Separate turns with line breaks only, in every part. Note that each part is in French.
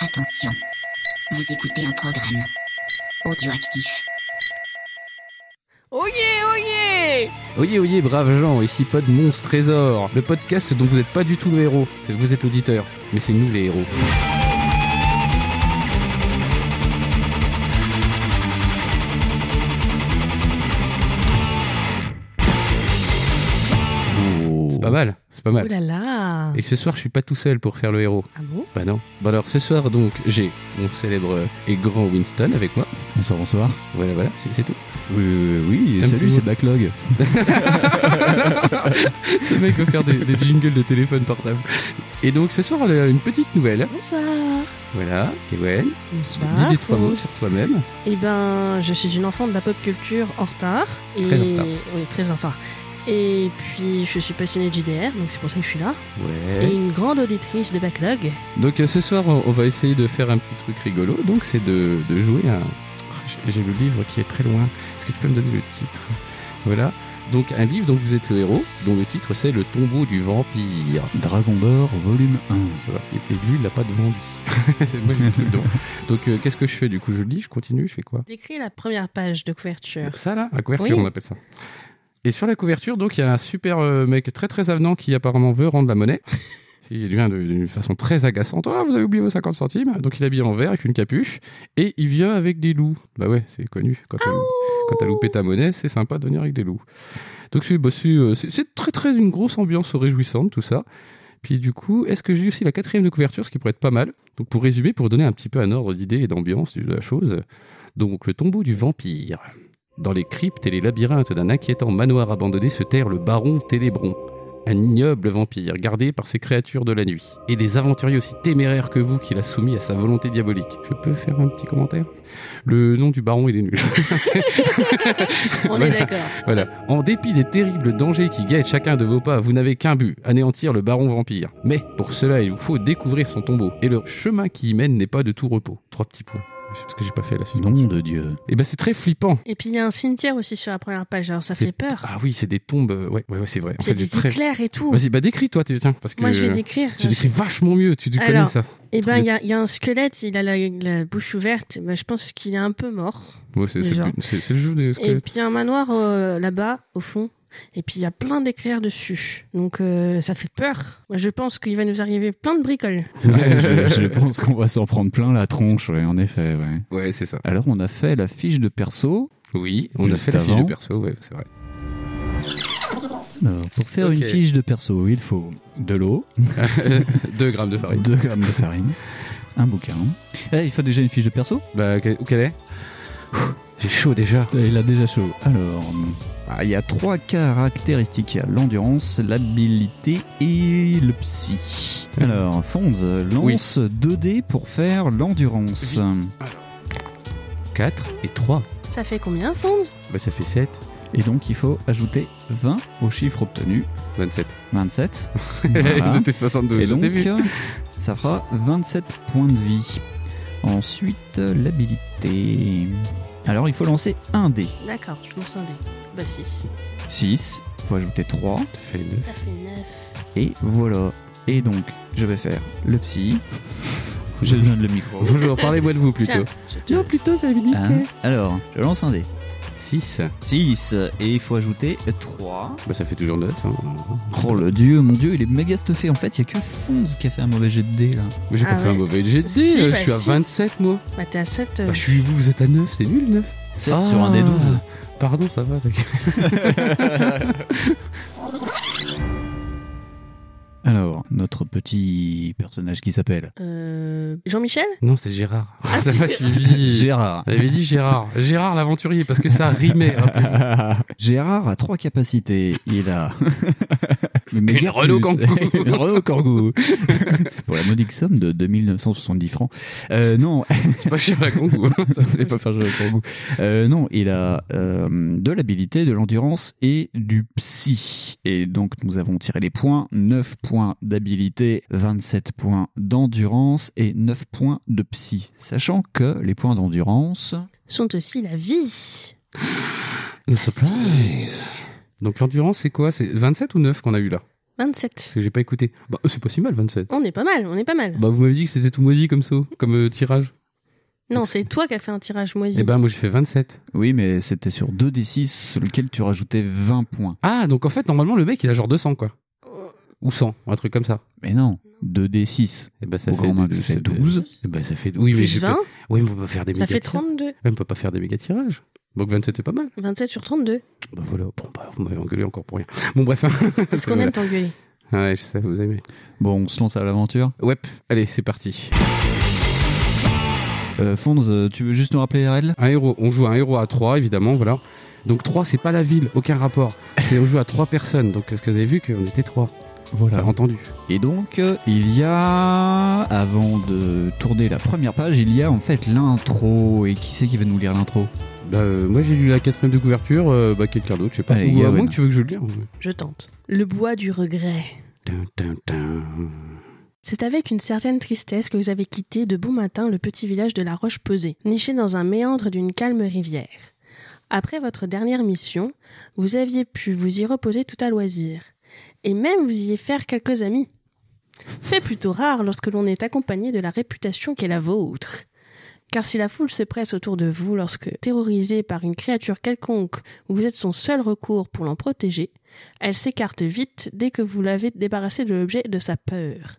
Attention, vous écoutez un programme audioactif.
Oyez, oyez
Oyez, oyez, braves gens, ici Pod Monstre Trésor, le podcast dont vous n'êtes pas du tout le héros. C'est- Vous êtes l'auditeur, mais c'est nous les héros. C'est pas mal, c'est pas
Oh
mal.
là là
Et ce soir, je suis pas tout seul pour faire le héros.
Ah bon
Bah non. Bah alors, ce soir, donc, j'ai mon célèbre et grand Winston avec moi.
Bonsoir, bonsoir. hein.
Voilà, voilà, c'est c'est tout.
Oui, oui, oui,
Un petit
salut,
mot.
c'est Backlog.
Ce mec veut faire des, des jingles de téléphone portable. Et donc, ce soir, on a une petite nouvelle.
Bonsoir
Voilà, Kewen.
Bonsoir
Dis-lui trois mots
Faust.
sur toi-même.
Eh ben, je suis une enfant de la pop culture en retard. Et...
Très en retard.
Oui, très en retard. Et puis, je suis passionnée de JDR, donc c'est pour ça que je suis là. Et
Ouais.
une grande auditrice de Backlog.
Donc euh, ce soir, on on va essayer de faire un petit truc rigolo. Donc c'est de, de jouer à... J'ai- J'ai le livre qui est très loin. Est-ce que tu peux me donner le titre Voilà. Donc un livre dont vous êtes le héros, dont le titre c'est Le tombeau du vampire.
Dragon d'or, volume 1.
Voilà. Et, et lui, il n'a pas de vampire. c'est moi, j'ai le truc dedans. Donc euh, qu'est-ce que je fais du coup Je lis, je continue, je fais quoi
Décris la première page de couverture.
Ça là La couverture,
Oui.
on appelle ça. Et sur la couverture, donc, il y a un super euh, mec très très avenant qui apparemment veut rendre la monnaie. Il vient de- d'une façon très agaçante. Ah, vous avez oublié vos 50 centimes. Donc, il est habillé en vert avec une capuche. Et il vient avec des loups. Bah ouais, c'est connu. Quand t'as, quand t'as loupé ta monnaie, c'est sympa de venir avec des loups. Donc, c'est, bah, c'est, euh, c'est- c'est très très une grosse ambiance réjouissante, tout ça. Puis du coup, est-ce que j'ai aussi la quatrième de couverture, ce qui pourrait être pas mal Donc pour résumer, pour donner un petit peu un ordre d'idée et d'ambiance de la chose, donc le tombeau du vampire. Dans les cryptes et les labyrinthes d'un inquiétant manoir abandonné se terre le baron Télébron, un ignoble vampire gardé par ses créatures de la nuit, et des aventuriers aussi téméraires que vous qu'il a soumis à sa volonté diabolique. Je peux faire un petit commentaire Le nom du baron, il est nul. C'est-
On
Voilà.
est d'accord.
voilà. En dépit des terribles dangers qui guettent chacun de vos pas, vous n'avez qu'un but, anéantir le baron vampire. Mais pour cela, il vous faut découvrir son tombeau. Et le chemin qui y mène n'est pas de tout repos. Trois petits points. Je sais parce que j'ai pas fait la suite.
Nom de Dieu.
Et ben c'est très flippant.
Et puis, il y a un cimetière aussi sur la première page, alors ça
C'est-
fait peur.
Ah oui, c'est des tombes. euh, Ouais, ouais, ouais, c'est vrai. En
Il y a
fait,
des
j'ai très.
éclairs et tout.
Vas-y, bah décris-toi, t'es- tiens, parce que
Moi, je vais décrire.
tu décris vachement mieux. Tu tu connais
Alors,
ça.
Eh ben, il y, a- il y a un squelette, il a la, la bouche ouverte. Ben, je pense qu'il est un peu mort.
Ouais, c'est c'est le
déjà.
but- c'est- c'est le jeu des
Et
squelettes.
puis un manoir euh, là-bas, au fond. Et puis il y a plein d'éclairs dessus. Donc euh, ça fait peur. Moi, je pense qu'il va nous arriver plein de bricoles.
Ouais, je, je pense qu'on va s'en prendre plein la tronche, ouais, en effet. Ouais.
Ouais, c'est ça.
Alors, on a fait la fiche de perso.
Oui, on a
Juste
fait la fiche
avant.
de perso. Ouais, c'est vrai.
Alors, pour faire
Ok.
une fiche de perso, il faut de l'eau,
2 grammes de farine.
2 grammes de farine, un bouquin. Eh, il faut déjà une fiche de perso
Bah, que- où qu'elle est Ouh, J'ai chaud déjà.
Il a déjà chaud. Alors, ah, il y a trois caractéristiques. Il y a l'endurance, l'habilité et le psy. Alors, Fonz, lance 2D pour faire l'endurance.
4 et 3.
Ça fait combien, Fonz
Bah ça fait 7,
Et donc, il faut ajouter 20 au chiffre obtenu.
27.
27.
Voilà.
Voilà.
62
et
au
donc,
début.
ça fera 27 points de vie. Ensuite, l'habilité. Alors, il faut lancer un dé.
D'accord, je pense un dé. Bah si.
6. Il faut ajouter 3.
Ça fait neuf.
Ça fait 9.
Et voilà. Et donc, je vais faire le psy. Je donne le micro.
Bonjour, parlez-moi de vous plutôt.
Tiens, je te-
plutôt, ça veut dire
Hein Alors, je lance un dé.
6.
6. Et il faut ajouter 3.
Bah ça fait toujours 9.
Oh le dieu, mon dieu, il est méga stuffé. En fait, il n'y a que Fonz qui a fait un mauvais jet de dé là.
Mais j'ai
Ah
pas fait un
ouais.
mauvais jet de
Si,
dé, euh,
bah
je suis à
si.
27 moi.
Bah t'es à 7.
Bah je suis vous, vous êtes à 9, c'est nul 9.
7 sur un dé 12.
Pardon, ça va. d'accord.
Alors, notre petit personnage qui s'appelle
euh, Jean-Michel
Non, c'est Gérard.
Ah,
ça
si.
m'a suivi.
Gérard.
On avait dit Gérard. Gérard l'aventurier, parce que ça rimait. rappelez-vous.
Gérard a trois capacités. Il a Le
Une Renault
plus.
Kangoo.
Une Renault Kangoo. Pour la modique somme de 2970 francs. Euh, non,
C'est pas cher la congo.
ça ne pas faire jouer le Kangoo. Euh, non, il a euh, de l'habilité, de l'endurance et du psy. Et donc nous avons tiré les points 9 points d'habilité, 27 points d'endurance et 9 points de psy. Sachant que les points d'endurance
Sont aussi la vie.
surprise. Donc l'endurance, c'est quoi C'est 27 ou 9 qu'on a eu là Parce
27.
que j'ai pas écouté. Bah, c'est pas si mal, 27.
On est pas mal, on est pas mal.
Bah, vous m'avez dit que c'était tout moisi comme ça, comme euh, tirage.
Non, c'est toi qui as fait un tirage moisi.
Eh ben, moi, j'ai fait 27.
Oui, mais c'était sur 2d6 sur lequel tu rajoutais 20 points.
Ah, donc en fait, normalement, le mec, il a genre 200, quoi. Ou 100, un truc comme ça.
Mais non, 2d6.
Eh ben, ça
Au
fait,
grand max, ça fait 12.
Eh ben, ça fait. Oui, mais
Plus
j'ai pas-
20,
Oui, mais on peut pas faire des
ça
méga
fait
tirages.
32.
Ouais, On peut pas faire des méga tirages. Donc 27 c'est pas mal.
27 sur 32.
Bah voilà, bon bah vous m'avez engueulé encore pour rien. Bon bref.
Parce qu'on
Voilà.
aime t'engueuler.
Ouais, je sais, vous aimez.
Bon, on se lance à l'aventure.
Ouais, allez, c'est parti.
Euh, Fonz, euh, tu veux juste nous rappeler les règles
Un héros, on joue à un héros à 3 évidemment, voilà. Donc 3 c'est pas la ville, aucun rapport. C'est on joue à 3 personnes. Donc est-ce que vous avez vu qu'on était 3
Voilà.
entendu.
Et donc, euh, il y a, avant de tourner la première page, il y a en fait l'intro. Et qui c'est qui va nous lire l'intro
Bah euh, moi j'ai lu la quatrième de couverture, euh, bah quelqu'un d'autre, je sais pas.
Allez,
Ou à
Gawen.
moins que tu veux que je le lire. ouais.
Je tente. Le bois du regret.
Tin, tin, tin.
C'est avec une certaine tristesse que vous avez quitté de bon matin le petit village de la Roche-Posée, niché dans un méandre d'une calme rivière. Après votre dernière mission, vous aviez pu vous y reposer tout à loisir, et même vous y faire quelques amis. Fait plutôt rare lorsque l'on est accompagné de la réputation qu'est la vôtre. Car si la foule se presse autour de vous lorsque, terrorisée par une créature quelconque, vous êtes son seul recours pour l'en protéger, elle s'écarte vite dès que vous l'avez débarrassé de l'objet de sa peur.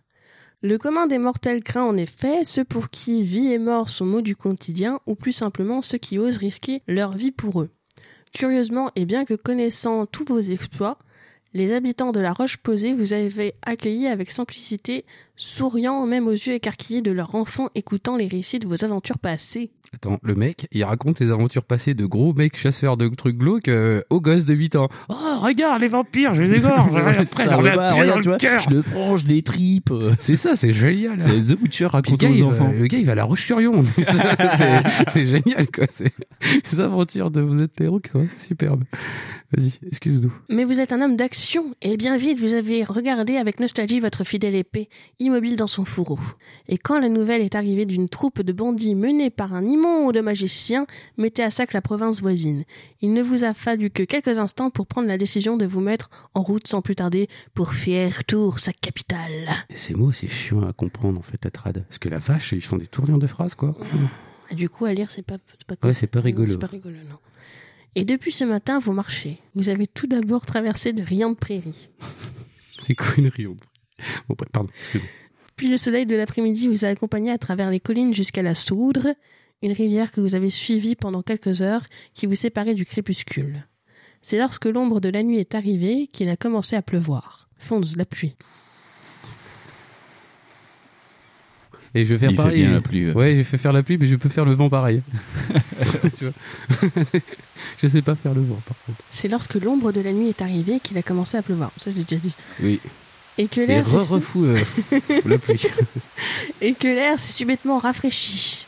Le commun des mortels craint en effet ceux pour qui vie et mort sont mots du quotidien, ou plus simplement ceux qui osent risquer leur vie pour eux. Curieusement, et bien que connaissant tous vos exploits, les habitants de la Roche-Posée vous avez accueillis avec simplicité, souriant même aux yeux écarquillés de leurs enfants écoutant les récits de vos aventures passées.
Attends, le mec, il raconte ses aventures passées de gros mec chasseur de trucs glauques euh, aux gosses de 8 ans. Oh, regarde les vampires, je les égorge. Après, j'en ai un pied dans le cœur.
le prends, je les tripe.
C'est ça, c'est génial. hein.
C'est The Witcher
Puis le
raconté
gars,
aux
il va-
enfants.
le gars, il va à la Roche-sur-Yon. c'est c'est génial, quoi. C'est les aventures de vous êtes héros qui sont assez superbes. Vas-y, excuse-nous.
Mais vous êtes un homme d'action, et bien vite vous avez regardé avec nostalgie votre fidèle épée, immobile dans son fourreau. Et quand la nouvelle est arrivée d'une troupe de bandits menée par un immonde magicien, mettez à sac la province voisine. Il ne vous a fallu que quelques instants pour prendre la décision de vous mettre en route sans plus tarder pour Fier Tour, sa capitale.
Ces mots, c'est chiant à comprendre, en fait, à trad. Parce que la vache, ils font des tournures de phrases, quoi.
Et du coup, à lire, c'est pas, c'est pas
Ouais, c'est pas rigolo.
C'est pas rigolo, non. Et depuis ce matin, vous marchez. Vous avez tout d'abord traversé de riantes prairies.
C'est quoi une rio Bon, bref, pardon. excuse-moi.
Puis le soleil de l'après-midi vous a accompagné à travers les collines jusqu'à la Soudre, une rivière que vous avez suivie pendant quelques heures qui vous séparait du crépuscule. C'est lorsque l'ombre de la nuit est arrivée qu'il a commencé à pleuvoir. Fonce la pluie.
Et je vais faire
Il fait
pareil.
bien la pluie.
Ouais, j'ai fait faire la pluie, mais je peux faire le vent pareil. tu vois Je sais pas faire le vent, par contre.
C'est lorsque l'ombre de la nuit est arrivée qu'il a commencé à pleuvoir. Ça, je l'ai déjà dit.
Oui.
Et que
Et
l'air s'est-
re-refou euh, la pluie.
et que l'air s'est subitement rafraîchi.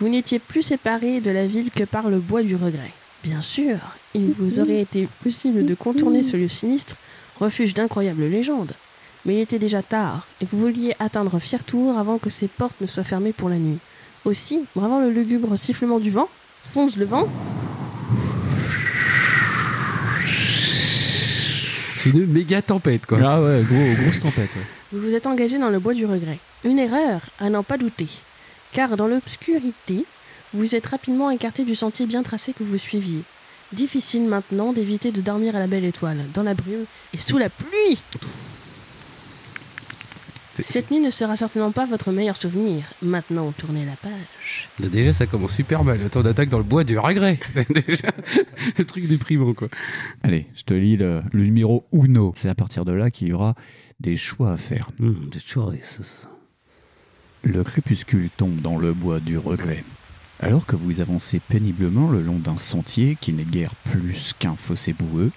Vous n'étiez plus séparé de la ville que par le bois du regret. Bien sûr, il vous aurait été possible de contourner ce lieu sinistre, refuge d'incroyables légendes. Mais il était déjà tard, et vous vouliez atteindre Fiertour avant que ses portes ne soient fermées pour la nuit. Aussi, bravant le lugubre sifflement du vent, fonce le vent,
C'est une méga tempête, quoi.
Ah ouais, gros, grosse tempête.
Vous vous êtes engagé dans le bois du regret. Une erreur, à n'en pas douter. Car dans l'obscurité, vous êtes rapidement écarté du sentier bien tracé que vous suiviez. Difficile maintenant d'éviter de dormir à la belle étoile, dans la brume et sous la pluie.
C'est-
Cette nuit ne sera certainement pas votre meilleur souvenir. Maintenant, tournez la page.
Bah, Déjà, ça commence super mal. Attends, on attaque dans le bois du regret. Déjà, le truc déprimant, quoi.
Allez, je te lis le, le numéro Uno. C'est à partir de là qu'il y aura des choix à faire.
Hmm,
Le crépuscule tombe dans le bois du regret. Alors que vous avancez péniblement le long d'un sentier qui n'est guère plus qu'un fossé boueux,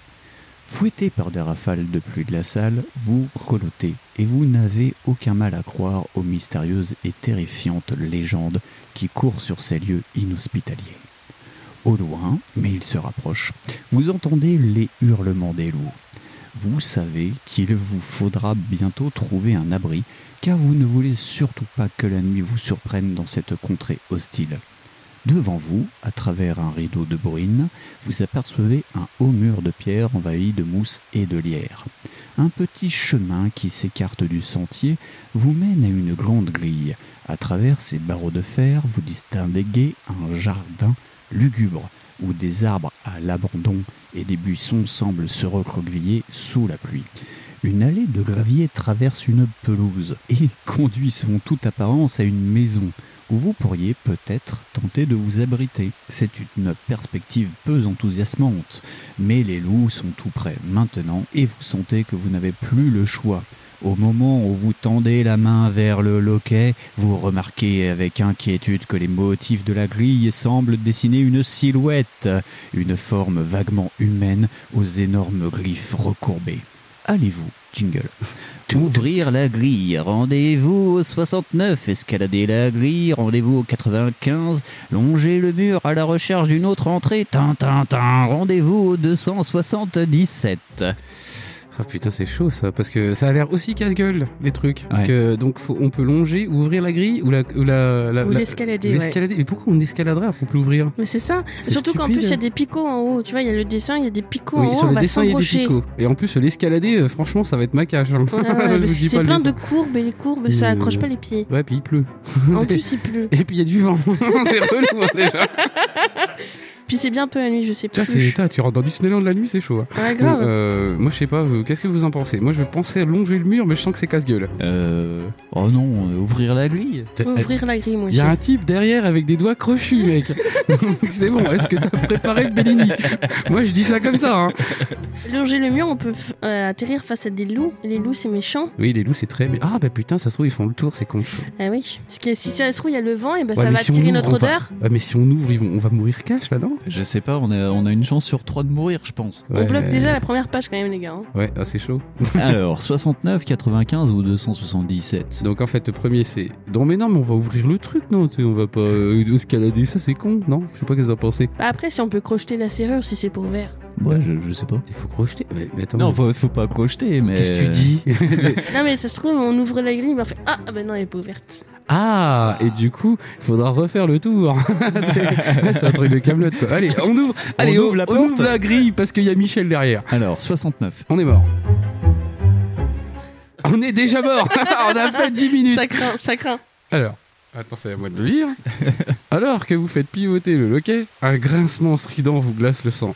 fouetté par des rafales de pluie glaciale, vous grelottez et vous n'avez aucun mal à croire aux mystérieuses et terrifiantes légendes qui courent sur ces lieux inhospitaliers. Au loin, mais il se rapproche, vous entendez les hurlements des loups. Vous savez qu'il vous faudra bientôt trouver un abri, car vous ne voulez surtout pas que la nuit vous surprenne dans cette contrée hostile. Devant vous, à travers un rideau de bruine, vous apercevez un haut mur de pierre envahi de mousse et de lierre. Un petit chemin qui s'écarte du sentier vous mène à une grande grille. À travers ces barreaux de fer, vous distinguez un jardin lugubre où des arbres à l'abandon et des buissons semblent se recroqueviller sous la pluie. Une allée de gravier traverse une pelouse et conduit selon toute apparence à une maison où vous pourriez peut-être tenter de vous abriter. C'est une perspective peu enthousiasmante, mais les loups sont tout près maintenant et vous sentez que vous n'avez plus le choix. Au moment où vous tendez la main vers le loquet, vous remarquez avec inquiétude que les motifs de la grille semblent dessiner une silhouette, une forme vaguement humaine aux énormes griffes recourbées. Allez-vous, jingle. Ouvrir la grille, rendez-vous au 69, escalader la grille, rendez-vous au 95, longer le mur à la recherche d'une autre entrée, tin tin tin, rendez-vous au 277.
Ah putain, c'est chaud ça, parce que ça a l'air aussi casse-gueule les trucs. Parce
Ouais.
que donc faut- on peut longer, ouvrir la grille ou la ou la, la-
Ou
la-
l'escalader, ouais.
l'escalader. Mais pourquoi on escaladerait après qu'on peut l'ouvrir
Mais c'est ça.
C'est
Surtout qu'en
stupide.
plus, il y a des picots en haut. Tu vois, il y a le dessin, il y a des picots en
Oui,
haut.
sur
on
le
va
dessin il y a des
s'embrocher.
picots. Et en plus l'escalader, euh, franchement, ça va être ma cage. hein.
Ah ouais,
Je
mais
vous dis
c'est
pas le
plein de
dessin.
courbes et les courbes, ça
Euh,
accroche pas les pieds.
Ouais, puis il pleut.
En
C'est-
plus, il pleut.
Et puis il y a du vent. c'est relou hein, déjà.
Puis c'est bientôt la nuit, je sais
Tu
plus.
vois, c'est putain, tu rentres dans Disneyland la nuit, c'est chaud. hein.
Ouais,
Bon,
grave.
euh, moi je sais pas, vous- qu'est-ce que vous en pensez Moi je pensais longer le mur, mais je sens que c'est casse-gueule.
Euh... Oh non, euh, ouvrir la grille
Ouvrir la grille, moi
Il Euh, y
aussi.
a un type derrière avec des doigts crochus, mec. Donc, c'est bon, est-ce que t'as préparé le Bellini Moi, je dis ça comme ça. hein.
Longer le mur, on peut f- euh, atterrir face à des loups. Les loups, c'est méchant.
Oui, les loups, c'est très. Mais... Ah, bah putain, ça se trouve, ils font le tour, c'est con.
Ah oui. Parce que si ça se trouve, il y a le vent, et ben
Ouais,
ça va
mais si on
attirer
ouvre,
notre
on va-
odeur.
Ouais, Ah, mais si on ouvre, ils vont... on va mourir cash là-dedans
Je sais pas, on a, on a une chance sur trois de mourir, je pense.
On bloque déjà la première page quand même, les gars. hein.
Ouais, ah, c'est chaud.
Alors, 69, 95 ou 277
Donc en fait, le premier, c'est. Non, mais non, mais on va ouvrir le truc, non tu sais, On va pas euh, escalader, ça, c'est con, non Je sais pas qu'est-ce que vous en pensez.
Bah, Après, si on peut crocheter la serrure, si c'est pour verre.
Ouais, je, je sais pas.
Il faut crocheter. Mais, mais attends.
Non, euh, faut, faut pas crocheter, mais...
Qu'est-ce que tu dis
Non, mais ça se trouve, on ouvre la grille, mais on fait Ah, ah ben non, elle est pas ouverte.
Ah, et du coup, il faudra refaire le tour. C'est- ouais, c'est un truc de Kaamelott, quoi. Allez, on ouvre, allez,
ouvre la porte.
ouvre la grille parce qu'il y a Michel derrière.
Alors, 69.
On est mort. On est déjà mort. on a fait 10 minutes.
Ça craint, ça craint.
Alors, attends, c'est à moi de le lire. Alors que vous faites pivoter le loquet, un grincement strident vous glace le sang.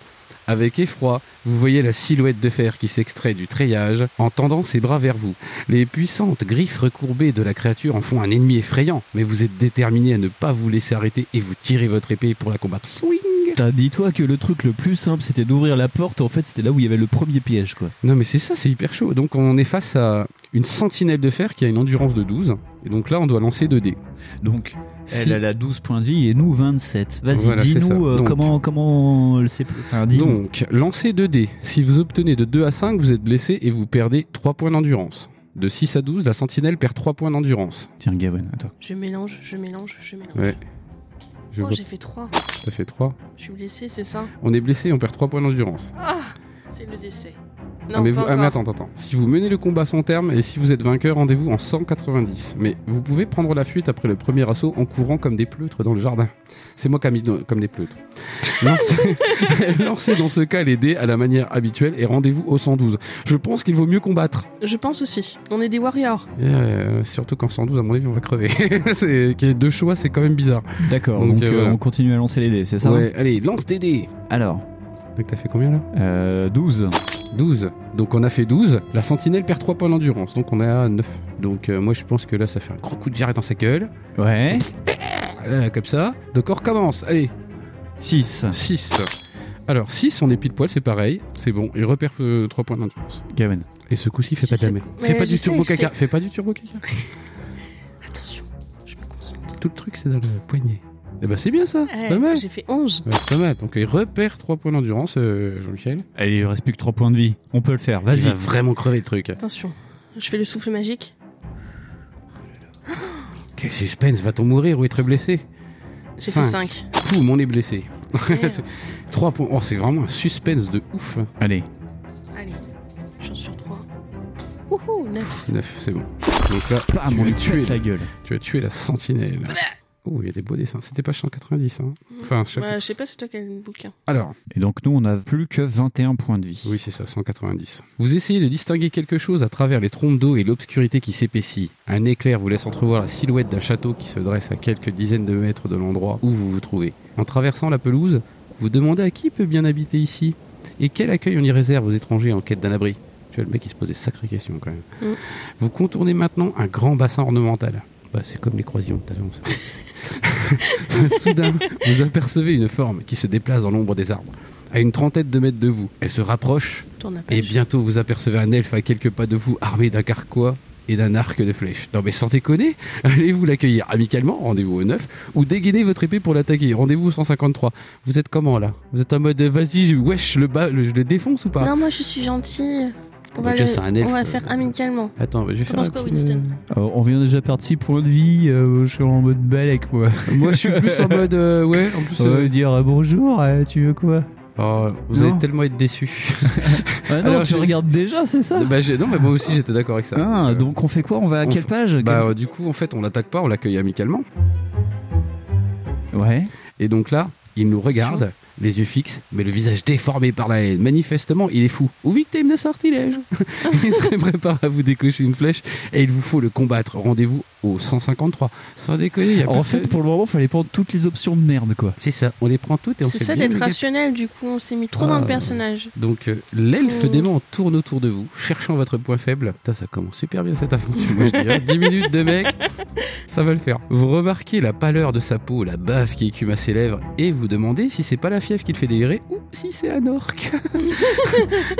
Avec effroi, vous voyez la silhouette de fer qui s'extrait du treillage en tendant ses bras vers vous. Les puissantes griffes recourbées de la créature en font un ennemi effrayant, mais vous êtes déterminé à ne pas vous laisser arrêter et vous tirez votre épée pour la combattre. Chouing
T'as dit toi que le truc le plus simple c'était d'ouvrir la porte, en fait c'était là où il y avait le premier piège quoi.
Non mais c'est ça, c'est hyper chaud. Donc on est face à une sentinelle de fer qui a une endurance de 12, et donc là on doit lancer 2 dés.
Donc
Si-
elle, elle a 12 points de vie et nous 27. Vas-y,
Voilà, c'est ça.
dis-nous euh,
Donc-
comment comment le c'est enfin dis
Donc, lancez 2 dés. Si vous obtenez de 2 à 5, vous êtes blessé et vous perdez 3 points d'endurance. De 6 à 12, la sentinelle perd 3 points d'endurance.
Tiens Gavin, attends.
Je mélange, je mélange, je mélange.
Ouais. Je
Oh,
vois
j'ai fait 3.
que ça fait 3.
Je suis blessée, c'est ça
On est blessé et on perd 3 points d'endurance.
Ah C'est le décès. Non,
Ah, mais,
pas
vous... ah, mais
encore.
attends, attends, attends. Si vous menez le combat à son terme et si vous êtes vainqueur, rendez-vous en 190. Mais vous pouvez prendre la fuite après le premier assaut en courant comme des pleutres dans le jardin. C'est moi qui a mis dans- comme des pleutres. Lancez... lancez dans ce cas les dés à la manière habituelle et rendez-vous au 112. Je pense qu'il vaut mieux combattre.
Je pense aussi. On est des warriors.
Et, euh, surtout qu'en 112, à mon avis, on va crever. c'est qu'il y ait deux choix, c'est quand même bizarre.
D'accord,
Donc,
donc,
euh,
euh,
voilà.
on continue à lancer les dés, c'est ça
ouais, allez, lance tes dés.
Alors,
Donc t'as fait combien là
euh, 12.
12. Donc on a fait 12. La sentinelle perd 3 points d'endurance, donc on est à 9. Donc euh, moi je pense que là ça fait un gros coup de jarret dans sa gueule.
Ouais.
Voilà, comme ça. Donc on recommence. Allez,
6.
6. Alors 6, on est pile poil, c'est pareil. C'est bon, il repère 3 points d'endurance.
Gavin.
Et ce coup-ci, fais
Je
pas
sais
de la
pas.
merde.
Mais
Fais pas
je
du
sais,
turbo
je sais.
caca. Fais pas du turbo caca.
Attention, je me concentre.
Tout le truc c'est dans le poignet. Eh ben c'est bien ça, c'est
Eh,
pas mal.
J'ai fait 11.
Ouais, c'est pas mal. Donc il repère 3 points d'endurance, euh, Jean-Michel.
Allez, il reste plus que 3 points de vie. On peut le faire,
Il va
vas-y.
vraiment crever le truc.
Attention, je fais le souffle magique.
Quel suspense, va-t-on mourir ou être blessé
J'ai
Cinq.
fait 5.
Poum, on est blessé. 3 points. Oh, c'est vraiment un suspense de ouf.
Allez.
Allez, chance sur 3. Wouhou, 9.
9, c'est bon. Donc là,
Bam,
tu,
on
as
lui
tué,
pète la gueule.
tu as tué la sentinelle. Oh, il y a des beaux dessins. C'était page 190. Hein. Enfin, chapitre.
Ouais, Bah, je sais pas c'est toi qui as le bouquin.
Alors,
Et donc, nous, on n'a plus que 21 points de vie.
oui, c'est ça, 190. Vous essayez de distinguer quelque chose à travers les trompes d'eau et l'obscurité qui s'épaissit. Un éclair vous laisse entrevoir la silhouette d'un château qui se dresse à quelques dizaines de mètres de l'endroit où vous vous trouvez. En traversant la pelouse, vous demandez à qui peut bien habiter ici et quel accueil on y réserve aux étrangers en quête d'un abri. Tu vois, le mec, il se pose des sacrées questions quand même.
Mm.
Vous contournez maintenant un grand bassin ornemental. Bah, c'est comme les croisillons tout à l'heure, on sait. Soudain, vous apercevez une forme qui se déplace dans l'ombre des arbres, à une trentaine de mètres de vous. Elle se rapproche
Tourne la
et
page.
bientôt vous apercevez un elfe à quelques pas de vous armé d'un carquois et d'un arc de flèche. Non mais sans déconner, allez-vous l'accueillir amicalement, rendez-vous au 9, ou dégainer votre épée pour l'attaquer, rendez-vous au 153. Vous êtes comment là Vous êtes en mode euh, vas-y, je- wesh, le bas, le- je le défonce ou pas
Non, moi je suis gentille. On
Bon,
va,
déjà,
le-
c'est un elfe,
on va
euh,
faire amicalement.
Attends, bah, je vais
T'en
faire...
penses
un
quoi,
petit-
Winston
Alors, on vient déjà perdre 6 points de vie, euh, je suis en mode balèque, moi.
Moi je suis plus en mode euh, ouais, en plus...
On va
euh,
lui dire euh, bonjour, euh, tu veux quoi
oh, vous
Non.
allez tellement être déçus.
Ah non,
Alors,
tu
je-
regardes déjà, c'est ça
Bah, j'ai- non mais moi aussi j'étais d'accord avec ça.
Ah,
Euh,
donc on fait quoi On va à
on
quelle
f-
page
Bah euh, du coup en fait on l'attaque pas, on l'accueille amicalement.
Ouais.
Et donc là, il nous regarde, les yeux fixes, mais le visage déformé par la haine. Manifestement, il est fou. Ou victime d'un sortilège. il se prépare à vous décocher une flèche et il vous faut le combattre. Rendez-vous au 153. Sans déconner, il y a
En
pas
fait,
de-
pour le moment, fallait prendre toutes les options de merde, quoi.
C'est ça, on les prend toutes et on
C'est
fait
ça
bien Ah.
d'être
le gaffe.
rationnel, du coup, on s'est mis trop dans le personnage.
Donc euh, l'elfe
Faut-
dément tourne autour de vous, cherchant votre point faible. Putain, ça commence super bien cette aventure, moi je dis. hein. 10 minutes de mec, ça va le faire. Vous remarquez la pâleur de sa peau, la bave qui écume à ses lèvres, et vous demandez si c'est pas la fièvre qui le fait délirer ou si c'est un orque.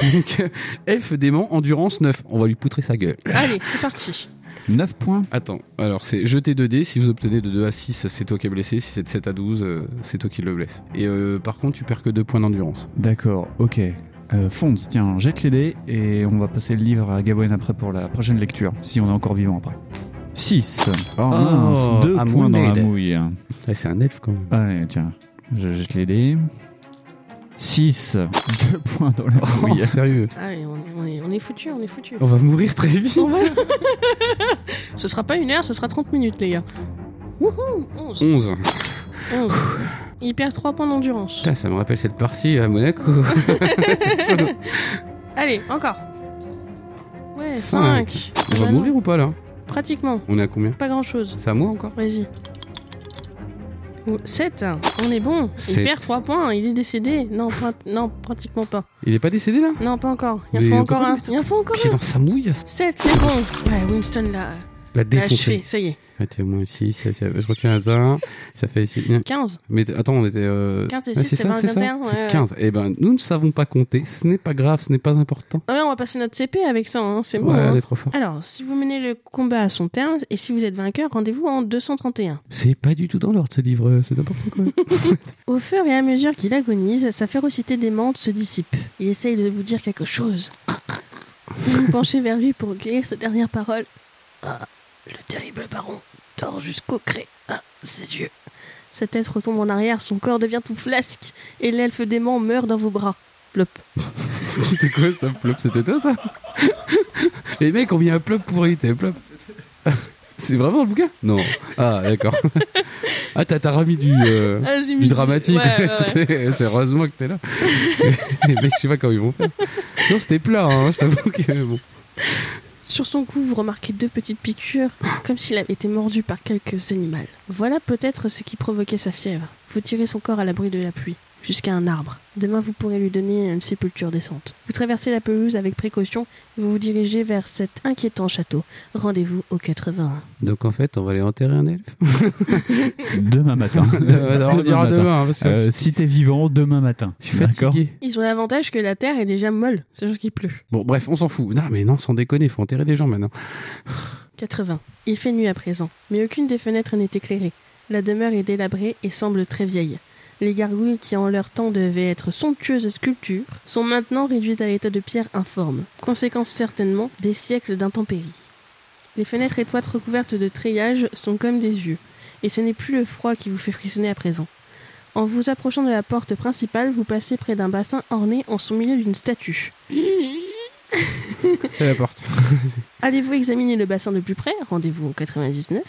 Donc euh, elfe dément, endurance 9. On va lui poutrer sa gueule.
Allez, c'est parti.
9 points.
Attends, alors c'est jeter 2 dés, si vous obtenez de 2 à 6, c'est toi qui es blessé, si c'est de 7 à 12, euh, c'est toi qui le blesse. Et euh, par contre, tu perds que 2 points d'endurance.
D'accord, ok. Euh, Fonds, tiens, jette les dés et on va passer le livre à Gawain après pour la prochaine lecture, si on est encore vivant après. 6. Oh, mince, 2
à
points dans la
mouille.
mouille.
Ouais, c'est un elfe quand même.
Allez, tiens, je jette les dés. 6. 2 points dans la
Oh.
mouille.
Ah, sérieux.
Allez, on, on est, on est foutu, on est foutu.
On va mourir très vite.
ce sera pas une heure, ce sera 30 minutes, les gars. Wouhou 11.
11.
11. Il perd 3 points d'endurance.
Putain, ça me rappelle cette partie à Monaco.
Allez, encore. Ouais,
Cinq.
5.
On va mourir ou pas là
Pratiquement,
On est à combien
pas grand chose.
C'est à moi encore
Vas-y. 7, on est bon. Il
Sept.
perd 3 points, il est décédé. Non, prat- non, pratiquement pas.
Il est pas décédé là
Non, pas encore. Il
Mais
en faut
encore
encore
un,
un.
putain.
Il en faut encore
Putain,
un.
ça mouille.
7, c'est bon. Ouais, Winston l'a
La
l'a achevé,
défoncée. Ah,
ça y est.
C'était au moins 6. Je retiens à ça. Ça fait ici.
15.
Mais t- attends, on était. euh,
15 et
ouais,
6,
c'est
c'est
ça, c'est ça.
21.
C'est 15. Eh ben, nous ne savons pas compter. Ce n'est pas grave, ce n'est pas important.
Ah ouais, on va passer notre CP avec ça, hein, c'est bon.
Ouais,
hein.
elle est trop forte.
Alors, si vous menez le combat à son terme et si vous êtes vainqueur, rendez-vous en 231.
C'est pas du tout dans l'ordre ce livre, euh, c'est n'importe quoi.
Au fur et à mesure qu'il agonise, sa férocité démente se dissipe. Il essaye de vous dire quelque chose. Vous vous penchez vers lui pour guérir sa dernière parole. Ah, le terrible baron tord jusqu'au cré à ses yeux. Sa tête retombe en arrière, son corps devient tout flasque et l'elfe dément meurt dans vos bras. Plop.
C'était quoi ça, plop C'était toi ça Les mecs ont mis un plop pourri, t'es plop. C'est vraiment le bouquin Non. Ah, d'accord. Ah, t'as t'as remis du, euh,
Ah, j'ai mis
du dramatique.
Ouais, ouais, ouais.
C'est- C'est heureusement que t'es là. C'est- Les mecs, je sais pas comment ils vont faire. Non, c'était plat, hein, je t'avoue que bon.
Sur son cou, vous remarquez deux petites piqûres, comme s'il avait été mordu par quelques animaux. Voilà peut-être ce qui provoquait sa fièvre. Vous tirez son corps à l'abri de la pluie, jusqu'à un arbre. Demain, vous pourrez lui donner une sépulture décente. Vous traversez la pelouse avec précaution et vous vous dirigez vers cet inquiétant château. Rendez-vous au 81.
Donc en fait, on va aller enterrer un elfe.
Demain matin.
Alors, on
Demain
dira
matin.
demain, hein, parce que
Euh, si t'es vivant, demain matin.
je suis fatigué.
Ils ont l'avantage que la terre est déjà molle, c'est sûr qu'il pleut.
Bon, bref, on s'en fout. Non, mais non, sans déconner, faut enterrer des gens maintenant.
80. Il fait nuit à présent, mais aucune des fenêtres n'est éclairée. La demeure est délabrée et semble très vieille. Les gargouilles qui en leur temps devaient être somptueuses sculptures sont maintenant réduites à l'état de pierre informe, conséquence certainement des siècles d'intempéries. Les fenêtres étroites recouvertes de treillages sont comme des yeux, et ce n'est plus le froid qui vous fait frissonner à présent. En vous approchant de la porte principale, vous passez près d'un bassin orné en son milieu d'une statue.
C'est la porte.
Allez-vous examiner le bassin de plus près Rendez-vous au 99.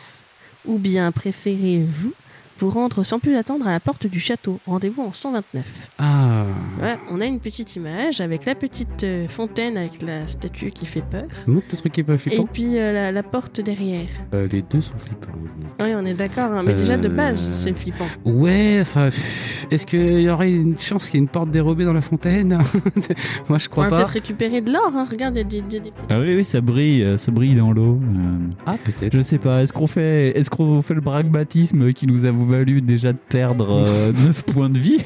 Ou bien préférez-vous vous rendre sans plus attendre à la porte du château. Rendez-vous en 129.
Ah.
Voilà, on a une petite image avec la petite euh, fontaine avec la statue qui fait peur.
Montre le truc qui est pas
Et
flippant.
puis euh, la, la porte derrière.
Euh, les deux sont flippants.
Oui, on est d'accord, hein, mais déjà de base,
Euh.
c'est flippant.
Ouais, enfin, pff, est-ce qu'il y aurait une chance qu'il y ait une porte dérobée dans la fontaine Moi, je
On
crois
va peut-être
pas.
récupérer de l'or, hein. regarde, il y a des- des- des petits-
Ah oui, oui, ça brille, euh, ça brille dans l'eau. Euh,
Ah, peut-être.
je sais pas, est-ce qu'on fait, est qu'on fait le pragmatisme qui nous a valu déjà de perdre 9 points de vie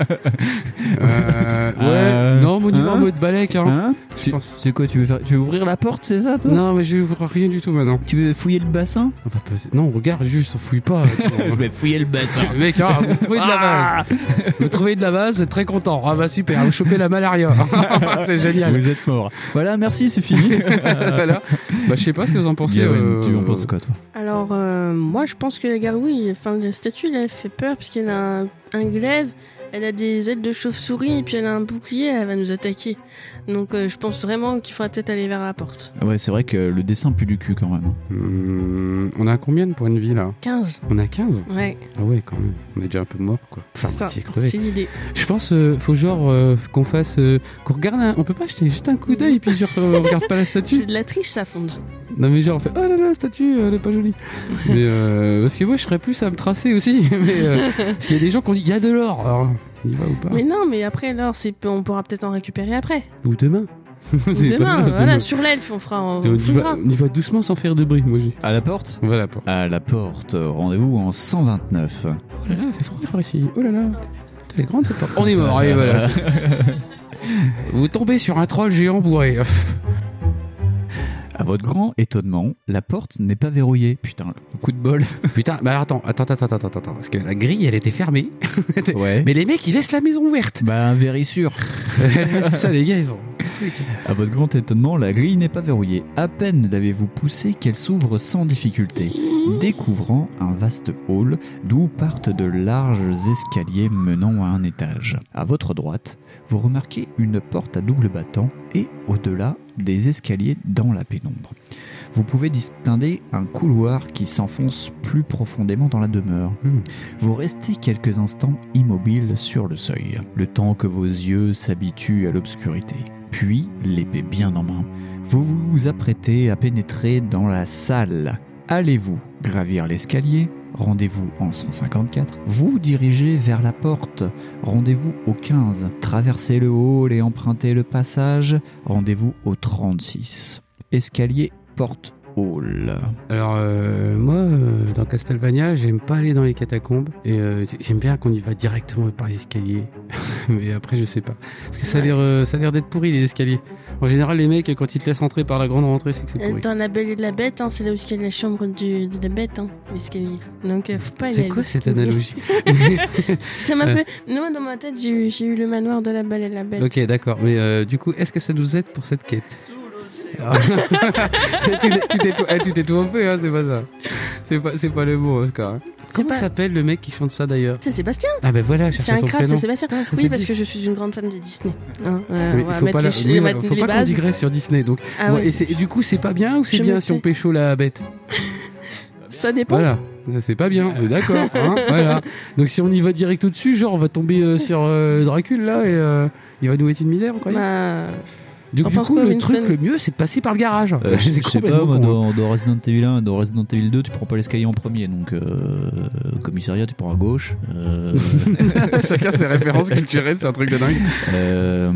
Euh, ouais.
Euh,
Non, mon niveau
hein
en mode balai, clairement.
Hein
je
Tu-
pense.
C'est quoi, tu veux, faire, tu veux ouvrir la porte, c'est ça, toi
Non, mais je vois rien du tout maintenant.
Tu veux fouiller le bassin
On va pas- Non, regarde juste, on fouille pas.
vais fouiller le bassin. Ah
Mec, hein, vous trouvez
Ah
de la base. Vous trouvez de la base, vous êtes très content. Ah bah super, vous chopez la malaria. c'est génial.
Vous êtes mort. Voilà, merci, c'est fini.
voilà. Bah, je sais pas ce que vous en pensez.
Gawain,
euh,
tu en penses quoi, toi
Alors, euh, moi, je pense que la garouille, enfin, la statue, elle fait peur puisqu'elle a un, un glaive, elle a des ailes de chauve-souris et puis elle a un bouclier, elle va nous attaquer. Donc, euh, je pense vraiment qu'il faudra peut-être aller vers la porte.
Ah Ouais, c'est vrai que le dessin pue du cul quand même.
Hum, on a combien de points de vie là
15.
On a 15
Ouais,
Ah ouais, quand même. On est déjà un peu mort, quoi. Enfin,
ça,
moitié crevé.
c'est l'idée.
Je pense, euh, faut genre euh, qu'on fasse, euh, qu'on regarde. Un... On peut pas jeter juste un coup d'œil puis genre euh, on regarde pas la statue.
C'est de la triche, ça fonde.
Non mais genre on fait oh là là la statue, elle est pas jolie. mais euh, parce que moi je serais plus à me tracer aussi. mais euh, parce qu'il y a des gens qui ont dit il y a de l'or. Alors, on y va ou pas
Mais non, mais après, alors, c'est- on pourra peut-être en récupérer après.
Ou demain.
Ou
C'est
demain,
pas-
voilà,
demain.
sur l'elfe, on fera. On,
On y, va,
fouillera.
on y va doucement sans faire de bruit, moi j'ai.
À la porte
Voilà pour.
À la porte, rendez-vous en 129.
Oh là là, il fait froid par ici. Oh là là. Putain, Elle est grande cette porte. On est mort, et voilà. c'est- Vous tombez sur un troll géant bourré.
À votre grand étonnement, la porte n'est pas verrouillée. Putain, le coup de bol.
Putain, bah attends, attends, attends, attends, attends, attends, parce que la grille elle était fermée,
Ouais.
mais les mecs ils laissent la maison ouverte.
Bah, un verri sûr.
C'est ça les gars, ils ont.
À votre grand étonnement, la grille n'est pas verrouillée. À peine l'avez-vous poussée qu'elle s'ouvre sans difficulté, découvrant un vaste hall d'où partent de larges escaliers menant à un étage. À votre droite, vous remarquez une porte à double battant et au-delà des escaliers dans la pénombre. Vous pouvez distinguer un couloir qui s'enfonce plus profondément dans la demeure.
Hmm.
Vous restez quelques instants immobile sur le seuil, le temps que vos yeux s'habituent à l'obscurité. Puis, l'épée bien en main, vous vous apprêtez à pénétrer dans la salle. Allez-vous gravir l'escalier Rendez-vous en 154. Vous dirigez vers la porte. Rendez-vous au 15. Traversez le hall et empruntez le passage. Rendez-vous au 36. Escalier, porte, hall.
Alors euh, moi, euh, dans Castlevania, j'aime pas aller dans les catacombes et euh, j'aime bien qu'on y va directement par l'escalier. mais après je sais pas, parce que ça a l'air, euh, ça a l'air d'être pourri les escaliers. En général, les mecs quand ils te laissent entrer par la grande rentrée, c'est que c'est
Euh,
pourri.
Dans la belle et de la bête, hein, c'est là où il y a la chambre du- de la bête, hein, l'escalier. Donc, euh, faut pas aller
C'est
à
quoi cette
l'escalier.
analogie
Ça
Euh.
m'a fait. Non, dans ma tête, j'ai eu, j'ai eu le manoir de la belle et la bête.
Ok, d'accord. Mais euh, du coup, est-ce que ça nous aide pour cette quête Ah. Tu l'es- tu t'es tout- eh, tu t'es tout trompé, hein, c'est pas ça. C'est pas, c'est pas le mot, Oscar. hein. Comment
pas-
s'appelle le mec qui chante ça d'ailleurs
C'est Sébastien,
Ah ben voilà, je
c'est
cherchais
un
son
crack,
prénom.
c'est Sébastien.
Ah, ça,
oui,
c'est
parce
lui.
que je suis une grande fan de Disney. hein. Euh,
Oui,
on va
faut pas,
mettre les,
la- oui,
on va
voilà,
mettre
faut
les
pas qu'on
bases.
digresse sur Disney. Donc,
Ah
Bon,
oui,
et, c'est- et du coup, c'est pas bien ou c'est
Je
bien
me
si on
tais.
pécho la bête
ça dépend.
Voilà, c'est pas bien. On est d'accord. hein, voilà. Donc si on y va direct au-dessus, genre on va tomber euh, sur euh, Dracula là et euh, il va nous mettre une misère, vous croyez
Bah,
Donc
t'en
du
penses
coup,
quoi,
le
Winston
truc le mieux, c'est de passer par le garage.
Euh, je
C'est
sais pas,
complètement
moi,
con, hein.
dans, dans Resident Evil 1, dans Resident Evil 2, tu prends pas l'escalier en premier, donc euh, commissariat, tu prends à gauche. euh,
Chacun ses références culturelles, c'est un truc de dingue.
euh,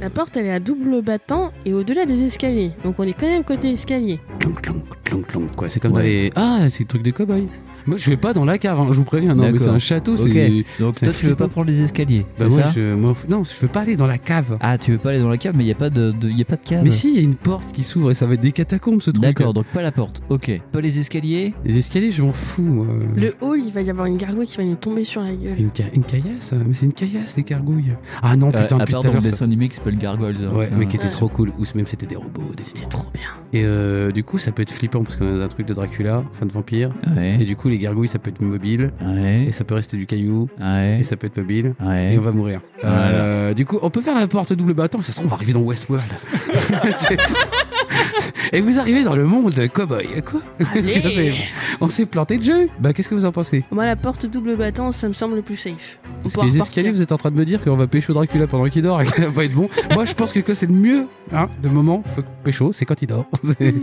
la porte, elle est à double battant et au-delà des escaliers. Donc, on est quand même côté escalier.
Clonk, clonk, clonk, clonk, quoi. C'est comme dans
Ouais.
les. Ah, c'est le truc des cow-boys. Moi, je vais pas dans la cave, hein, je vous préviens. Non, mais
D'accord.
c'est un château,
ok,
c'est.
donc
c'est
toi tu veux
flippant.
pas prendre les escaliers,
Bah,
c'est
moi,
ça
je. moi, non, je veux pas aller dans la cave.
Ah, tu veux pas aller dans la cave, mais il y a pas de, de- y a pas de cave.
Mais si, il y a une porte qui s'ouvre et ça va être des catacombes, ce truc. euh. Oh,
D'accord, donc pas la porte. Ok, pas les escaliers.
Les escaliers, je m'en fous. moi.
Le hall, il va y avoir une gargouille qui va nous tomber sur la gueule.
Une, ca- une caillasse Mais c'est une caillasse, les cargouilles. Ah non, putain,
Euh, à
depuis
part
tout à
dans le
l'heure. ça-
dessin animé qui s'appelle Gargoyles. hein.
Ouais, mais qui était
Ouais.
trop cool. Ou même c'était des robots. des-
C'était trop bien.
Et euh, du coup, ça peut être flippant parce qu'on a un truc de Dracula, fin de vampire. Et
Ouais,
du coup, les gargouilles, ça peut être mobile.
ouais,
Et ça peut rester du caillou.
ouais,
Et ça peut être mobile.
ouais.
Et on va mourir. Euh, du coup, on peut faire la porte double battant. Ça se trouve, on va arriver dans Westworld. Tu sais. Et vous arrivez dans le monde de cowboy. Quoi Parce que c'est- On s'est planté de jeu Bah, qu'est-ce que vous en pensez
Moi, la porte double battant, ça me semble le plus safe. On
Parce
peut
que les
repartir.
escaliers, vous êtes en train de me dire qu'on va pécho Dracula pendant qu'il dort et que ça va pas être bon. Moi, je pense que quand c'est le mieux hein, de moment, faut que pécho, c'est quand il dort. C'est-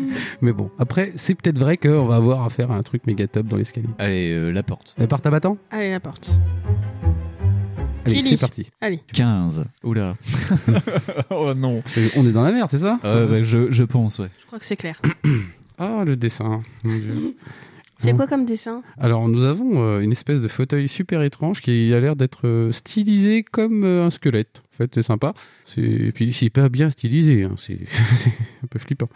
Mais bon, après, c'est peut-être vrai qu'on va avoir à faire un truc méga top dans l'escalier.
Allez, euh, la porte.
Euh, Par tabattant
Allez, la porte.
Allez,
Kili.
c'est parti.
15. Oula. oh non.
Euh, On est dans la merde, c'est ça
Euh, bah, je, je pense, ouais.
Je crois que c'est
Mm.
clair.
Ah, le dessin. mon Dieu.
C'est
Bon.
quoi comme dessin
Alors, nous avons euh, une espèce de fauteuil super étrange qui a l'air d'être euh, stylisé comme euh, un squelette. En fait, c'est sympa. C'est- Et puis, c'est pas bien stylisé. hein. C'est c'est un peu flippant.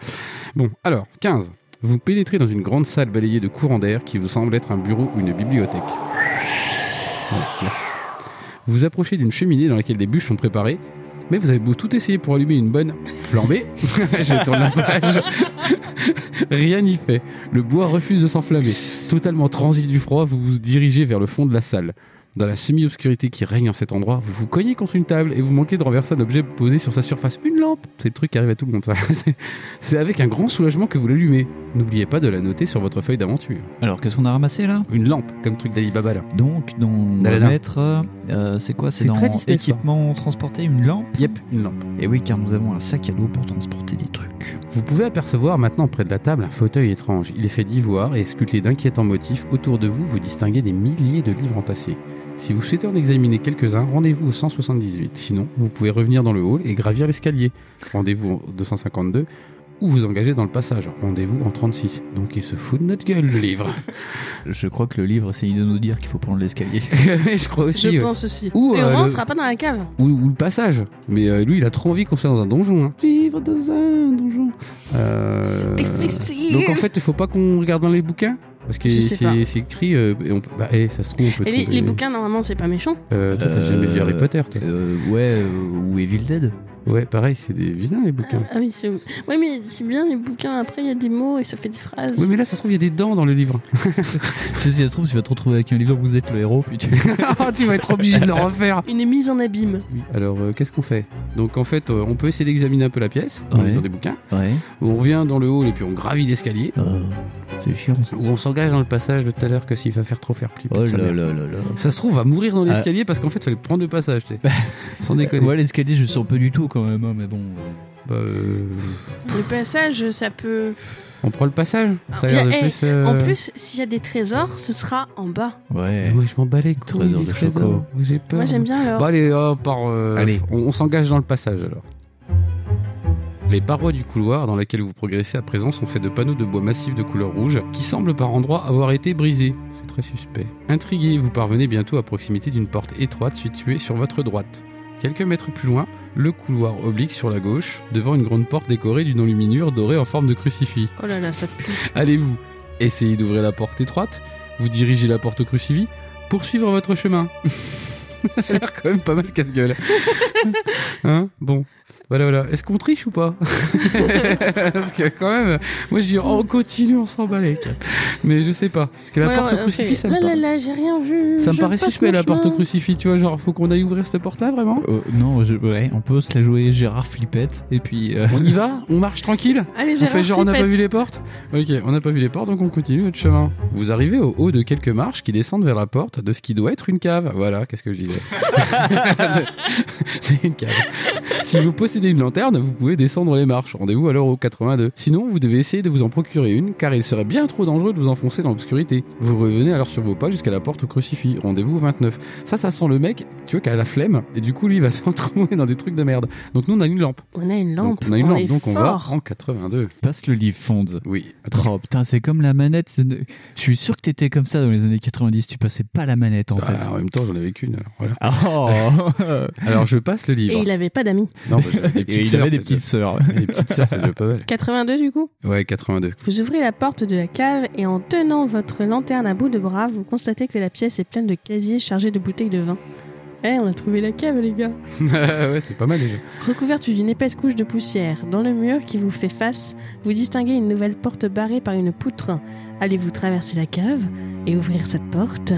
Bon, alors, 15. Vous pénétrez dans une grande salle balayée de courants d'air qui vous semble être un bureau ou une bibliothèque. Ouais, merci. Vous vous approchez d'une cheminée dans laquelle des bûches sont préparées, mais vous avez beau tout essayer pour allumer une bonne flambée. Je tourne la page. Rien n'y fait. Le bois refuse de s'enflammer. Totalement transi du froid, vous vous dirigez vers le fond de la salle. Dans la semi-obscurité qui règne en cet endroit, vous vous cognez contre une table et vous manquez de renverser un objet posé sur sa surface. Une lampe C'est le truc qui arrive à tout le monde, ça. C'est- C'est avec un grand soulagement que vous l'allumez. N'oubliez pas de la noter sur votre feuille d'aventure.
Alors, qu'est-ce qu'on a ramassé là
Une lampe, comme le truc d'Alibaba là.
Donc, dans le
Dalada.
maître, euh, c'est quoi
C'est
C'est dans
très Disney, ça.
équipement transporté, une lampe
Yep, une lampe.
Et Eh oui, car nous avons un sac à dos pour transporter des trucs.
Vous pouvez apercevoir maintenant près de la table un fauteuil étrange. Il est fait d'ivoire et sculpté d'inquiétants motifs. Autour de vous, vous distinguez des milliers de livres entassés. Si vous souhaitez en examiner quelques-uns, rendez-vous au 178. Sinon, vous pouvez revenir dans le hall et gravir l'escalier. Rendez-vous au 252 ou vous engager dans le passage. Rendez-vous en 36. Donc il se fout de notre gueule, le livre.
Je crois que le livre essaye de nous dire qu'il faut prendre l'escalier.
Je crois aussi.
Je
ouais.
pense aussi.
Ou,
Et au
euh,
moins, on
le-
sera pas dans la cave.
ou, ou le passage. Mais euh, lui, il a trop envie qu'on soit dans un donjon. hein. Vivre dans un donjon. Euh,
C'est difficile.
Donc en fait, il faut pas qu'on regarde dans les bouquins parce que
Je sais
c'est
pas.
c'est écrit. euh, et on peut- bah, eh, ça se trouve, on peut
Et les, les
trouver-
bouquins, normalement, c'est pas méchant.
Euh, toi, t'as jamais vu
Euh,
Harry Potter, toi
Euh, ouais, euh, ou Evil Dead
Ouais, pareil, c'est des vilains les bouquins.
Ah oui, c'est. Oui, mais c'est bien les bouquins. Après, il y a des mots et ça fait des phrases.
Oui, mais là, ça se trouve, il y a des dents dans le livre.
Si, si ça se trouve, tu vas te retrouver avec un livre où vous êtes le héros, puis tu...
Ah, tu vas être obligé de le refaire.
Une mise en abîme.
Oui, alors, euh, qu'est-ce qu'on fait Donc, en fait, euh, on peut essayer d'examiner un peu la pièce en
Ouais.
lisant des bouquins.
Ouais.
On revient dans le hall et puis on gravit l'escalier.
Euh, c'est chiant, ça.
Ou on s'engage dans le passage de tout à l'heure que s'il va faire trop faire pli.
Oh
pète sa
là
mère.
là là là.
Ça se trouve, va mourir dans l'escalier parce qu'en fait, il fallait prendre le passage. tu sais. Sans déconner.
Ouais, l'escalier, je sens peu du tout quand même, hein, mais bon. euh,
Bah, euh,
Le passage, ça peut.
on prend le passage. Ça a
Il y a-
l'air de
eh,
plus. euh,
En plus, s'il y a des trésors, ce sera en bas.
Mais
Ouais.
moi, Eh, je m'en bats les couilles
Trésor
du
de
trésor.
Choco.
Moi, J'ai peur.
Moi, j'aime bien alors.
Bon, allez, hop, par, euh,
Allez.
On, on s'engage dans le passage alors. Les parois du couloir dans lesquelles vous progressez à présent sont faites de panneaux de bois massifs de couleur rouge qui semblent par endroits avoir été brisés. C'est très suspect. Intrigué, vous parvenez bientôt à proximité d'une porte étroite située sur votre droite. Quelques mètres plus loin, le couloir oblique sur la gauche, devant une grande porte décorée d'une enluminure dorée en forme de crucifix.
Oh là là, ça pue.
Allez-vous essayer d'ouvrir la porte étroite, vous dirigez la porte au crucifix, poursuivre votre chemin. Ça a l'air quand même pas mal casse-gueule. Hein Bon, voilà, voilà. Est-ce qu'on triche ou pas Parce que quand même, moi je dis oh, on continue, on s'en bat les couilles. Mais je sais pas. Parce que la
Ouais,
porte
ouais,
au
on
crucifix,
fait,
ça me,
Là,
par-
là, là, j'ai rien vu.
ça me
je
paraît
passe
suspect
mon
la porte au
chemin.
crucifix. Tu vois, genre, faut qu'on aille ouvrir cette porte-là vraiment
Euh, non, je- ouais, on peut se la jouer Gérard Flippette, et puis. euh,
On y va On marche tranquille
Allez,
On
j'ai
fait genre on n'a pas vu les portes Ok, on n'a pas vu les portes donc on continue notre chemin. Vous arrivez au haut de quelques marches qui descendent vers la porte de ce qui doit être une cave. Voilà, qu'est-ce que je disais C'est une cave. Si vous possédez une lanterne, vous pouvez descendre les marches. Rendez-vous alors au 82. Sinon, vous devez essayer de vous en procurer une car il serait bien trop dangereux de vous enfoncer dans l'obscurité. Vous revenez alors sur vos pas jusqu'à la porte au crucifix. Rendez-vous au 29. Ça, ça sent le mec, tu vois, qui a la flemme et du coup, lui, il va se retrouver dans des trucs de merde. Donc nous, on a une lampe.
On a une
Donc,
lampe.
on a une lampe,
est
donc on va
fort.
en 82.
Passe le livre Fonds.
Oui,
Oh putain, c'est comme la manette. c'est une- Je suis sûr que t'étais comme ça dans les années 90, tu passais pas la manette en
Ah,
fait.
en même temps, j'en avais qu'une. Alors, voilà.
Oh
alors je passe le
Et
livre.
il avait pas d'amis.
Non, bah, j'avais des
Et
petites
il
sœurs.
avait des
c'est déjà-
petites sœurs.
les petites sœurs, c'est déjà pas mal.
82 du coup
Ouais, 82.
Vous ouvrez la porte de la cave et en tenant votre lanterne à bout de bras, vous constatez que la pièce est pleine de casiers chargés de bouteilles de vin. Eh, on a trouvé la cave les gars
Ah ouais, c'est pas mal déjà.
Recouverte d'une épaisse couche de poussière, dans le mur qui vous fait face, vous distinguez une nouvelle porte barrée par une poutre. Allez-vous traverser la cave et ouvrir cette porte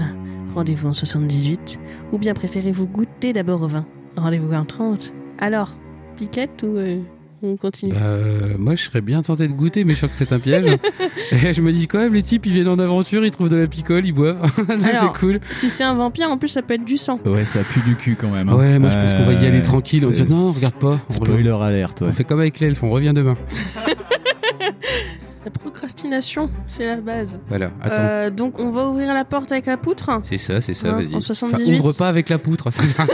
Rendez-vous en 78. Ou bien préférez-vous goûter d'abord au vin Rendez-vous en 30. Alors, piquette ou euh, On continue.
Bah, euh, moi, je serais bien tenté de goûter, mais je crois que c'est un piège. Et je me dis quand même, les types, ils viennent en aventure, ils trouvent de la picole, ils boivent. Ça,
Alors,
c'est cool.
Si c'est un vampire, en plus, ça peut être du sang.
Ouais, ça pue du cul quand même. hein.
Ouais, moi, je pense qu'on va y aller
Euh,
tranquille. On dit
euh,
non, regarde pas. On, revient.
Spoiler alerte, ouais.
On fait comme avec l'elfe, on revient demain.
La procrastination, c'est la base.
Voilà, attends.
Euh, donc, on va ouvrir la porte avec la poutre.
C'est ça, c'est ça,
hein,
vas-y.
En
Enfin,
78,
ouvre pas avec la poutre, c'est ça.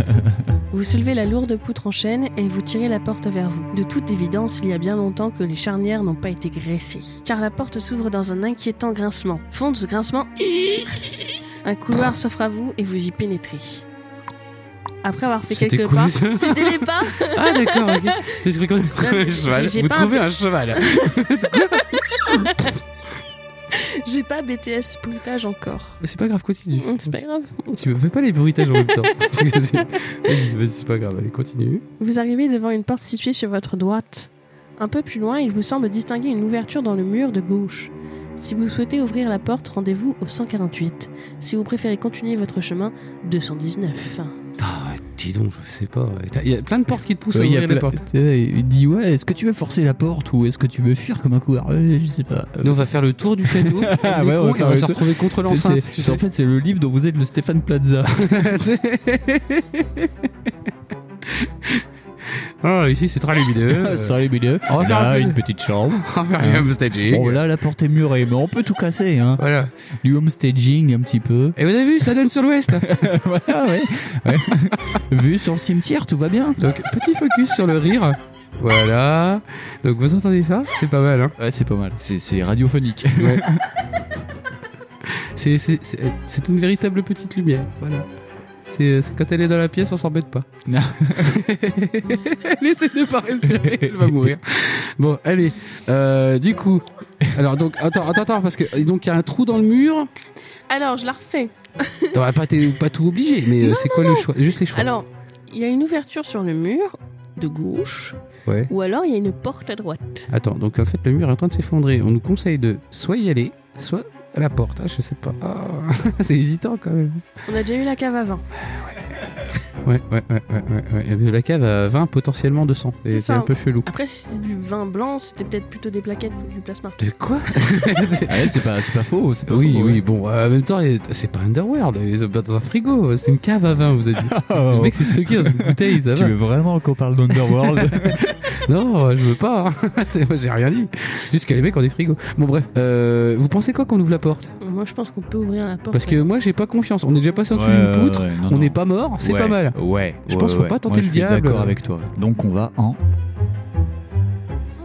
vous soulevez la lourde poutre en chaîne et vous tirez la porte vers vous. De toute évidence, il y a bien longtemps que les charnières n'ont pas été graissées. Car la porte s'ouvre dans un inquiétant grincement. Fond de ce grincement, un couloir s'offre à vous et vous y pénétrez. Après avoir fait
C'était
quelques
cool,
pas...
ça.
C'était les pas
Ah, d'accord, ok. C'est ce que quand même trouvé
mais
un cheval.
j'ai- j'ai
Vous
pas un
trouvez un cheval.
J'ai pas BTS bruitage encore.
C'est pas grave, continue.
Mm, C'est pas grave.
Tu me fais pas les bruitages en même temps. Parce que c'est- Vas-y, vas-y, c'est pas grave, allez, continue.
Vous arrivez devant une porte située sur votre droite. Un peu plus loin, il vous semble distinguer une ouverture dans le mur de gauche. Si vous souhaitez ouvrir la porte, rendez-vous au 148. Si vous préférez continuer votre chemin, 219.
Ah, dis donc, je sais pas. Il y a plein de portes qui te poussent à
Ouais, il y a
ouvrir les
plein-
portes.
tu sais, Il dit ouais, est-ce que tu veux forcer la porte ou est-ce que tu veux fuir comme un couard Ouais, Je sais pas. Euh,
Nous, on va faire le tour du château. des
Ah ouais, on va
cons, et
faire
on va
le
se
tour.
retrouver contre
c'est-
l'enceinte.
c'est-
Tu sais.
En fait, c'est le livre dont vous êtes le Stéphane Plaza.
ah, ici, c'est Hein. très lumineux. Euh,
Sur les milieux.
on va faire
Là,
un peu-
une petite chambre.
On va faire un homestaging.
Bon, là, la porte est murée, mais on peut tout casser. Hein.
Voilà.
Du homestaging un petit peu.
Et vous avez vu, ça donne sur l'ouest.
voilà, ouais. ouais. Vu sur le cimetière, tout va bien.
Donc, petit focus sur le rire. Voilà. Donc, vous entendez ça C'est pas mal, hein
Ouais, c'est pas mal. C'est- C'est radiophonique.
C'est- c'est- C'est c'est une véritable petite lumière. Voilà. C'est c'est quand elle est dans la pièce, on s'embête pas.
Non.
Laissez-le pas respirer, elle va mourir. Bon, allez. Euh, du coup, alors donc, attends, attends, attends, parce que donc il y a un trou dans le mur.
Alors, je la refais.
Non, pas, t'es- pas tout obligé, mais euh,
Non,
c'est quoi le choix Juste les choix.
Alors, il y a une ouverture sur le mur de gauche,
Ouais.
ou alors il y a une porte à droite.
Attends, donc en fait le mur est en train de s'effondrer. On nous conseille de soit y aller, soit à la porte. Ah, je sais pas. Ah, c'est hésitant quand même.
On a déjà eu la cave avant.
Ouais, ouais, ouais, ouais, ouais, ouais. Et puis, La cave à 20, potentiellement 200.
C'est
Et C'est
ça.
un peu chelou.
Après, si c'était du vin blanc, c'était peut-être plutôt des plaquettes ou du plasma.
De quoi
Ah Ouais, c'est pas, c'est pas faux. c'est pas
Oui,
faux,
oui,
ouais.
bon, euh, en même temps, il- c'est pas Underworld, ils ont pas dans un frigo, c'est une cave à vin, vous avez dit. Le mec s'est stocké dans une bouteille, ça
Oh. tu
va.
veux vraiment qu'on parle d'Underworld
Non, je veux pas, hein. Moi, j'ai rien dit. Juste que les mecs ont des frigos. Bon, bref, euh, vous pensez quoi qu'on ouvre la porte
Moi, je pense qu'on peut ouvrir la porte.
Parce que moi, j'ai pas confiance, on est déjà passé en dessous
Ouais,
d'une poutre,
ouais, ouais, non,
on
non.
n'est pas mort, c'est
Ouais,
pas mal.
Ouais.
Je
ouais,
pense qu'il faut
ouais.
pas tenter
Moi,
le
je suis
diable.
D'accord avec toi. Donc on va en.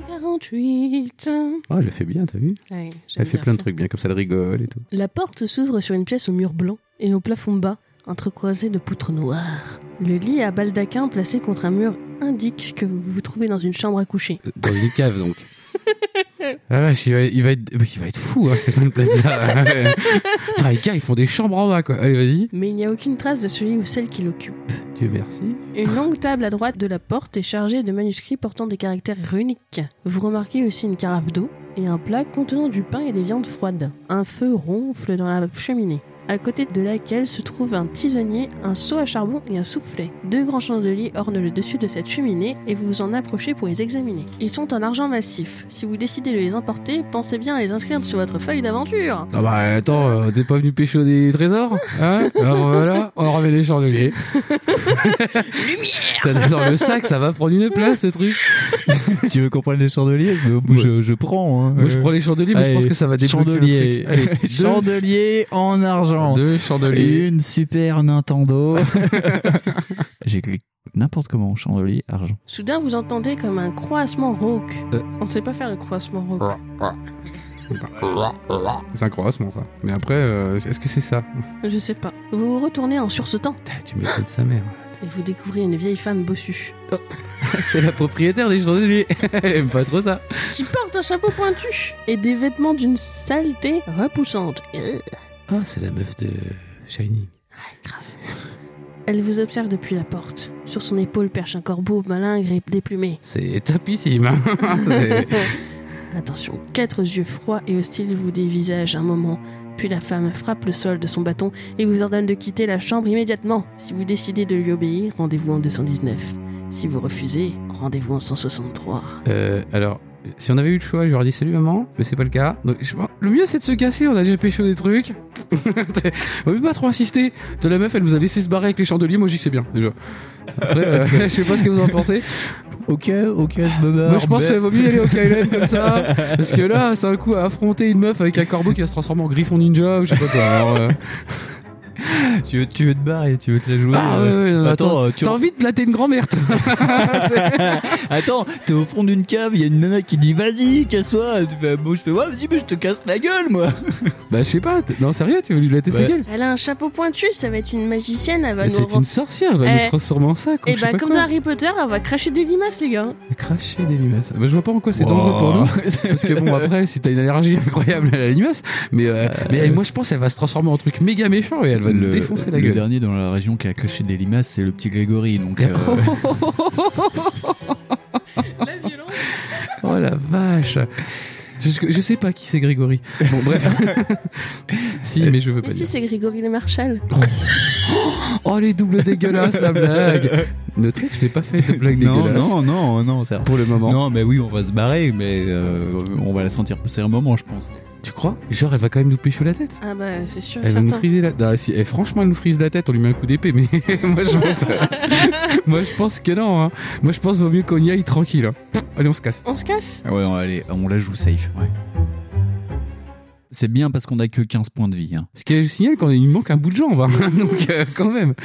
148.
Ah, elle le fait bien, t'as vu
Ouais, j'aime
Elle fait
bien
plein de
faire.
trucs bien, comme ça, elle rigole et tout.
La porte s'ouvre sur une pièce au mur blanc et au plafond bas, entrecroisé de poutres noires. Le lit à baldaquin placé contre un mur indique que vous vous trouvez dans une chambre à coucher.
Euh, Dans une cave, donc. Ah vache, il va, il va être, il va être fou, hein, Stéphane Plaza. Putain, les gars, ils font des chambres en bas, quoi. Allez, vas-y.
Mais il n'y a aucune trace de celui ou celle qui l'occupe.
Dieu merci.
Une longue table à droite de la porte est chargée de manuscrits portant des caractères runiques. Vous remarquez aussi une carafe d'eau et un plat contenant du pain et des viandes froides. Un feu ronfle dans la cheminée, à côté de laquelle se trouve un tisonnier, un seau à charbon et un soufflet. Deux grands chandeliers ornent le dessus de cette cheminée et vous vous en approchez pour les examiner. Ils sont en argent massif. Si vous décidez de les emporter, pensez bien à les inscrire sur votre feuille d'aventure.
Ah bah attends, euh, t'es pas venu pêcher des trésors Hein Alors voilà, on remet les chandeliers. Lumière Dans le sac, ça va prendre une place ce truc.
tu veux qu'on prenne les chandeliers
Moi,
je, prends. hein. Euh,
Moi je prends les chandeliers, mais je
Allez,
pense que ça va débloquer
chandelier.
le truc. Euh, Allez, deux,
chandelier en argent.
deux
Et
chandeliers.
une super Nintendo. J'ai cliqué n'importe comment chandelier argent.
Soudain, vous entendez comme un croassement rauque.
Euh.
On sait pas faire le croassement rauque.
C'est un croassement ça. Mais après, euh, est-ce que c'est ça
Je sais pas. Vous vous retournez en sursautant
Putain, Tu m'étonnes sa mère.
et vous découvrez une vieille femme bossue
c'est la propriétaire des chandeliers. Elle aime pas trop ça.
qui porte un chapeau pointu et des vêtements d'une saleté repoussante. Euh,
Ah, c'est la meuf de Shining.
grave. Elle vous observe depuis la porte. Sur son épaule perche un corbeau malingre et déplumé.
C'est tapissime. hein. C'est-
Attention, quatre yeux froids et hostiles vous dévisagent un moment. Puis la femme frappe le sol de son bâton et vous ordonne de quitter la chambre immédiatement. Si vous décidez de lui obéir, rendez-vous en 219. Si vous refusez, rendez-vous en 163.
Euh, alors, si on avait eu le choix, j'aurais dit salut maman, mais c'est pas le cas. Donc, je pense- le mieux c'est de se casser, on a déjà pécho des trucs. on peut pas trop insister. De la meuf, elle vous a laissé se barrer avec les chandeliers, moi j'y sais bien déjà. Après, euh, je sais pas ce que vous en pensez.
Ok, ok, je me barre. Ben,
Moi je pense qu'il vaut mieux aller au Kylen comme ça, parce que là, c'est un coup à affronter une meuf avec un corbeau qui va se transformer en griffon ninja ou je sais pas quoi. Alors, euh,
Tu veux, tu veux te barrer, tu veux te la jouer.
Ah,
euh,
ouais, ouais, non,
attends, euh, tu-
T'as envie de blater une grand-mère toi. C'est-
attends, t'es au fond d'une cave, il y a une nana qui dit vas-y, casse-toi. Tu fais, moi, je fais, ouais, vas-y, mais je te casse la gueule, moi.
Bah, je sais pas, t- non, sérieux, tu veux lui blater sa
Ouais.
gueule
Elle a un chapeau pointu, ça va être une magicienne, elle va
Mais
Bah, nous
C'est une sorcière, elle va
Eh.
nous transformer en ça. quoi,
Et
je sais
bah
pas
comme
quoi.
dans Harry Potter, elle va cracher des limaces les gars.
Cracher des limaces. Bah, je vois pas en quoi c'est dangereux pour nous. Parce que bon, après, si t'as une allergie incroyable à la limace, mais, euh, mais elle, moi je pense qu'elle va se transformer en truc méga méchant et elle va nous défoncer la
le
gueule.
dernier dans la région qui a craché des limaces, c'est le petit Grégory. Donc, euh,
La violence.
oh la vache je, je sais pas qui c'est Grégory. Bon, bref. si, mais je veux pas
Mais si
dire.
c'est Grégory le Marshal.
Oh, les doubles dégueulasses, la blague Notre je n'ai pas fait de blague
non,
dégueulasse
non, non, non, ça.
pour le moment.
Non, mais oui, on va se barrer, mais euh, on va la sentir pousser un moment, je pense.
Tu crois Genre, elle va quand même nous pécho la tête hein.
Ah bah c'est sûr et
Elle va nous
certain.
friser la tête. franchement, elle nous frise la tête, on lui met un coup d'épée, mais moi, je pense... moi je pense que non. hein. Moi je pense vaut mieux qu'on y aille tranquille. hein. Allez, on se casse.
On se casse
Ah Ouais, on- allez, on la joue safe. Ouais. C'est bien parce qu'on a que 15 points de vie. hein.
Ce qui signale qu'il manque un bout de jambe. hein. Donc euh, quand même.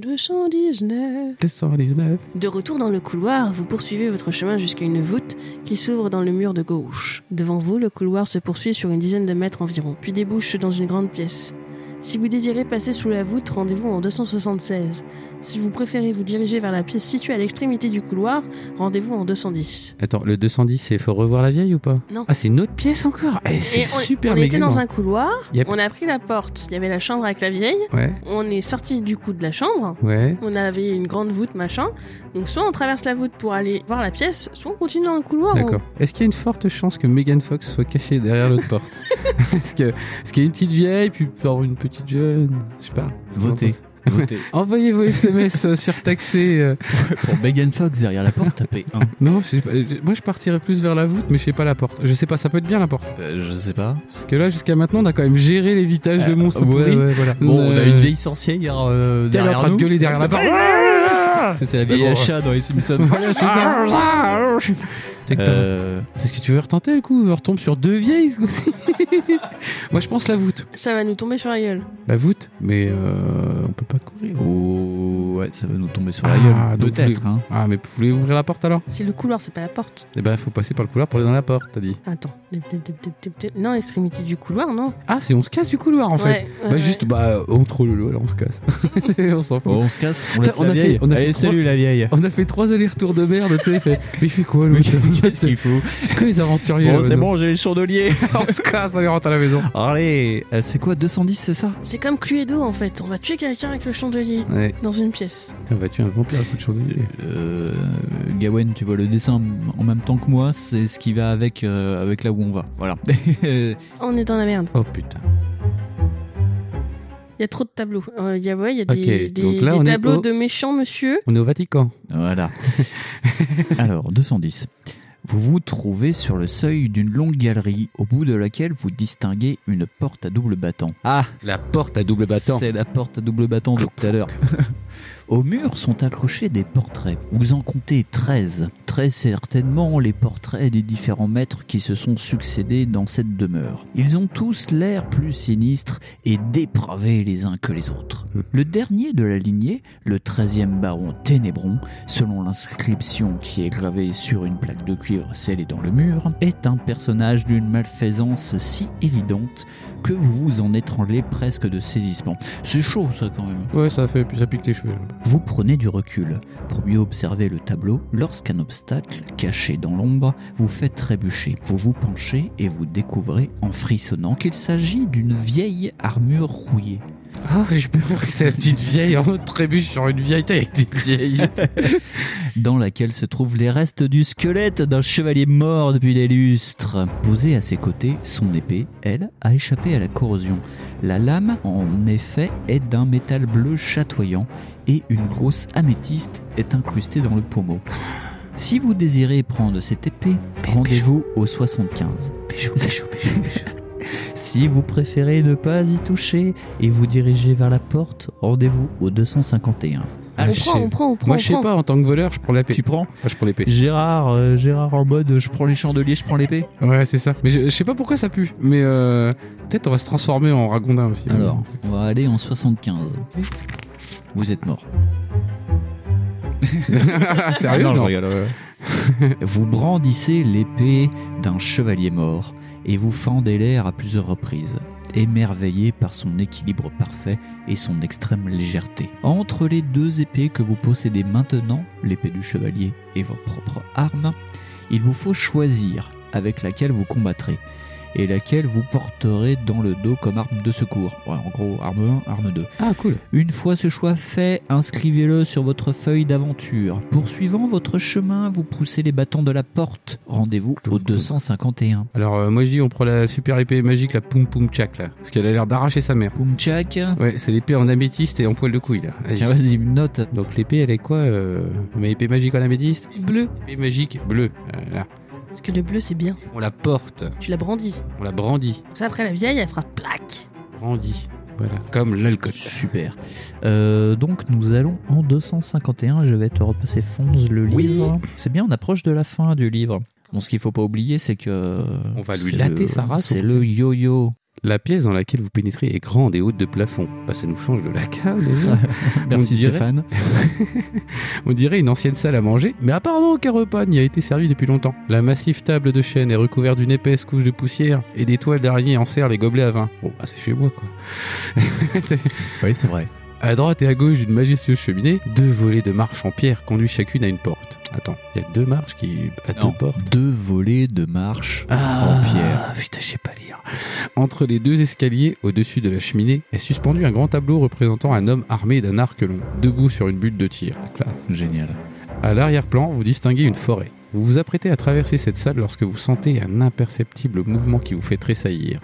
219.
219.
De retour dans le couloir, vous poursuivez votre chemin jusqu'à une voûte qui s'ouvre dans le mur de gauche. Devant vous, le couloir se poursuit sur une dizaine de mètres environ, puis débouche dans une grande pièce. Si vous désirez passer sous la voûte, rendez-vous en 276. Si vous préférez vous diriger vers la pièce située à l'extrémité du couloir, rendez-vous en 210.
Attends, le 210, c'est faut revoir la vieille ou pas
Non.
Ah, c'est une autre pièce encore. Eh, c'est
Et on,
super
on
méga
était dans
grand.
un couloir,
Yep.
on a pris la porte, il y avait la chambre avec la vieille,
Ouais,
on est sorti du coup de la chambre,
ouais.
on avait une grande voûte machin, donc soit on traverse la voûte pour aller voir la pièce, soit on continue dans le couloir. on-
D'accord. Est-ce qu'il y a une forte chance que Megan Fox soit cachée derrière l'autre porte Est-ce que- est-ce qu'il y a une petite vieille, puis genre une petite jeune Je sais pas. Qu'est-ce que vous en
Votez.
pensez
Votez.
Envoyez vos SMS euh, surtaxés. euh,
Pour Megan Fox derrière la porte, tapez 1.
Non, je sais pas, je- moi je partirais plus vers la voûte, mais je sais pas la porte. Je sais pas, ça peut être bien la porte.
Euh, je sais pas.
Parce que là, jusqu'à maintenant, on a quand même géré l'évitage de
Euh,
monstres
ouais,
pourris.
ouais,
voilà.
Bon, on a une vieille sorcière euh,
Elle est en
derrière
train de
nous.
gueuler derrière la porte.
C'est la vieille
Bon,
achat dans les Simpsons.
voilà, c'est ça. C'est que t'as-
Euh,
Est-ce que tu veux retenter le coup On retombe sur deux vieilles ce coup-ci Moi je pense la voûte.
Ça va nous tomber sur la gueule.
La voûte Mais euh, on peut pas courir.
oh, ouais, ça va nous tomber sur
Ah,
la gueule.
donc
Peut-être. Hein.
Ah, mais vous voulez ouvrir la porte alors
C'est le couloir, c'est pas la porte.
Eh ben, faut passer par le couloir pour aller dans la porte, t'as dit.
Attends. Dip, dip, dip, dip, dip, dip. Non, extrémité du couloir, non
Ah, c'est on se casse du couloir en fait.
Ouais,
Bah,
ouais,
juste,
ouais.
bah, on troll le lot, alors on se casse. on s'en fout.
Bon, on se casse. On,
Putain,
laisse
on
la
a fait-
vieille.
on a fait
Allez,
trois-
salut la vieille.
On a fait trois allers-retours de merde, tu sais. fait, Mais il fait quoi,
Mais
l'autre
Qu'est-ce qu'il faut
C'est que les aventuriers.
Bon,
là,
c'est
maintenant.
bon, j'ai le chandelier.
on se casse, allez, rentre à la maison.
Allez, euh, c'est quoi 210, c'est ça
C'est comme Cluedo en fait. On va tuer quelqu'un avec le chandelier
Ouais,
dans une pièce.
putain, vas tu un vampire à coup de chandelier
euh, Gawen, tu vois le dessin en même temps que moi, c'est ce qui va avec, euh, avec là où on va. Voilà.
On est dans la merde.
Oh putain.
Il y a trop de tableaux. Euh, Il y a, ouais, il y a
Ok,
des, des-
donc là,
des
on est
tableaux
au-
de méchants monsieur.
On est au Vatican.
voilà. Alors, 210. Vous vous trouvez sur le seuil d'une longue galerie au bout de laquelle vous distinguez une porte à double battant. Ah,
La porte à double
C'est la porte à double battant de tout à l'heure. Au mur sont accrochés des portraits. Vous en comptez 13. Très certainement les portraits des différents maîtres qui se sont succédés dans cette demeure. Ils ont tous l'air plus sinistres et dépravés les uns que les autres. Le dernier de la lignée, le 13e baron Ténébron, selon l'inscription qui est gravée sur une plaque de cuivre scellée dans le mur, est un personnage d'une malfaisance si évidente que vous vous en étranglez presque de saisissement. C'est chaud ça quand même.
Ouais, ça fait, ça pique tes cheveux. là.
Vous prenez du recul pour mieux observer le tableau. Lorsqu'un obstacle, caché dans l'ombre, vous fait trébucher, vous vous penchez et vous découvrez en frissonnant qu'il s'agit d'une vieille armure rouillée.
Ah, je peux c'est la petite vieille en mode trébuche sur une vieille taille avec des vieilles.
dans laquelle se trouvent les restes du squelette d'un chevalier mort depuis des lustres. Posée à ses côtés, son épée, elle, a échappé à la corrosion. La lame, en effet, est d'un métal bleu chatoyant et une grosse améthyste est incrustée dans le pommeau. Si vous désirez prendre cette épée, rendez-vous au 75. Si vous préférez ne pas y toucher et vous diriger vers la porte, rendez-vous au 251.
Ah,
on
je
prend,
sais-
on prend, on prend.
Moi,
on
je sais
prend.
pas, en tant que voleur, je prends l'épée.
Tu prends
Ah, je prends l'épée.
Gérard, euh, Gérard en mode euh, je prends les chandeliers, je prends l'épée.
Ouais, c'est ça. Mais je, je sais pas pourquoi ça pue. Mais euh, peut-être on va se transformer en ragondin aussi.
Alors, on va aller en 75. Vous êtes mort.
Sérieux
Ah Non,
non,
je rigole, Vous brandissez l'épée d'un chevalier mort et vous fendez l'air à plusieurs reprises, émerveillé par son équilibre parfait et son extrême légèreté. Entre les deux épées que vous possédez maintenant, l'épée du chevalier et vos propres armes, il vous faut choisir avec laquelle vous combattrez et laquelle vous porterez dans le dos comme arme de secours. Ouais, en gros, arme 1, arme 2.
Ah, cool.
Une fois ce choix fait, inscrivez-le sur votre feuille d'aventure. Poursuivant votre chemin, vous poussez les bâtons de la porte. Rendez-vous au 251.
Alors, euh, moi, je dis, on prend la super épée magique, la Poum Poum Chak, là. Parce qu'elle a l'air d'arracher sa mère.
Poumchak.
Ouais, c'est l'épée en améthyste et en poil de couille, là. Vas-y.
Tiens, vas-y, note.
Donc, l'épée, elle est quoi euh... Mais épée magique en améthyste
Bleu,
Épée magique bleue. Euh, là.
parce que le bleu c'est bien.
On la porte,
Tu l'as brandi.
on la brandit.
Ça après la vieille, elle fera plaque.
Brandit. Voilà. Comme l'alcool.
Super. Euh, donc nous allons en 251. Je vais te repasser Fonz le
Oui.
livre. C'est bien, on approche de la fin du livre. Bon, ce qu'il faut pas oublier, c'est que
On va lui
c'est
latter
le-
sa race,
C'est
ou-
le yo-yo.
La pièce dans laquelle vous pénétrez est grande et haute de plafond. Bah, ça nous change de la cave, déjà.
Merci
dirait-
Stéphane.
On dirait une ancienne salle à manger, mais apparemment aucun repas n'y a été servi depuis longtemps. La massive table de chêne est recouverte d'une épaisse couche de poussière et des toiles d'araignée en serre les gobelets à vin. Bon, bah c'est chez moi quoi.
Oui, c'est vrai.
à droite et à gauche d'une majestueuse cheminée, deux volets de marches en pierre conduisent chacune à une porte. Attends, il y a deux marches qui à
Non.
deux portes.
Deux volets de marche en pierre.
Ah, putain, je sais pas lire. Entre les deux escaliers, au-dessus de la cheminée, est suspendu un grand tableau représentant un homme armé d'un arc long, debout sur une butte de tir. Donc là,
Génial.
À l'arrière-plan, vous distinguez une forêt. Vous vous apprêtez à traverser cette salle lorsque vous sentez un imperceptible mouvement qui vous fait tressaillir.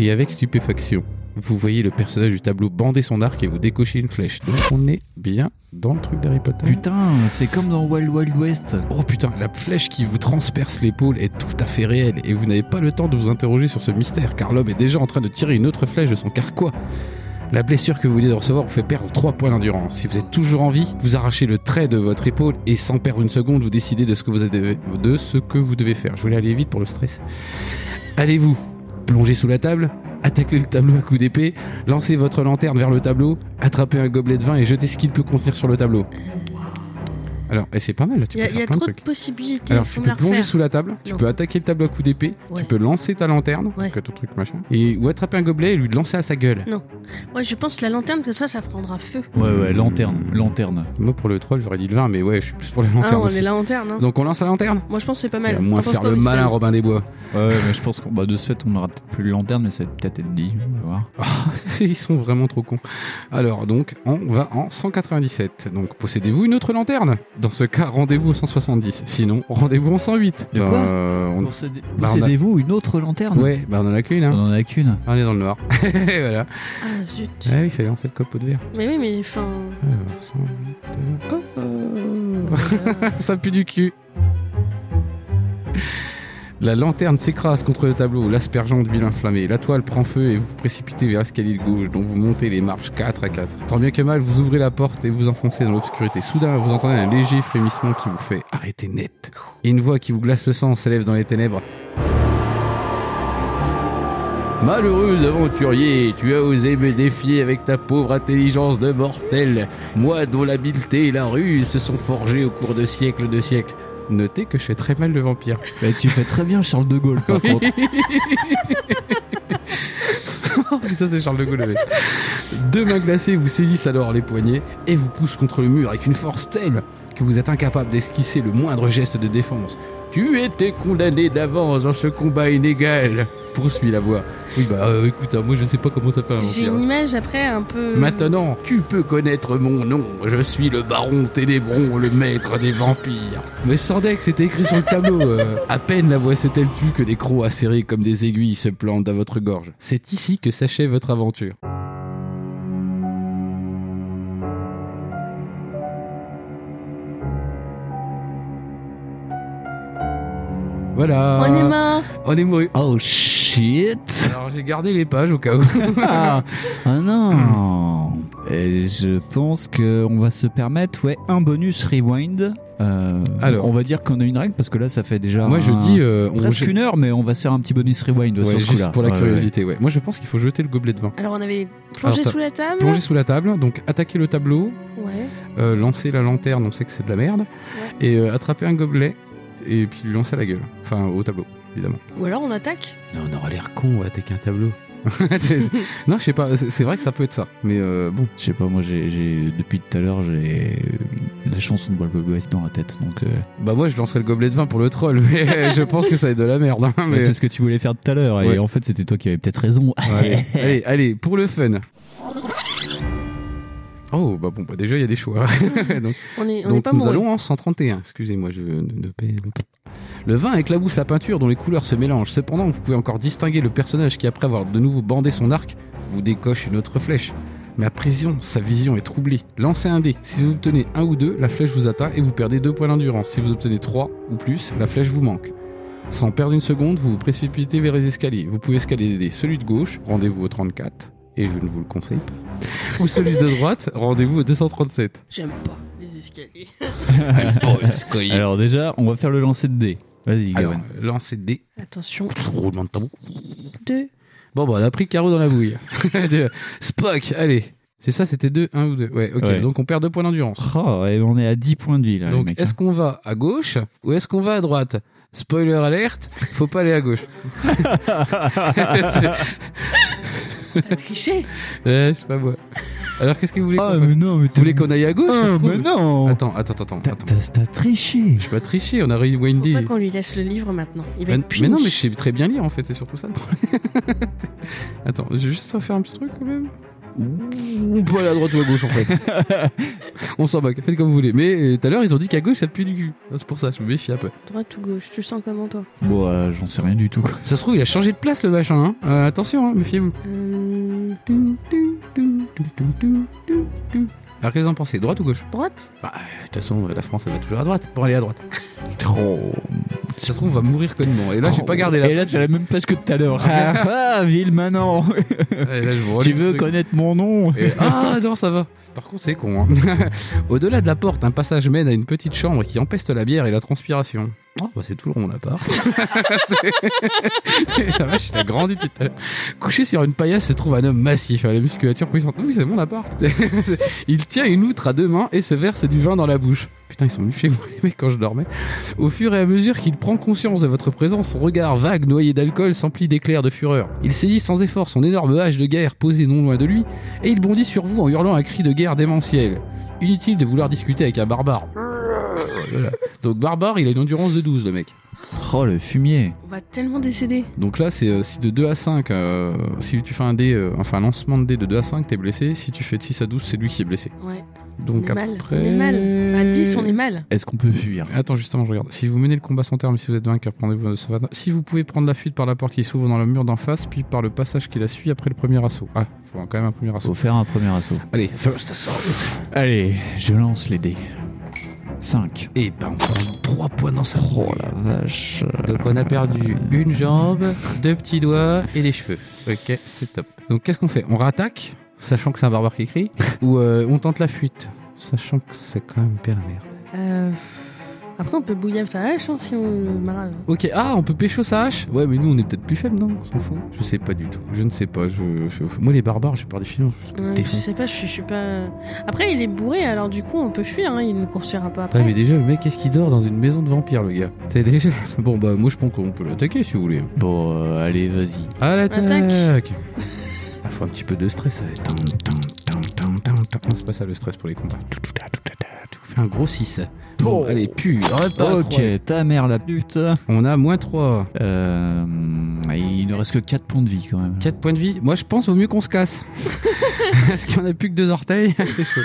Et avec stupéfaction, vous voyez le personnage du tableau bander son arc et vous décocher une flèche. Donc on est bien dans le truc d'Harry Potter.
Putain, c'est comme dans Wild Wild West.
Oh putain, la flèche qui vous transperce l'épaule est tout à fait réelle et vous n'avez pas le temps de vous interroger sur ce mystère car l'homme est déjà en train de tirer une autre flèche de son carquois. La blessure que vous venez de recevoir vous fait perdre 3 points d'endurance. Si vous êtes toujours en vie, vous arrachez le trait de votre épaule et sans perdre une seconde, vous décidez de ce que vous, avez- de ce que vous devez faire. Je voulais aller vite pour le stress. Allez-vous plonger sous la table Attaquez le tableau à coups d'épée, lancez votre lanterne vers le tableau, attrapez un gobelet de vin et jetez ce qu'il peut contenir sur le tableau. Alors, et c'est pas mal, tu
Il y a,
peux
il y
faire
a
plein de
trop de,
trucs.
possibilités.
Alors,
faut
tu
me
peux
la
plonger
refaire.
sous la table, tu
Non.
peux attaquer le tableau à coups d'épée,
Ouais.
tu peux lancer ta lanterne,
Ouais.
donc, ton truc machin, et, ou attraper un gobelet et lui lancer à sa gueule.
Ouais, je pense la lanterne, que ça, ça prendra feu.
Ouais, ouais, lanterne, lanterne.
Moi, pour le troll, j'aurais dit le vin, mais ouais, je suis plus pour la
Mm. Ah,
lanterne
on
aussi.
est la lanterne. Hein.
Donc, on lance la lanterne
Moi, je pense que c'est pas
Et
mal.
à moins
T'en penses
faire
quoi,
le
Winston
malin, Robin des Bois.
Ouais, mais je pense qu'on bah, de ce fait, on aura peut-être plus de lanterne, mais ça va peut-être être dit. On va voir.
Ah, Ils sont vraiment trop cons. Alors, donc, on va en 197. Donc, possédez-vous une autre lanterne Dans ce cas, rendez-vous au 170. Sinon, rendez-vous en 108.
De quoi
Euh, on- Bah, on a-
Possédez-vous une autre lanterne
Ouais, bah on en a qu'une,
On
hein.
en a qu'une.
On est dans le noir. voilà.
Ah, zut.
Ah oui, il fallait lancer le copeau de verre.
Mais oui, mais enfin. euh,
Alors, 108. euh, oh. ça pue du cul. La lanterne s'écrase contre le tableau, l'aspergeant d'huile inflammée. La toile prend feu et vous vous précipitez vers l'escalier de gauche, dont vous montez les marches 4 à 4. Tant bien que mal, vous ouvrez la porte et vous enfoncez dans l'obscurité. Soudain, vous entendez un léger frémissement qui vous fait arrêter net. Et une voix qui vous glace le sang s'élève dans les ténèbres. Malheureux aventurier, tu as osé me défier avec ta pauvre intelligence de mortel. Moi dont l'habileté et la ruse se sont forgées au cours de siècles de siècles. Notez que je fais très mal le vampire.
Bah, tu fais très bien Charles de Gaulle, par contre.
Oh, Putain, c'est Charles de Gaulle. le mec. Deux mains glacées vous saisissent alors les poignets et vous poussent contre le mur avec une force telle que vous êtes incapable d'esquisser le moindre geste de défense. Tu étais condamné d'avance dans ce combat inégal. poursuit la voix. Oui, bah euh, écoute, hein, moi je sais pas comment ça fait un
J'ai
vampire.
une image après un peu.
Maintenant, tu peux connaître mon nom. Je suis le baron Ténébron, le maître des vampires. Mais Sandex, c'était écrit sur le tableau. euh. À peine la voix s'est-elle tue que des crocs acérés comme des aiguilles se plantent à votre gorge. C'est ici que s'achève votre aventure. Voilà.
On est mort.
On est mouru.
Oh shit
Alors j'ai gardé les pages au cas où.
Ah, ah non Et je pense qu'on va se permettre ouais, un bonus rewind. Euh,
Alors.
On va dire qu'on a une règle parce que là ça fait déjà
Moi je
un-
dis, euh, on
presque une heure mais on va se faire un petit bonus rewind
Ouais,
sur ce
juste
coup-là.
pour la
Ouais,
curiosité, ouais. Moi, je pense qu'il faut jeter le gobelet de vin.
Alors on avait
Alors,
plongé
t'as-
sous la table.
Plonger sous la table, donc attaquer le tableau,
Ouais.
euh, lancer la lanterne, on sait que c'est de la merde, et euh, attraper un gobelet, et puis lui lancer à la gueule. Enfin, au tableau, évidemment.
Ou alors on attaque.
on aura l'air con à attaquer un tableau. non, je sais pas, c'est c'est vrai que ça peut être ça, mais euh, bon.
ouais. Je sais pas, moi j'ai, j'ai- depuis tout à l'heure j'ai la chanson de Wild Wild West dans la tête donc euh,
Bah, moi, je lancerai le gobelet de vin pour le troll, mais euh, je pense que ça va être de la merde. hein, mais-
c'est ce que tu voulais faire tout à l'heure et
Ouais.
en fait c'était toi qui avais peut-être raison.
allez, allez, allez, pour le fun. Oh, bah bon, bah déjà, il y a des choix. Donc,
On est, on est
Donc
pas
nous
mort.
allons en 131. Excusez-moi, je ne ne paie- Le vin éclabousse la peinture dont les couleurs se mélangent. Cependant, vous pouvez encore distinguer le personnage qui, après avoir de nouveau bandé son arc, vous décoche une autre flèche. Mais à prison, sa vision est troublée. Lancez un dé. Si vous obtenez un ou deux, la flèche vous atteint et vous perdez deux points d'endurance. Si vous obtenez trois ou plus, la flèche vous manque. Sans perdre une seconde, vous vous précipitez vers les escaliers. Vous pouvez escalader celui de gauche, rendez-vous au 34, et je ne vous le conseille pas. Ou celui de droite, rendez-vous au 237.
J'aime pas les escaliers.
Alors déjà on va faire le lancer de dés. Vas-y
Alors,
Gawain.
lancez le dé.
Attention.
Oh, Roulement de tambour.
Deux.
Bon, bah, on a pris Caro dans la bouille. Spock, allez. C'est ça, c'était 2, 1 ou 2. Ouais, ok.
Ouais.
Donc, on perd 2 points d'endurance.
Oh, et on est à 10 points de vie là les
Donc,
mecs,
est-ce
hein.
qu'on va à gauche ou est-ce qu'on va à droite Spoiler alerte, faut pas aller à gauche. C'est-
T'as triché.
Euh, je sais pas moi. Alors, qu'est-ce que vous voulez qu'on
Ah
fasse
mais non mais
Vous voulez qu'on aille à gauche ça se
Ah,
trouve
mais non
Attends, attends, attends,
T'as-
attends.
T'as t'as triché
Je suis pas triché, on a
Faut
rewindé.
pas qu'on lui laisse le livre maintenant. Il va
Mais,
être puni.
Ben, mais non, mais je sais très bien lire en fait, c'est surtout ça le problème. Attends, je vais juste refaire un petit truc quand même. On peut aller à droite ou à gauche en fait. On s'en moque, faites comme vous voulez. Mais euh, tout à l'heure, ils ont dit qu'à gauche ça pue du cul. Ah, C'est pour ça, je me méfie un peu.
Droite ou gauche, tu le sens comment toi
Bon, euh, j'en sais rien du tout.
Ça se trouve, il a changé de place le machin. Hein. Euh, attention, hein, méfiez-vous.
Euh,
Alors, qu'est-ce que vous en pensez Droite ou gauche
Droite
Bah, euh, de toute façon, euh, la France elle va toujours à droite. Bon, allez à droite.
Trop.
Ça se trouve, on va mourir connement.
Ah,
Et là, j'ai pas gardé la.
Et là, c'est la même page que tout à l'heure. ah, ah, ville maintenant.
Et là, je vous
tu
relis le
veux
truc.
connaître mon nom
Et- ah non, ça va. Par contre, c'est con. hein. Au-delà de la porte, un passage mène à une petite chambre qui empeste la bière et la transpiration. Oh, bah, c'est tout le rond l'appart. ça va, je grandi depuis tout à l'heure. Couché sur une paillasse se trouve un homme massif à la musculature puissante. Oui, c'est mon appart. Il tient une outre à deux mains et se verse du vin dans la bouche. Putain, ils sont venus chez moi, les mecs, quand je dormais. Au fur et à mesure qu'il prend conscience de votre présence, son regard vague, noyé d'alcool, s'emplit d'éclairs de fureur. Il saisit sans effort son énorme hache de guerre posée non loin de lui et il bondit sur vous en hurlant un cri de guerre démentiel. Inutile de vouloir discuter avec un barbare. Voilà. Donc barbare, il a une endurance de 12 le mec.
Oh, le fumier.
On va tellement décéder.
Donc là c'est euh, si de 2 à 5, euh, si tu fais un dé, euh, enfin un lancement de dé de 2 à 5, t'es blessé. Si tu fais de 6 à 12, c'est lui qui est blessé.
Ouais.
Donc
on est
après...
mal. On est mal. À 10, on est mal.
Est-ce qu'on peut fuir
Attends, justement, je regarde. Si vous menez le combat sans terme, si vous êtes vainqueur, prenez vos Si vous pouvez prendre la fuite par la porte qui s'ouvre dans le mur d'en face, puis par le passage qui la suit après le premier assaut. Ah, faut quand même un premier assaut.
Faut faire un premier assaut.
Allez, Oh. first assault.
Allez, je lance les dés. 5.
Et ben, on prend 3 points dans sa
Oh la vache.
Donc on a perdu une jambe, deux petits doigts et des cheveux. Ok, c'est top. Donc qu'est-ce qu'on fait On rattaque, sachant que c'est un barbare qui crie, ou euh, on tente la fuite, sachant que c'est quand même bien la merde.
Euh, Après, on peut bouillir sa hache hein, si on le marave.
Ok, ah, on peut pécho sa hache Ouais, mais nous on est peut-être plus faible, non On s'en fout Je sais pas du tout. Je ne sais pas. Je, je- Moi les barbares, j'ai peur des films. Je
Ouais,
les
je
défonce.
sais pas, je suis, je suis pas. Après, il est bourré, alors du coup, on peut fuir, hein, il ne coursera pas après.
Ouais, mais déjà, le mec, qu'est-ce qu'il dort dans une maison de vampires, le gars C'est déjà. Bon, bah, moi je pense qu'on peut l'attaquer si vous voulez.
Bon, euh, allez, vas-y.
À l'attaque
Attaque.
Il faut un petit peu de stress. ça va être un- Non, c'est pas ça le stress pour les combats. fait un gros 6. Bon,
Oh.
elle est pure. pas
Ok,
Ah, trois.
ta mère la pute.
On a moins 3.
Euh, il ne reste que 4 points de vie quand même.
4 points de vie. Moi, je pense vaut mieux qu'on se casse. Parce qu'on a plus que deux orteils. C'est chaud.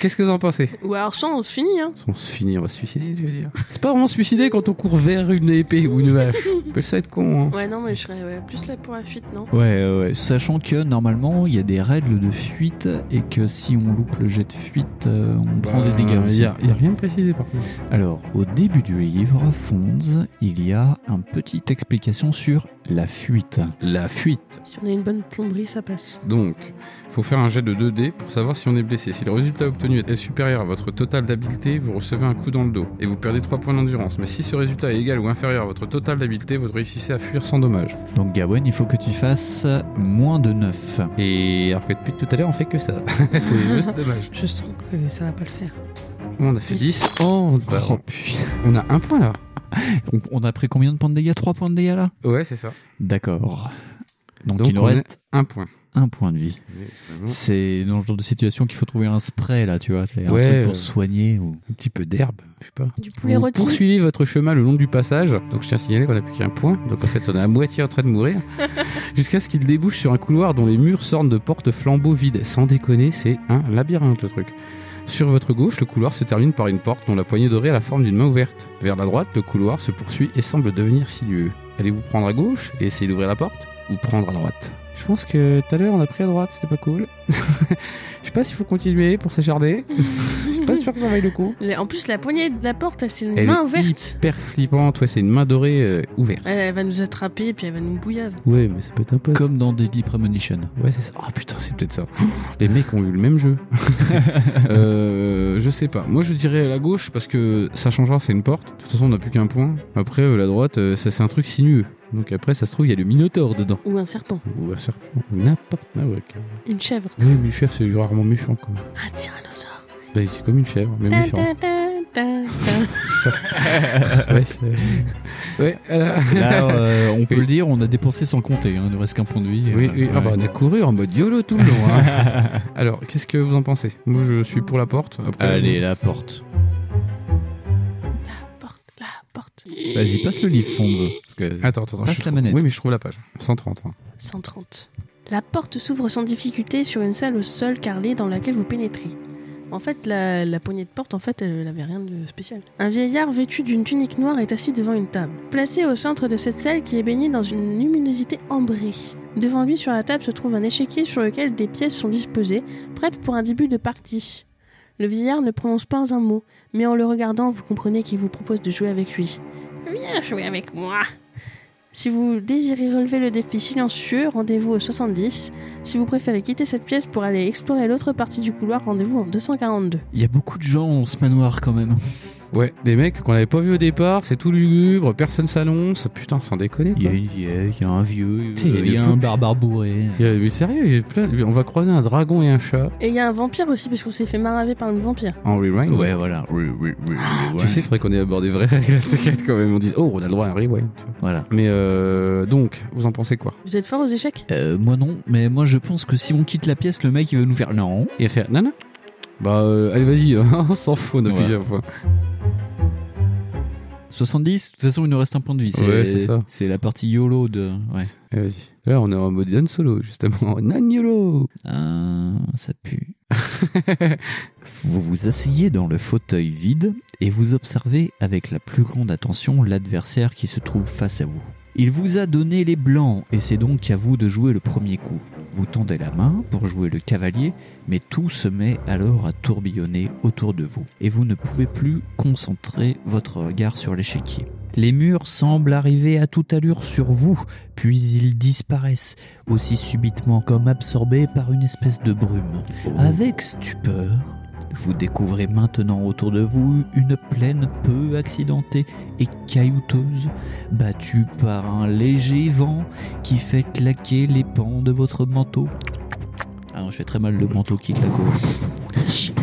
Qu'est-ce que vous en pensez
Ou alors soit on se finit, hein.
On se finit, on va se suicider, tu veux dire. C'est pas vraiment se suicider quand on court vers une épée ou une vache. On peut ça être con, hein.
Ouais, non, mais je serais ouais, plus là pour la fuite, non
Ouais, ouais, ouais. Sachant que normalement il y a des règles de fuite et que si on loupe le jet de fuite, euh, on prend des dégâts
Euh,
aussi.
y a, y a rien de précisé par contre.
Alors, au début du livre, Fonds, il y a une petite explication sur la fuite.
La fuite.
Si on a une bonne plomberie, ça passe.
Donc, faut faire un jet de 2D pour savoir si on est blessé. Si le résultat obtenu est supérieur à votre total d'habileté, vous recevez un coup dans le dos et vous perdez 3 points d'endurance. Mais si ce résultat est égal ou inférieur à votre total d'habileté, vous réussissez à fuir sans dommage.
Donc, Gawen, il faut que tu fasses moins de 9.
Et alors que depuis tout à l'heure, on fait que ça. C'est juste dommage.
Je sens que ça va pas le faire.
On a fait 10. Oh, bah,
Oh putain.
on a un point là.
On, on a pris combien de points de dégâts 3 points de dégâts là
Ouais, c'est ça.
D'accord. Donc,
Donc,
il nous
on est-
reste
Un point.
un point de vie.
Mm.
C'est dans le genre de situation qu'il faut trouver un spray là, tu vois. c'est Un
Ouais,
truc pour
euh.
se soigner ou.
Un petit peu d'herbe, je sais pas.
Du poulet
Vous
rôti.
poursuivez votre chemin le long du passage. Donc je tiens à signaler qu'on n'a plus qu'un point. Donc en fait, on est à moitié en train de mourir. Jusqu'à ce qu'il débouche sur un couloir dont les murs sortent de portes flambeaux vides. Sans déconner, c'est un labyrinthe le truc. Sur votre gauche, le couloir se termine par une porte dont la poignée dorée a la forme d'une main ouverte. Vers la droite, le couloir se poursuit et semble devenir sinueux. Allez-vous prendre à gauche et essayer d'ouvrir la porte Ou prendre à droite Je pense que tout à l'heure on a pris à droite, c'était pas cool. Je sais pas s'il faut continuer pour s'acharner. Je suis pas sûr que ça vaille le coup.
La- En plus, la poignée de la porte, elle, c'est une
Elle
main
est
ouverte.
hyper flippante, ouais, c'est une main dorée euh, ouverte.
Elle, elle va nous attraper et puis elle va nous bouillave.
Ouais, mais ça peut être un peu.
Comme dans Deadly Premonition.
Ouais, c'est ça. Oh putain, c'est peut-être ça. Les mecs ont eu le même jeu. euh, je sais pas. Moi, je dirais la gauche parce que ça changera, c'est une porte. De toute façon, on n'a plus qu'un point. Après, euh, la droite, euh, ça c'est un truc sinueux. Donc après, ça se trouve, il y a le Minotaure dedans.
Ou un serpent.
Ou un serpent, ou n'importe quoi. Ouais, quand même.
Une chèvre.
oui, mais le chef, c'est rarement méchant quand même.
Un tyrannosaure.
Bah, c'est comme une chèvre, mais
Ta,
méchant.
ta, ta, ta, ta.
Ouais, c'est- ouais, voilà.
Là, euh, on peut
Oui.
le dire, on a dépensé sans compter. Hein, il ne reste qu'un point de vie.
Oui,
euh,
oui. Ah
ouais.
bah, on a couru en mode YOLO tout le long. hein. Alors, qu'est-ce que vous en pensez Moi, je suis pour la porte. Après,
Allez, la porte.
La porte, la porte.
Vas-y, passe le livre, Fonz. Parce que...
Attends, attends, attends.
Passe
je
la
trouve-
manette.
Oui, mais je trouve la page. 130. hein.
130. La porte s'ouvre sans difficulté sur une salle au sol carrelée dans laquelle vous pénétrez. En fait, la, la poignée de porte, en fait, elle n'avait rien de spécial. Un vieillard vêtu d'une tunique noire est assis devant une table, placée au centre de cette salle qui est baignée dans une luminosité ambrée. Devant lui, sur la table, se trouve un échiquier sur lequel des pièces sont disposées, prêtes pour un début de partie. Le vieillard ne prononce pas un mot, mais en le regardant, vous comprenez qu'il vous propose de jouer avec lui. Viens jouer avec moi si vous désirez relever le défi silencieux, rendez-vous au 70. Si vous préférez quitter cette pièce pour aller explorer l'autre partie du couloir, rendez-vous en 242.
Il y a beaucoup de gens en ce manoir quand même.
Ouais, des mecs qu'on n'avait pas vu au départ, c'est tout lugubre, personne s'annonce. Putain, sans déconner.
Il y
quoi.
a une vieille, il y a un vieux,
T'sais, il y a
il y a
le
un
peuple.
barbare bourré.
Il y a- Mais sérieux, il y a plein. On va croiser un dragon et un chat
Et il y a un vampire aussi, parce qu'on s'est fait maraver par le vampire.
en rewind.
Ouais, voilà. Oui, oui, oui, oui,
Tu
ouais.
sais, il faudrait qu'on ait abordé vraies règles de quête quand même. On dit, oh, on a le droit à un rewind. tu vois.
Voilà.
Mais euh, donc, vous en pensez quoi
Vous êtes fort aux échecs
Euh, moi non, mais moi je pense que si on quitte la pièce, le mec il va nous faire non.
Et à faire, non, non. Bah, euh, allez, vas-y, on s'en fout, on a
Ouais.
plusieurs fois.
70, de toute façon il nous reste un point de vie. C'est,
Ouais, c'est ça.
C'est la partie YOLO de. Ouais.
Eh, Vas-y. Là, on est en mode non solo, justement. Non YOLO
Ah, ça pue. vous vous asseyez dans le fauteuil vide et vous observez avec la plus grande attention l'adversaire qui se trouve face à vous. Il vous a donné les blancs et c'est donc à vous de jouer le premier coup. Vous tendez la main pour jouer le cavalier, mais tout se met alors à tourbillonner autour de vous et vous ne pouvez plus concentrer votre regard sur l'échiquier. Les murs semblent arriver à toute allure sur vous, puis ils disparaissent aussi subitement comme absorbés par une espèce de brume. Avec stupeur, vous découvrez maintenant autour de vous une plaine peu accidentée et caillouteuse, battue par un léger vent qui fait claquer les pans de votre manteau. Alors je fais très mal le manteau qui claque.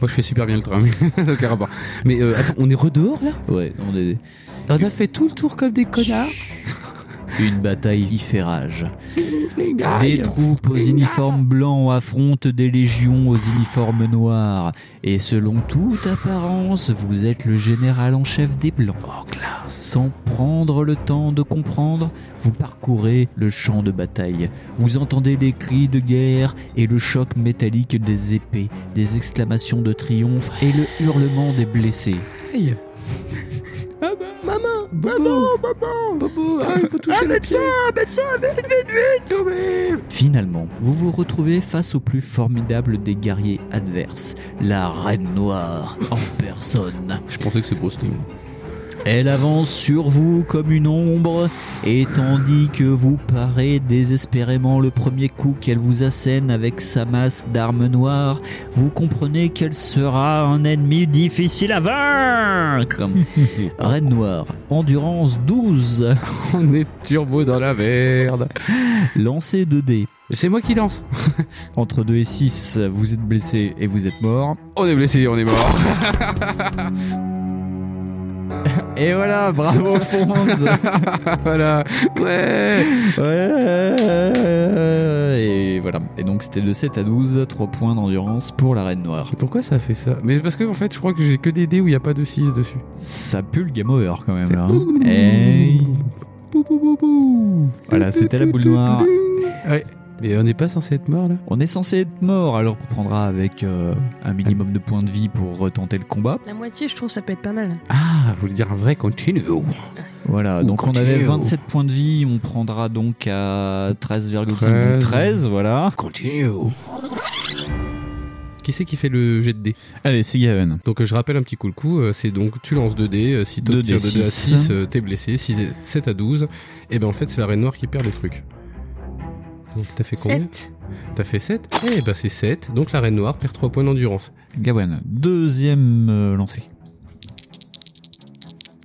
Moi, je fais super bien le train, mais ça n'a aucun rapport. Mais euh, attends, on est redehors, là
Ouais, on est...
On a fait tout le tour comme des connards
Une bataille y fait rage. Des troupes aux uniformes blancs affrontent des légions aux uniformes noirs. Et selon toute apparence, vous êtes le général en chef des blancs. Sans prendre le temps de comprendre, vous parcourez le champ de bataille. Vous entendez les cris de guerre et le choc métallique des épées, des exclamations de triomphe et le hurlement des blessés.
Aïe.
Maman
Bobo, Ah bah, maman, Bobo, ah, il faut toucher le pied.
Finalement, vous vous retrouvez face au plus formidable des guerriers adverses, la Reine Noire en personne.
Je pensais que c'est Bruce Lee.
Elle avance sur vous comme une ombre, et tandis que vous parez désespérément le premier coup qu'elle vous assène avec sa masse d'armes noires, vous comprenez qu'elle sera un ennemi difficile à vaincre. Reine Noire, endurance 12,
On est turbo dans la merde.
lancez 2 dés.
C'est moi qui lance.
Entre 2 et 6, vous êtes blessé et vous êtes mort.
On est blessé, on est mort.
Et voilà, bravo Fonz
voilà. Ouais.
Ouais. Et voilà. Et donc c'était de 7 à 12, 3 points d'endurance pour la reine noire.
Pourquoi ça fait ça Mais parce que en fait, je crois que j'ai que des dés où il n'y a pas de 6 dessus.
Ça pue le game over quand même.
C'est-
là, hein. Hey.
Bou, bou, bou, bou.
Voilà, c'était la boule noire.
Ouais. Mais on n'est pas censé être mort là
On est censé être mort, alors on prendra avec euh, un minimum de points de vie pour retenter le combat.
La moitié, je trouve, ça peut être pas mal.
Ah, vous voulez dire un vrai continue
Voilà,
Ou
donc on
continue,
avait
ou-
27 points de vie, on prendra donc à 13,5 donc 13,
13.
voilà.
Continue Qui c'est qui fait le jet de dés
Allez, c'est Gaven.
Donc euh, je rappelle un petit coup le coup, euh, c'est donc tu lances 2 dés, euh, si tu 2
Deux
dés à
dés, six.
6, euh, t'es blessé, 7 à 12, et ben en fait c'est la reine noire qui perd les trucs. Donc t'as fait combien
7.
T'as fait 7 Eh ben c'est 7, donc la reine noire perd 3 points d'endurance.
Gawen, deuxième euh, lancé.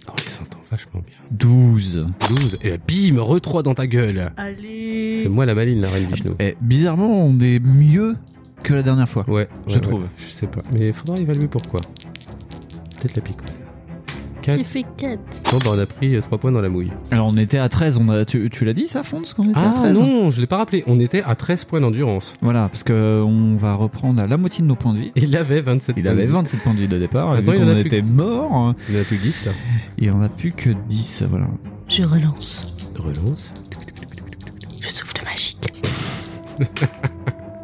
Oh, on les s'entend vachement bien.
12.
12, et bim, re 3 dans ta gueule C'est
Allez
moi la maline, la reine Vishnu.
Eh, bizarrement, on est mieux que la dernière fois.
Ouais,
Je
ouais,
trouve.
ouais, je sais pas, mais il faudra évaluer pourquoi. Peut-être la picole. 4.
J'ai fait 4.
Bon, bah on a pris 3 points dans la mouille.
Alors, on était à 13, on a, tu, tu l'as dit ça, Fonds, qu'on était à
Ah
13
non, je l'ai pas rappelé, on était à 13 points d'endurance.
Voilà, parce que euh, on va reprendre à la moitié de nos points de vie. Euh,
Il avait 27
Il
points de
avait
vie.
27 points de vie de départ, et vu
Maintenant, il en
qu'on
a plus
était mort, hein,
Il en a plus que 10 là.
il en a plus que 10, voilà.
Je relance.
Relance.
Je souffle magique.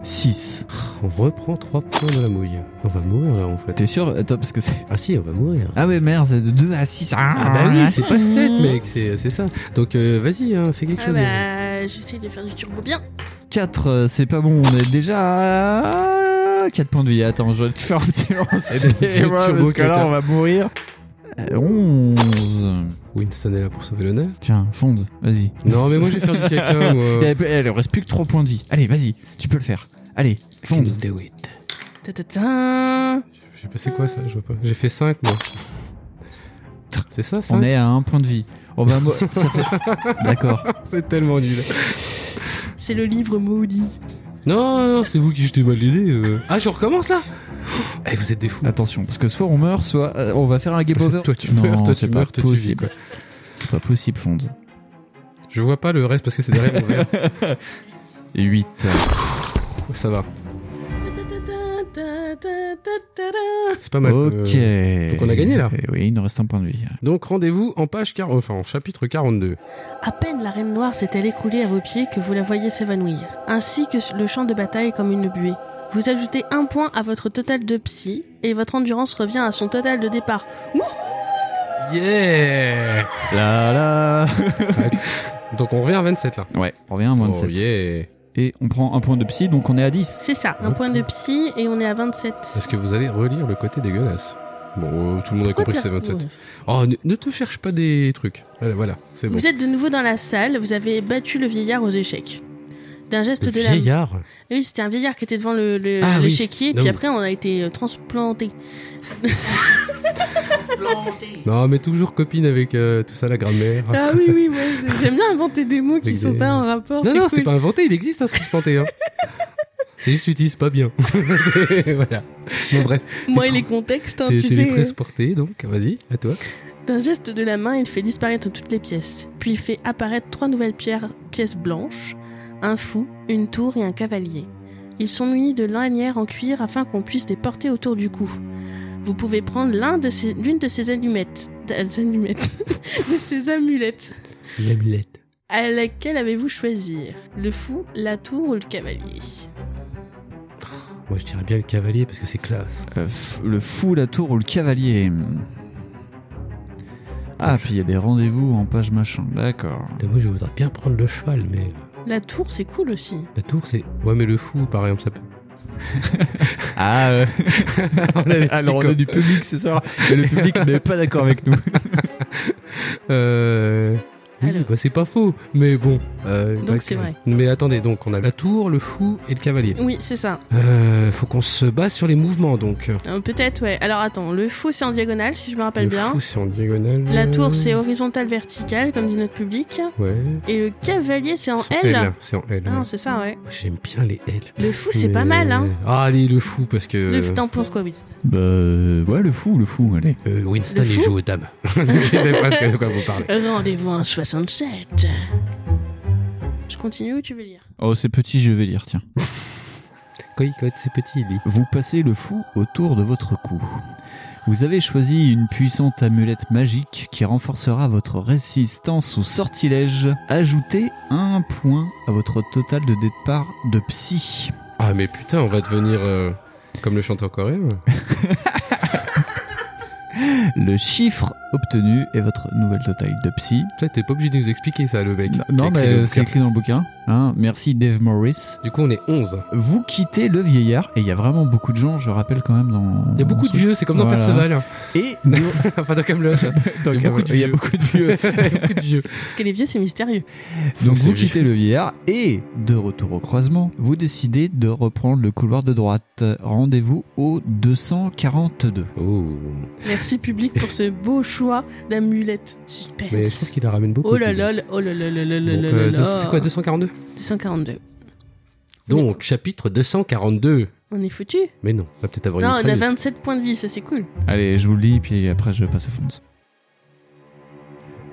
6.
On reprend 3 points de la mouille. On va mourir là en fait.
T'es sûr Attends, parce que c'est...
Ah si, on va mourir.
Ah ouais, merde, c'est de 2 à 6. Ah,
Ah bah oui, c'est pas 7 mec, c'est c'est ça. Donc euh, vas-y, hein, fais quelque
Ah
chose.
bah, j'essaie de faire du turbo bien.
4, euh, c'est pas bon, on est déjà à 4 points de vie. Attends, je vais te faire un petit
C'est
lancer. Euh,
du
moi,
turbo
parce que là,
cutter.
on va mourir. 11.
Winston est là pour sauver l'honneur.
Tiens, fonde, vas-y.
Non mais moi je vais faire du caca
Il y
moi.
a- Elle reste plus que 3 points de vie. Allez, vas-y, tu peux le faire. Allez, fonde.
do it.
Ta ta ta.
J'ai passé quoi ça Je vois pas. J'ai fait 5 moi. C'est ça 5
On est à un point de vie. On va mo- ça fait- D'accord.
C'est tellement nul.
C'est le livre maudit.
Non, non, non, c'est vous qui jetez mal aidé. Ah, je recommence là Eh, vous êtes des fous.
Attention, parce que soit on meurt, soit euh, on va faire un game
C'est-
over.
toi, tu
Non,
meurs, toi,
c'est
tu
pas
meurs, toi, tu vis,
possible.
quoi.
C'est pas possible, Fonz.
Je vois pas le reste parce que c'est derrière mon verre.
8.
Ah, Ça
Ta
va.
ta ta ta ta ta ta ta ta.
C'est pas mal.
Ok.
Euh, donc on a gagné, là.
Eh Oui, il nous reste un point de vie.
Donc rendez-vous en page 40, enfin en chapitre 42.
À peine la reine noire s'est-elle écroulée à vos pieds que vous la voyez s'évanouir, ainsi que le champ de bataille comme une buée. Vous ajoutez un point à votre total de psy et votre endurance revient à son total de départ.
Yeah
Là là
Donc on revient à 27 là.
Ouais, on revient à moins de
Oh
sept.
yeah
Et on prend un point de psy, donc on est à 10.
C'est ça, un point de psy et on est à 27.
Mmh. Est-ce que vous allez relire le côté dégueulasse Bon, euh, tout le monde a
Pourquoi
compris que
t'as-
c'est 27.
Ouais.
Oh, ne, ne te cherche pas des trucs. Voilà, voilà c'est bon.
Vous êtes de nouveau dans la salle, vous avez battu le vieillard aux échecs. D'un geste
Le
de la...
vieillard
Oui, c'était un vieillard qui était devant le, le,
Ah oui.
l'échiquier,
Ah
puis
oui.
après on a été euh, transplanté.
Non, mais toujours copine avec euh, tout ça, la grammaire.
Ah oui, oui, moi j'aime bien inventer des mots qui
Avec
sont
des-
pas en rapport.
Non,
Oh, c'est
non,
cool.
c'est pas inventé, il existe un transplanté. Hein. c'est juste, tu utilises pas bien. C'est- voilà. Bon, bref,
Moi
t'es
et les
tra-
contextes, hein,
t'es
tu sais. euh.
télétransporté, donc vas-y, à toi.
Dans D'un geste de la main, il fait disparaître toutes les pièces, puis il fait apparaître trois nouvelles pierres, pièces blanches, un fou, une tour et un cavalier. Ils sont munis de lanières en cuir afin qu'on puisse les porter autour du cou. Vous pouvez prendre l'un de ces- l'une de ces allumettes, des allumettes, de ces amulettes.
L'amulette.
À laquelle avez-vous choisir Le fou, la tour ou le cavalier
Moi, je dirais bien le cavalier parce que c'est classe.
Euh, f- le fou, la tour ou le cavalier Ah, puis il y a des rendez-vous en page machin, d'accord.
Là, moi, je voudrais bien prendre le cheval, mais euh,
La tour, c'est cool aussi.
la tour, c'est. Ouais, mais le fou, par exemple, ça peut.
Ah, alors on a du public ce soir, mais le public n'est pas d'accord avec nous.
Euh. Oui,
Alors.
bah, c'est pas faux, mais bon. euh,
Donc,
bah,
c'est vrai.
Mais attendez, donc on a la tour, le fou et le cavalier.
Oui, c'est ça.
Euh, faut qu'on se base sur les mouvements donc.
Euh, Peut-être, ouais. Alors attends, le fou, c'est en diagonale, si je me rappelle
le
bien.
fou c'est en diagonale.
La tour, c'est
en.
horizontal-vertical, comme dit notre public.
Ouais.
Et le cavalier, c'est en
C'est
L.
C'est en L.
Ah
ouais.
non, c'est ça, ouais.
J'aime bien les L.
Le fou, c'est
Mais-
pas mal, hein.
Ah, allez, le fou, parce que.
Le T'en penses quoi, Wiz
Bah, ouais, le fou, le fou, allez.
euh, Winston,
Le
il
fou
joue aux dames. Je sais pas ce que- de quoi vous parlez.
Rendez-vous en 67. Je continue ou tu veux lire
Oh, c'est petit, je vais lire, tiens.
Quand il- quand c'est petit, il dit.
Vous passez le fou autour de votre cou. Vous avez choisi une puissante amulette magique qui renforcera votre résistance aux sortilèges. Ajoutez un point à votre total de départ de psy.
Ah, mais putain, on va devenir. euh, Comme le chanteur coréen.
Le chiffre obtenu est votre nouvelle totale de psy.
Ça, t'es pas obligé de nous expliquer ça, le mec. qui a
Non,
écrit
mais
le
c'est
bouquin.
écrit dans le bouquin. Hein, merci Dave Morris.
Du coup, on est 11.
Vous quittez le vieillard, et il y a vraiment beaucoup de gens, je rappelle quand même dans...
Il y a beaucoup
dans
de vieux, c'est comme dans
Voilà.
Perceval. hein.
ce- Et nous-
enfin, dans Camelot.
Dans
Il y a
Cam-
beaucoup de
il y a
vieux.
beaucoup de vieux.
beaucoup de vieux.
Parce que les vieux, c'est mystérieux.
Donc
C'est
vous quittez le vieillard et, de retour au croisement, vous décidez de reprendre le couloir de droite. Rendez-vous au 242.
Oh.
Merci, public, pour ce beau choix d'amulette. Suspense.
Mais je trouve qu'il la ramène beaucoup.
Oh là
Kevin.
là, là, oh là là là là
Bon,
là là
euh,
là
deux- C'est
là.
quoi, 242
242.
Donc, chapitre 242.
On est foutu
Mais non, on va peut-être avoir
Non,
une
on a
mitrailleuse.
27 points de vie, ça c'est cool.
Allez, je vous le lis, puis après je passe à Fonz.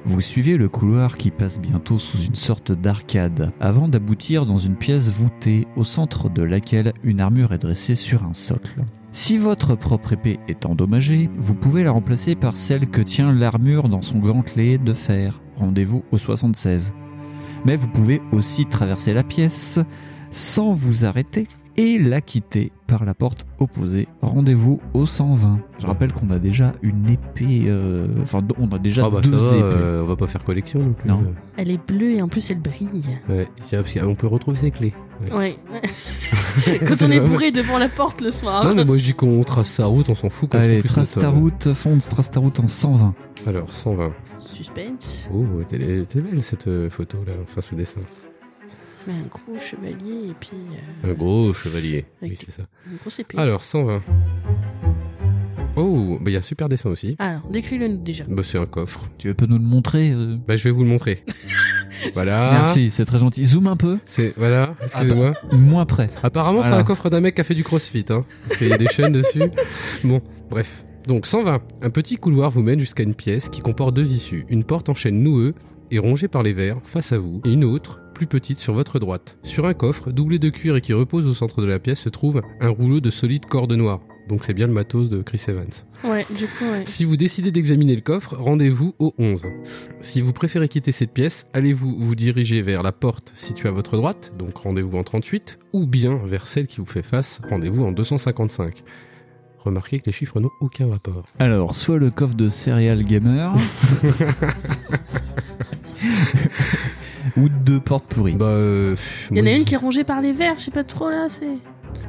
Vous suivez le couloir qui passe bientôt sous une sorte d'arcade, avant d'aboutir dans une pièce voûtée, au centre de laquelle une armure est dressée sur un socle. Si votre propre épée est endommagée, vous pouvez la remplacer par celle que tient l'armure dans son gantelet de fer. Rendez-vous au 76. Mais vous pouvez aussi traverser la pièce sans vous arrêter et la quitter par la porte opposée. Rendez-vous au 120. Je rappelle qu'on a déjà une épée, euh, enfin on a déjà
Ah bah ça
deux
va,
épées.
euh, on va pas faire collection non plus.
Non.
Elle est bleue et en plus elle brille.
Euh, ouais, tiens, parce qu'on peut retrouver ses clés.
Ouais. Quand on est bourré devant la porte le soir.
Non mais moi je dis qu'on trace sa route, on s'en fout. qu'on
Allez,
se coupe
trace
notre-
ta route, fonde, trace ta route en 120.
Alors 120.
Suspense.
Oh, t'es t'es belle cette euh, photo là, enfin ce dessin.
Mais un gros chevalier et puis euh,
Un gros chevalier. Oui,
Ok.
c'est ça.
une grosse épée.
Alors 120. Oh, bah il y a un super dessin aussi.
Alors, Ah, décris-le nous déjà.
Bah c'est un coffre.
Tu peux nous le montrer euh
Bah je vais vous le montrer. voilà.
Merci, c'est très gentil. Zoom un peu,
C'est voilà, excusez-moi.
moins près.
Apparemment, c'est
Voilà.
un coffre d'un mec qui a fait du crossfit, hein, parce qu'il y a des chaînes dessus. Bon, bref. Donc 120. Un petit couloir vous mène jusqu'à une pièce qui comporte deux issues. Une porte en chaîne noueux et rongée par les vers, face à vous, et une autre, plus petite, sur votre droite. Sur un coffre, doublé de cuir et qui repose au centre de la pièce, se trouve un rouleau de solide corde noire. Donc c'est bien le matos de Chris Evans.
Ouais, du coup, ouais.
Si vous décidez d'examiner le coffre, rendez-vous au 11. Si vous préférez quitter cette pièce, allez-vous vous diriger vers la porte située à votre droite, donc rendez-vous en 38, ou bien vers celle qui vous fait face, rendez-vous en 255. Remarquez que les chiffres n'ont aucun rapport.
Alors, soit le coffre de Serial Gamer, ou deux portes pourries.
Bah, euh, pff,
Il y en
moi,
a
je-
une qui est rongée par les vers, je sais pas trop là, c'est.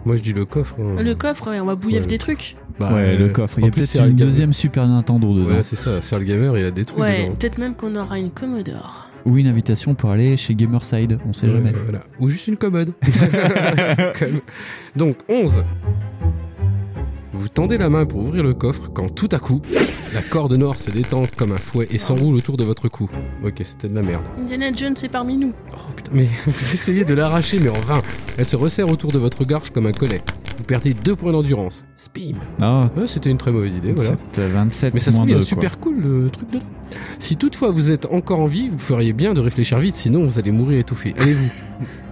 Moi je dis le coffre. hein.
Le coffre, ouais, on va bouillir
Ouais.
des trucs.
Bah,
ouais, le
euh,
coffre.
en
Il y a
plus,
peut-être
Serial
une
Gamer.
deuxième Super Nintendo dedans.
Voilà, c'est ça, Serge Gamer, il a des trucs
Ouais,
dedans.
peut-être même qu'on aura une Commodore.
Ou une invitation pour aller chez Gamerside, on sait
Ouais,
jamais.
Euh, voilà. Ou juste une commode. C'est quand même- Donc, 11. Vous tendez la main pour ouvrir le coffre quand tout à coup, la corde noire se détend comme un fouet et s'enroule autour de votre cou. Ok, c'était de la merde.
Indiana Jones est parmi nous.
Oh putain, mais vous essayez de l'arracher, mais en vain. Elle se resserre autour de votre gorge comme un collet. Vous perdez 2 points d'endurance. Spim
Ah,
Ouais, C'était une très mauvaise idée, voilà.
27, 27
Mais ça se
moins
trouve, il y a
deux, quoi.
super cool le truc de. Si toutefois vous êtes encore en vie, vous feriez bien de réfléchir vite, sinon vous allez mourir étouffé. Allez-vous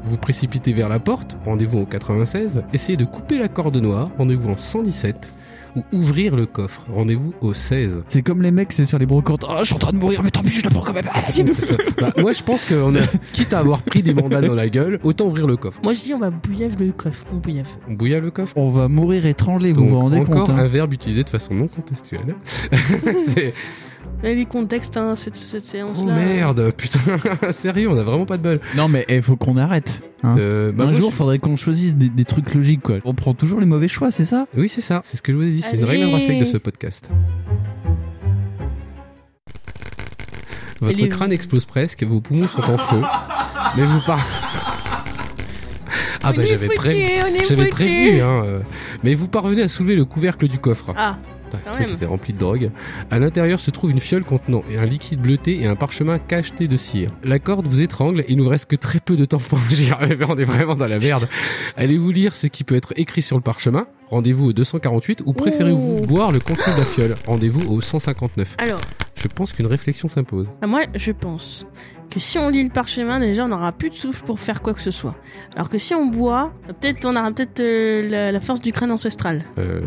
Vous précipitez vers la porte, rendez-vous en 96, essayez de couper la corde noire, rendez-vous en 117, ou ouvrir le coffre, rendez-vous au 16.
C'est comme les mecs, c'est sur les brocantes. Ah, je suis en train de mourir, mais tant pis, je le prends quand même. Ah, vas-y.
C'est ça. Bah, moi je pense qu'on a, quitte à avoir pris des mandales dans la gueule, autant ouvrir le coffre.
Moi je dis on va bouillave le coffre, on bouillave.
On bouilla le coffre
On va mourir étranglé, vous
Donc,
vous rendez
encore
compte hein.
un verbe utilisé de façon non contextuelle. C'est-
Eh, les contextes, hein, cette, cette séance
Oh
là.
merde, putain, sérieux, on a vraiment pas de bol.
Non, mais il faut qu'on arrête. hein.
Euh, bah,
un
moi,
jour,
je-
faudrait qu'on choisisse des, des trucs logiques, quoi. On prend toujours les mauvais choix, c'est ça
Oui, c'est ça. C'est ce que je vous ai dit. C'est une règle
Allez.
intrinsèque de ce podcast. Votre
les-
crâne explose presque, vos poumons sont en feu, mais vous par... Ah
On
bah
est
j'avais
foutus,
prévu,
on est
j'avais
foutus.
prévu, hein. euh. Mais vous parvenez à soulever le couvercle du coffre.
Ah,
Putain,
quand
le truc
même.
était rempli de drogue. À l'intérieur se trouve une fiole contenant un liquide bleuté et un parchemin cacheté de cire. La corde vous étrangle et il nous reste que très peu de temps pour agir. Eh ben, on est vraiment dans la merde. Allez-vous lire ce qui peut être écrit sur le parchemin Rendez-vous au 248 ou préférez-vous
Ouh.
boire le contenu de la fiole Rendez-vous au 159.
alors,
Je pense qu'une réflexion s'impose.
bah, moi je pense que si on lit le parchemin, déjà on n'aura plus de souffle pour faire quoi que ce soit. Alors que si on boit, peut-être on aura peut-être euh, la, la force du crâne ancestral.
Euh,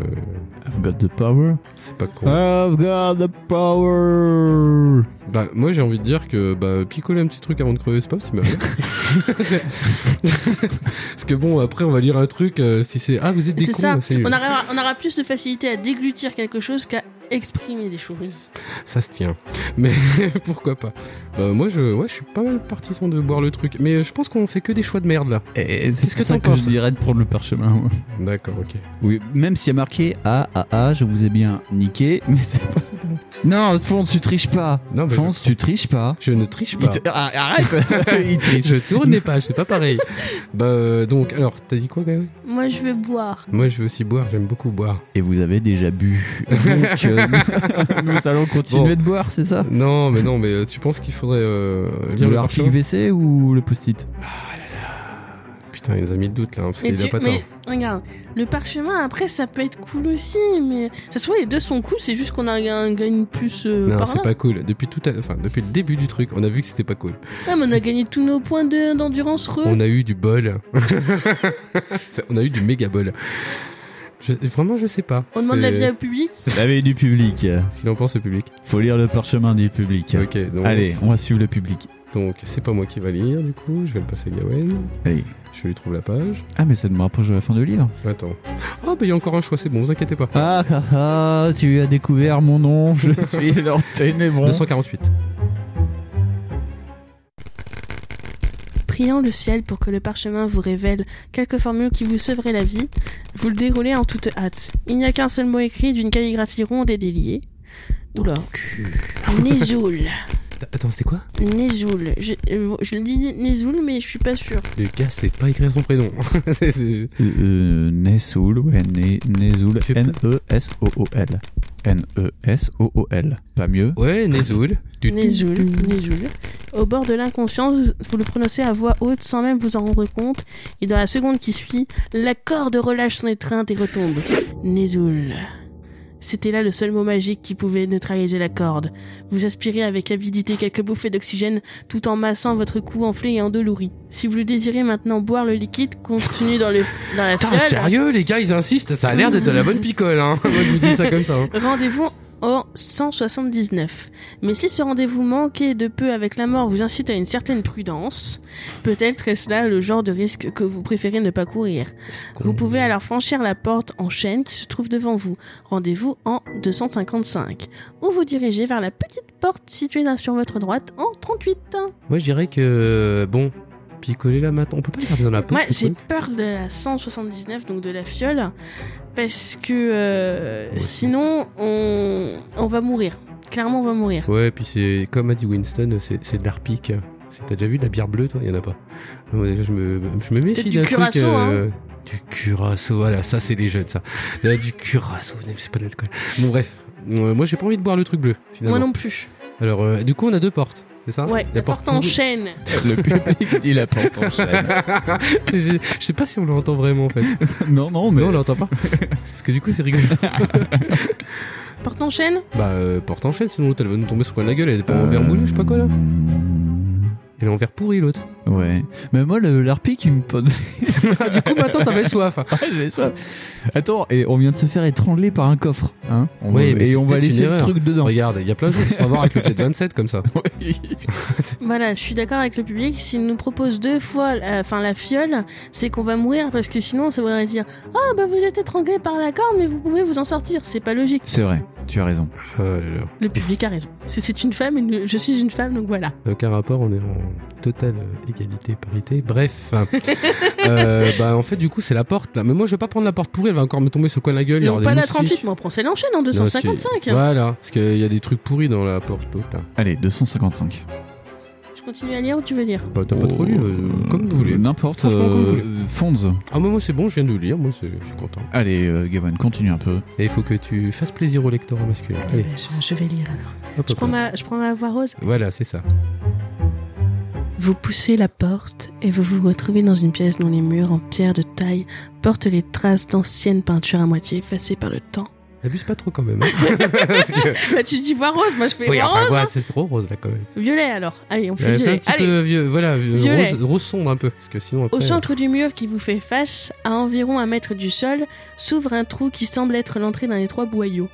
I've got the power.
c'est pas
Ah.
con.
I've got the power.
Bah, moi j'ai envie de dire que bah, picoler un petit truc avant de crever, c'est pas possible. Parce que bon, après on va lire un truc, euh, si c'est... Ah, vous êtes des
C'est
cons,
ça,
nul.
on aura, on aura plus de facilité à déglutir quelque chose qu'à exprimer des choses.
Ça se tient. Mais pourquoi pas Bah moi je, ouais, je suis pas mal partisan de boire le truc. Mais euh, je pense qu'on fait que des choix de merde là.
Eh,
que
Qu'est-ce que
t'en
ça que
penses
je dirais de prendre le parchemin. moi.
D'accord, ok.
Oui, même s'il y a marqué Ah, ah, ah, je vous ai bien niqué, mais c'est pas. Non, Fonce, tu triches pas.
Non, mais
Fonce,
je-
tu triches pas.
Je ne triche
Ah, bah, Il
pas.
te- Ah, Arrête Il triche.
Je tourne les pages, c'est pas pareil. bah euh, donc, alors, t'as dit quoi, Gaël
Moi je vais boire.
Moi je veux aussi boire, j'aime beaucoup boire.
Et vous avez déjà bu. Donc, euh, nous allons continuer de boire, c'est ça
Non, mais non, mais euh, tu penses qu'il faudrait euh, lire
Le
le
l'article
parchemin
VC ou le post-it
Putain, il nous a mis le doute là, hein, parce
Mais euh,
qu'il a
tu-
pas tort.
mais regarde, le parchemin après ça peut être cool aussi, mais ça se voit les deux sont cool, c'est juste qu'on a un gagne plus euh,
Non,
par
c'est
là.
pas cool. Depuis tout à... enfin, depuis le début du truc, on a vu que c'était pas cool.
Ouais, mais on a gagné tous nos points de- d'endurance re.
On a eu du bol. Ça- on a eu du méga bol. Je- Vraiment, je sais pas.
On demande
C'est-
l'avis au public.
L'avez du public.
Ce qu'il en pense, le public.
Faut lire le parchemin du public.
Ok, donc
Allez, on va suivre le public.
donc, c'est pas moi qui va lire du coup, je vais le passer à Gawen,
Allez.
je lui trouve la page.
Ah, mais ça me rapproche de la fin du livre.
Attends. Ah bah il y a encore un choix, c'est bon, vous inquiétez pas.
Ah, ah, ah, tu as découvert mon nom, je suis leur ténébreux.
248.
Priant le ciel pour que le parchemin vous révèle quelques formules qui vous sauveraient la vie, vous le déroulez en toute hâte. Il n'y a qu'un seul mot écrit d'une calligraphie ronde et déliée. Oula. Nézoul.
Attends, c'était quoi
Nézoul. Je, euh, je le dis Nézoul, mais je suis pas sûre.
Le gars, c'est pas écrire son prénom. C'est- c'est-
Euh, Nesoul, ouais, Ne- Nesoul,
Fais pas-
E N-E-S-O-O-L. E N-E-S-O-O-L. Pas mieux
Ouais, Nezoul. Tu-
Nézoul. Nézoul. Au bord de l'inconscience, vous le prononcez à voix haute sans même vous en rendre compte, et dans la seconde qui suit, la corde relâche son étreinte et retombe. Nézoul. C'était là le seul mot magique qui pouvait neutraliser la corde. Vous aspirez avec avidité quelques bouffées d'oxygène tout en massant votre cou enflé et endolori. Si vous le désirez maintenant boire le liquide contenu dans, le, dans la
Putain,
fiole,
sérieux, les gars, ils insistent, ça a l'air d'être de la bonne picole, hein. Moi, je vous dis ça comme ça. hein.
Rendez-vous en 179. Mais si ce rendez-vous manqué de peu avec la mort vous incite à une certaine prudence, peut-être est-ce là le genre de risque que vous préférez ne pas courir. Vous pouvez alors franchir la porte en chaîne qui se trouve devant vous. Rendez-vous en 255. Ou vous dirigez vers la petite porte située là sur votre droite en 38.
Moi, je dirais que, bon, picoler là maintenant, on peut pas le garder dans la poche.
Moi,
le
j'ai
truc
peur de la 179, donc de la fiole, parce que euh,
Ouais.
sinon, on, on va mourir. Clairement, on va mourir.
Ouais, puis c'est comme a dit Winston, c'est c'est de l'arpic. C'est- T'as déjà vu de la bière bleue, toi Il y en a pas. Ah, Moi, déjà, je me, je me méfie
Du
d'un
curaçao, hein.
truc. euh, Du curaçao, voilà, ça c'est les jeunes, ça. Là, du curaçao, mais c'est pas de l'alcool. Bon, bref. Euh, Moi, j'ai pas envie de boire le truc bleu, finalement.
Moi non plus.
Alors, euh, du coup, on a deux portes. c'est ça
Ouais, la porte en
courbe.
chaîne.
Le public dit la porte en chaîne.
C'est gé- Je sais pas si on l'entend vraiment en fait.
Non, non, mais.
Non, on l'entend pas. Parce que du coup, c'est rigolo.
Porte en chaîne
bah, euh, porte en chaîne, sinon l'autre elle va nous tomber sur quoi de la gueule. Elle est pas en verre moulu, je sais pas quoi là. Elle est en verre pourri l'autre.
Ouais. Mais moi, le- l'arpi qui me pose.
Ah, du coup, maintenant t'avais soif.
Ouais, j'ai soif. Attends, et on vient de se faire étrangler par un coffre, hein On-
Ouais, mais
Et
c'est
on va
peut-être
laisser
une
le
erreur.
truc dedans.
Regarde, il y a plein de gens qui se font avoir avec le Jet 27 comme ça.
Voilà, je suis d'accord avec le public. S'il nous propose deux fois euh, enfin la fiole, c'est qu'on va mourir parce que sinon ça voudrait dire Ah bah vous êtes étranglé par la corde mais vous pouvez vous en sortir. C'est pas logique.
C'est vrai, tu as raison.
Oh là là.
Le public a raison. C'est- C'est une femme, et nous- je suis une femme donc voilà.
Ça n'a Aucun rapport, on est en totale euh, égalité, parité. Bref. Euh, bah, en fait, du coup, c'est la porte là. Mais moi, je vais pas prendre la porte pourrie, elle va encore me tomber sur le coin de la gueule. il y
Non,
aura
pas
des
la
moustiques.
38, mais on prend celle en chaîne en
Non, parce que-
255.
Voilà, parce qu'il y a des trucs pourris dans la porte l'autre, là.
Allez, 255.
Je continue à lire ou tu veux lire
Bah, t'as pas trop lu, euh, comme vous voulez.
N'importe.
Franchement, comme vous
Euh, Fonds.
Ah, bah, moi, c'est bon, je viens de le lire, moi, c'est- je suis content.
Allez, euh, Gavin, continue un peu.
Et il faut que tu fasses plaisir au lectorat masculin. Allez,
Eh ben, je, je vais lire alors.
hop,
Je
hop,
prends,
hop.
ma, je prends ma voix rose.
Voilà, c'est ça.
Vous poussez la porte et vous vous retrouvez dans une pièce dont les murs en pierre de taille portent les traces d'anciennes peintures à moitié effacées par le temps.
N'abuse pas trop quand même. hein. Parce que-
Bah, tu dis voix rose, moi je fais
Oui,
voix
enfin,
rose.
voilà,
hein.
c'est trop rose là quand même.
Violet alors. Allez, on fait
Ouais, fais un
violet.
petit
Allez.
peu vieux, voilà, vieux-
Violet.
Rose, rose sombre un peu. Parce que sinon, après, euh, hein.
Au centre du mur qui vous fait face, à environ un mètre du sol, s'ouvre un trou qui semble être l'entrée d'un étroit boyau.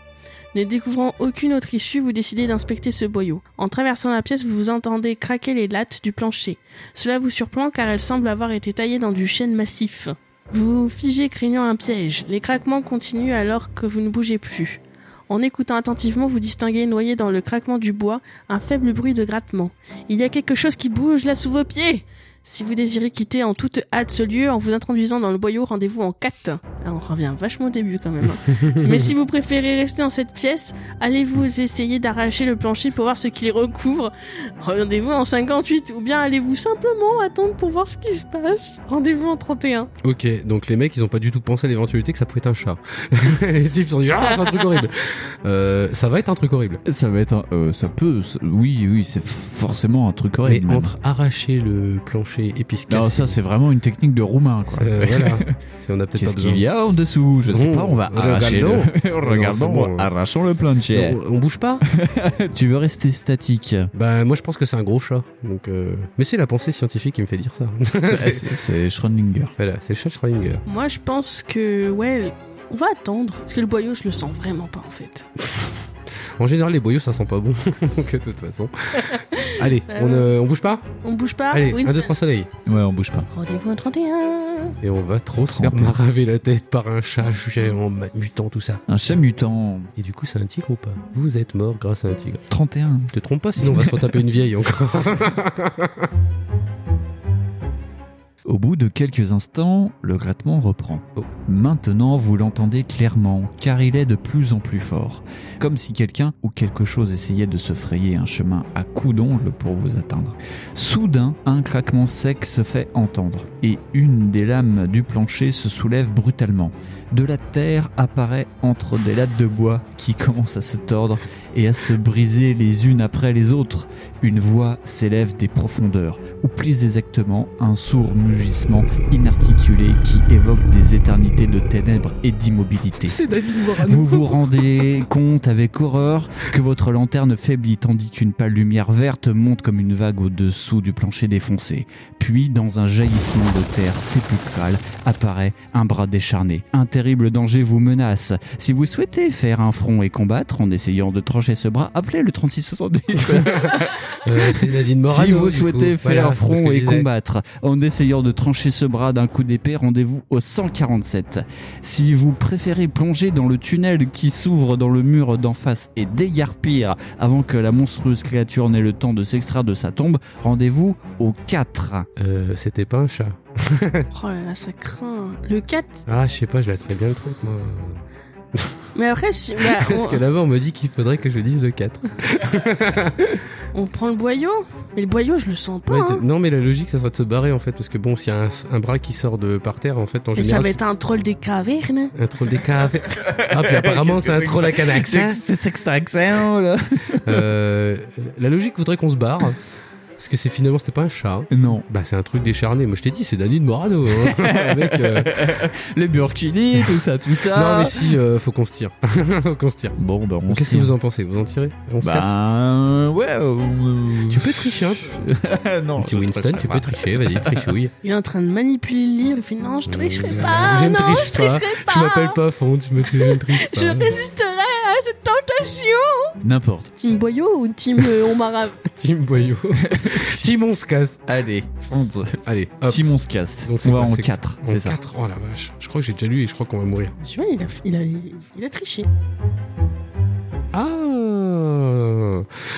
Ne découvrant aucune autre issue, vous décidez d'inspecter ce boyau. En traversant la pièce, vous vous entendez craquer les lattes du plancher. Cela vous surprend car elles semblent avoir été taillées dans du chêne massif. Vous vous figez craignant un piège. Les craquements continuent alors que vous ne bougez plus. En écoutant attentivement, vous distinguez, noyé dans le craquement du bois, un faible bruit de grattement. Il y a quelque chose qui bouge là sous vos pieds si vous désirez quitter en toute hâte ce lieu en vous introduisant dans le boyau, rendez-vous en 4. Ah, on revient vachement au début quand même. hein. Mais si vous préférez rester dans cette pièce, allez-vous essayer d'arracher le plancher pour voir ce qui les recouvre. Rendez-vous en 58. Ou bien allez-vous simplement attendre pour voir ce qui se passe. Rendez-vous en 31.
Ok, donc les mecs, ils ont pas du tout pensé à l'éventualité que ça pouvait être un chat. les types se sont dit ah c'est un truc horrible. Euh, ça va être un truc horrible.
Ça va être un. euh, ça peut. ça- oui, oui, c'est forcément un truc
Mais
horrible. même.
entre arracher le plancher et puis se
Non,
casser,
ça, c'est vraiment une technique de roumain, quoi.
euh, voilà, C'est- on a peut-être pas
Qu'est-ce
besoin.
qu'il y a en dessous Je sais
Bon,
pas, on va arracher le...
regardons. Non,
Regardons,
c'est bon.
arrachons le plancher.
Donc, on, on bouge pas
Tu veux rester statique
Bah moi je pense que c'est un gros chat. Donc euh, mais c'est la pensée scientifique qui me fait dire ça.
C'est-
C'est-
C'est Schrödinger.
voilà, c'est le chat de Schrödinger.
Moi, je pense que, ouais, on va attendre. Parce que le boyau, je le sens vraiment pas en fait.
En général les boyaux ça sent pas bon. donc de toute façon. Allez, on, euh, on bouge pas
On bouge
ah,
pas
Allez, 1
Winston
2 3 soleil.
Ouais, on bouge pas.
Rendez-vous en 31.
Et on va trop se faire
31.
maraver la tête par un chat géant mutant tout ça.
Un chat mutant.
Et du coup, c'est un tigre ou pas Vous êtes mort grâce à un tigre.
31.
Te trompe pas, sinon on va se retaper une vieille encore.
Au bout de quelques instants, le grattement reprend. Maintenant, vous l'entendez clairement, car il est de plus en plus fort. Comme si quelqu'un ou quelque chose essayait de se frayer un chemin à coups d'ongle pour vous atteindre. Soudain, un craquement sec se fait entendre, et une des lames du plancher se soulève brutalement. De la terre apparaît entre des lattes de bois qui commencent à se tordre et à se briser les unes après les autres. Une voix s'élève des profondeurs, ou plus exactement un sourd mugissement inarticulé qui évoque des éternités de ténèbres et d'immobilité.
c'est David
Vous vous rendez compte avec horreur que votre lanterne faiblit tandis qu'une pâle lumière verte monte comme une vague au-dessous du plancher défoncé. Puis, dans un jaillissement de terre sépulcrale, apparaît un bras décharné. Un terrible danger vous menace. Si vous souhaitez faire un front et combattre en essayant de trancher ce bras, appelez le 3670.
Euh, c'est Nadine Morano.
Si vous
du
souhaitez
coup.
faire
Voilà, c'est ce
front
que je
et
disais.
combattre en essayant de trancher ce bras d'un coup d'épée, rendez-vous au 147. Si vous préférez plonger dans le tunnel qui s'ouvre dans le mur d'en face et dégarpir avant que la monstrueuse créature n'ait le temps de s'extraire de sa tombe, rendez-vous au 4.
Euh, c'était pas un chat.
Oh là là, ça craint. Le 4.
Ah, je sais pas, je la très bien le truc, moi.
Mais après, si. bah,
Parce
on-
que là-bas, on me dit qu'il faudrait que je dise le 4.
On prend le boyau Mais le boyau, je le sens pas.
Ouais,
hein.
c'est- non, mais la logique, ça serait de se barrer, en fait. Parce que bon, s'il y a un, un bras qui sort de par terre, en fait, en
Mais ça
général.
va être un troll des cavernes.
Un troll des caves. Ah, puis apparemment, c'est un troll à canax. hein.
C'est sextaxin, là
Euh, la logique voudrait qu'on se barre. Parce que c'est finalement, c'était pas un chat. hein.
Non.
Bah, c'est un truc décharné. Moi, je t'ai dit, c'est Danny de Morano. hein. Le mec, euh,
Les Burkini, tout ça, tout ça.
Ah.
Non, mais si, euh, faut qu'on se tire. faut qu'on se tire.
Bon, bah, on
Qu'est-ce
s'y-
que vous en pensez Vous en tirez On se casse
Bah, ouais. euh,
Tu peux tricher. Hein.
non,
Petit
je
Winston,
tricherai
tu
pas.
peux tricher. Vas-y, trichouille.
Il est en train de manipuler le livre. Il fait non, je tricherai
Euh,
pas.
je ne
non,
triche
je tricherai pas.
Je m'appelle pas Fond, tu me je ne triche
Je
pas.
résisterai à cette tentation.
N'importe.
Team Boyau ou Team euh, on m'arrave
Team Boyau. Team on se casse.
Allez, fonce.
Allez, hop.
Simon se casse.
Donc, c'est
on va
quoi,
en
c'est-
4,
En
c'est ça.
quatre. Oh la vache. Je crois que j'ai déjà lu et je crois qu'on va mourir.
Tu vois, il a, il a, il a triché.
Ah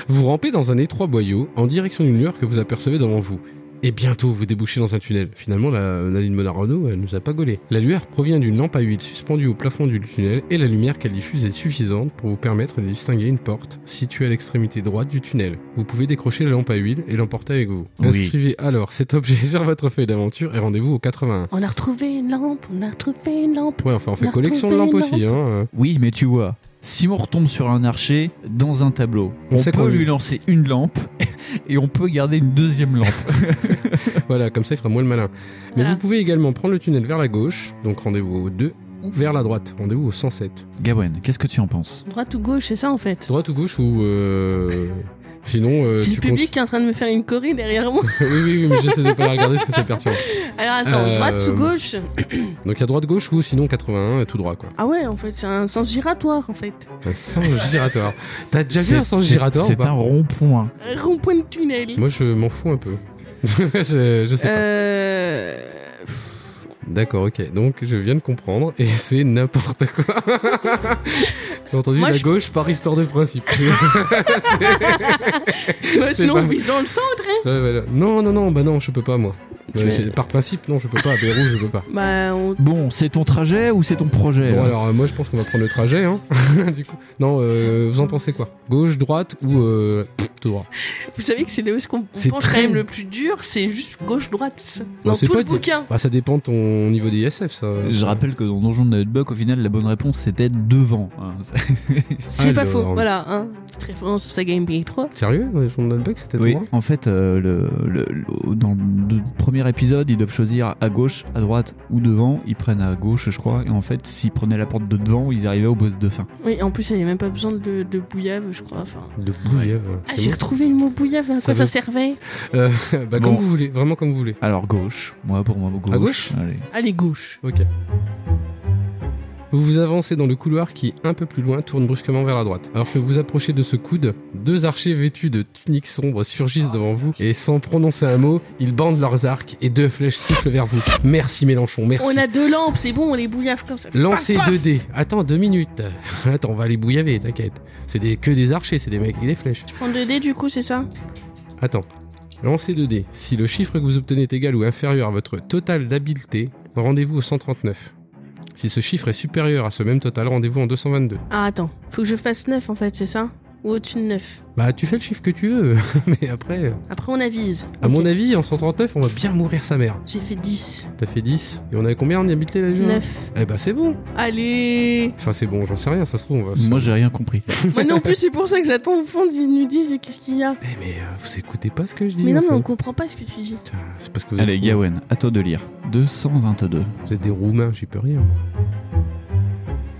Vous rampez dans un étroit boyau en direction d'une lueur que vous apercevez devant vous. Et bientôt, vous débouchez dans un tunnel. Finalement, la Nadine Monarano, elle nous a pas gaulé. La lueur provient d'une lampe à huile suspendue au plafond du tunnel et la lumière qu'elle diffuse est suffisante pour vous permettre de distinguer une porte située à l'extrémité droite du tunnel. Vous pouvez décrocher la lampe à huile et l'emporter avec vous.
Oui.
Inscrivez alors cet objet sur votre feuille d'aventure et rendez-vous au 81.
On a retrouvé une lampe, on a retrouvé une lampe.
Ouais, enfin, on fait
On a
collection de
retrouvé
lampes
une
aussi, hein.
Oui, mais tu vois, si on retombe sur un archer dans un tableau,
On
on,
sait qu'on
peut lui
vit.
lancer une lampe et on peut garder une deuxième lampe.
Euh, Voilà, comme ça il fera moins le malin. Mais
Voilà.
vous pouvez également prendre le tunnel vers la gauche, donc rendez-vous au 2, ou vers la droite, rendez-vous au 107.
Gawen, qu'est-ce que tu en penses
Droite ou gauche, c'est ça en fait.
Droite ou gauche ou... euh, Sinon, euh,
J'ai
tu
le
comptes...
public qui est en train de me faire une corée derrière moi.
oui, oui, oui, mais j'essaie de pas la regarder parce que c'est perturbant.
Alors attends,
Euh,
droite ou gauche
Donc il y a droite-gauche ou sinon 81, tout droit quoi.
Ah ouais, en fait, c'est un sens giratoire en fait.
Un sens giratoire. T'as déjà vu un
C'est-
sens
c'est-
giratoire ou
C'est
pas
un rond-point.
Un rond-point de tunnel.
Moi je m'en fous un peu. je, je sais pas.
Euh. pff,
D'accord, ok. Donc je viens de comprendre et c'est n'importe quoi. J'ai entendu
Moi,
la
je-
gauche par histoire de principe.
bah, sinon,
pas
on
vrai.
vise dans le centre, hein.
Ouais, voilà. Non, non, non, bah non, je peux pas, moi.
Tu
Euh,
veux-
j'ai- Par principe, non, je peux pas. À Beyrouth, je peux pas.
Bah, on.
Bon, c'est ton trajet ou c'est ton projet
Bon,
là
alors, euh, moi, je pense qu'on va prendre le trajet, hein. du coup. Non, euh, vous en pensez quoi Gauche, droite ou euh, pff, tout droit
Vous savez que c'est là où est-ce qu'on on
C'est
penche
très-
quand même le plus dur, c'est juste gauche-droite. Dans
c'est
tout
pas
le
dit.
bouquin.
Bah, ça dépend de ton niveau d'ISF, ça.
Je rappelle que dans Donjon de Nightbuck, au final, la bonne réponse c'était devant. hein.
Ah,
C'est pas
Alors.
faux, voilà, hein. Petite référence au Saga MP3.
Sérieux Dans les journaux de Buck, c'était
Oui,
droit
en fait, euh, le, le- le- dans le premier épisode, ils doivent choisir à gauche, à droite ou devant. Ils prennent à gauche, je crois. Et en fait, s'ils prenaient la porte de devant, ils arrivaient au boss de fin.
Oui, en plus, il n'y a même pas besoin de, de bouillave, je crois. Enfin...
De bouillave.
Ah, j'ai retrouvé le mot bouillave, à
Ça
quoi
veut-
ça servait
Euh, bah, comme
Bon.
vous voulez, vraiment comme vous voulez.
Alors gauche, moi pour moi gauche.
À gauche Bah,
Allez.
Allez, gauche.
Ok. Vous vous avancez dans le couloir qui, un peu plus loin, tourne brusquement vers la droite. Alors que vous approchez de ce coude, deux archers vêtus de tuniques sombres surgissent devant vous et sans prononcer un mot, ils bandent leurs arcs et deux flèches sifflent vers vous. Merci Mélenchon, merci.
On a deux lampes, c'est bon, on les bouillave comme ça.
Lancez
Paf, paf
2 dés. Attends, deux minutes. Attends, on va les bouillaver, t'inquiète. C'est des, que des archers, c'est des mecs avec des flèches.
Je prends 2D du coup, c'est ça
Attends. Lancez 2 dés. Si le chiffre que vous obtenez est égal ou inférieur à votre total d'habileté, rendez-vous au 139. Si ce chiffre est supérieur à ce même total, rendez-vous en 222.
Ah, attends. Faut que je fasse 9 en fait, c'est ça Ou au-dessus de 9
Bah, tu fais le chiffre que tu veux, mais après, euh,
Après, on avise.
à
Ok.
mon avis, en 139, on va bien mourir sa mère.
J'ai fait 10.
T'as fait 10, et on avait combien en habileté là, jeu
9.
Eh bah, c'est bon.
Allez
Enfin, c'est bon, j'en sais rien, ça se trouve, on va se-
Moi j'ai rien compris.
Moi non plus, c'est pour ça que j'attends au fond, ils nous disent qu'est-ce qu'il y a.
Eh, mais euh, vous écoutez pas ce que je dis
Mais non,
en
mais on
fait.
comprend pas ce que tu dis.
Putain, C'est parce que vous êtes,
Allez
roux-
Gawen, à toi de lire. 222.
vous êtes des Roumains, j'y peux rien.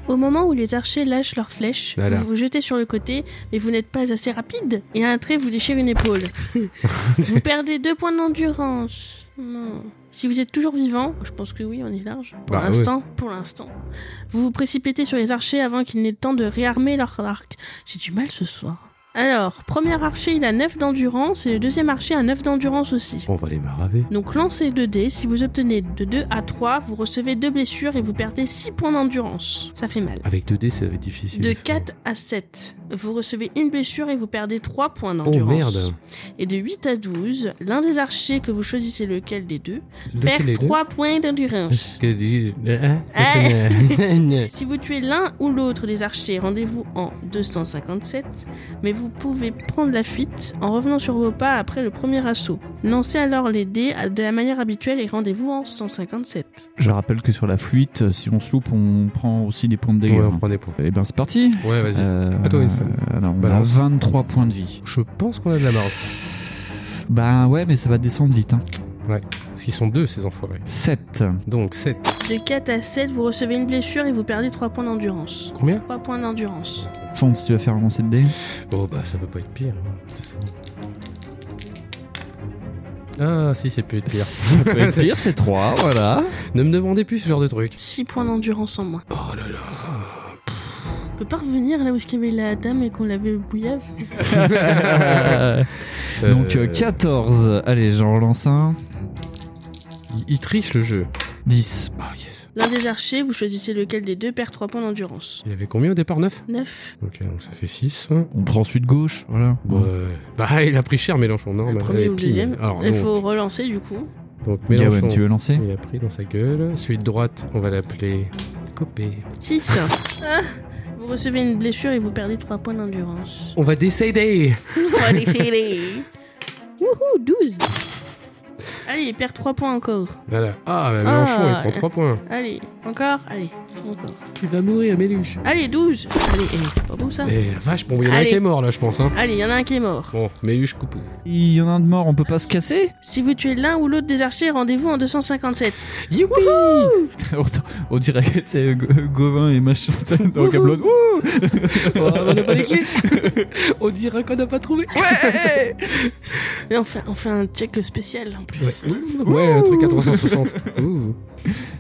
Au moment où les archers lâchent leurs flèches,
Voilà.
vous vous jetez sur le côté, mais vous n'êtes pas assez rapide, et à un trait, vous déchire une épaule. vous perdez deux points d'endurance. Non. Si vous êtes toujours vivant, je pense que oui, on est large. Pour
Bah,
l'instant, pour l'instant. Vous vous précipitez sur les archers avant qu'il n'ait le temps de réarmer leur arc. J'ai du mal ce soir. Alors, premier archer, il a 9 d'endurance, et le deuxième archer a 9 d'endurance aussi.
On va les maraver.
Donc lancez 2 dés, si vous obtenez de 2 à 3, vous recevez 2 blessures et vous perdez 6 points d'endurance. Ça fait mal.
Avec 2 dés, ça va être difficile.
De
faire.
4 à 7, vous recevez une blessure et vous perdez 3 points
Oh
d'endurance.
merde.
Et de 8 à 12, l'un des archers que vous choisissez lequel des deux
Lequel
perd
des deux
3 points d'endurance.
Que dis- Hein Ah,
Si vous tuez l'un ou l'autre des archers, rendez-vous en 257, mais vous pouvez prendre la fuite en revenant sur vos pas après le premier assaut. Lancez alors les dés de la manière habituelle et rendez-vous en 157.
Je rappelle que sur la fuite, euh, si on se loupe, on prend aussi des points de dégâts.
Ouais, on prend des points.
Et ben c'est parti.
Ouais, vas-y.
Euh,
À toi, Winston.
alors, on a
Balance.
23 points de vie.
Je pense qu'on a de la marge.
Bah ouais, mais ça va descendre vite. Hein.
Parce qu'ils sont deux, ces enfoirés.
7.
Donc 7.
De 4 à 7, vous recevez une blessure et vous perdez 3 points d'endurance.
Combien
3 points d'endurance.
Fonds, tu vas faire un lancer de dés.
Oh bah ça peut pas être pire. hein. C'est ça. Ah si, c'est peut être pire.
Ça peut être pire, c'est 3, voilà.
ne me demandez plus ce genre de truc.
6 points d'endurance en moins.
Oh là là.
On peut pas revenir là où il y avait la dame et qu'on l'avait bouillave
Donc euh, 14. Allez, j'en relance un.
Il, il triche le jeu.
10.
Oh yes.
L'un des archers, vous choisissez lequel des deux perd 3 points d'endurance.
Il avait combien au départ 9
9.
Ok, donc ça fait 6.
On prend celui de gauche, voilà.
Bah il a pris cher Mélenchon, non
Le
bah,
premier
eh,
ou le
pim.
deuxième.
Alors,
Il
donc,
faut relancer du coup.
donc
Gawen,
Mélenchon,
tu veux lancer
il a pris dans sa gueule. Celui de droite, on va l'appeler Copé.
6. Ah, vous recevez une blessure et vous perdez 3 points d'endurance.
On va décéder
On va les filer. Wouhou, 12. Allez, il perd 3 points encore.
Voilà.
Ah.
Ah, bah, Mélenchon, il prend 3 points.
Allez, encore, allez, encore.
Tu vas mourir, Méluche.
Allez, 12. Allez, eh, c'est pas beau ça
Eh, la vache, bon, il y en a un
Allez.
qui est mort, là, je pense. Hein.
Allez, il y en a un qui est mort.
Bon, Méluche Coupou.
Il y en a un de mort, on peut pas se casser
Si vous tuez l'un ou l'autre des archers, rendez-vous en 257.
Youpi
on, on dirait que c'est Gauvin et machin dans
Wouhou.
Camelot. Ouh
On n'a pas les clés On dira qu'on n'a pas trouvé
Mais on fait, on fait un check spécial en plus.
Ouais, ouais un truc à 360. Ouh.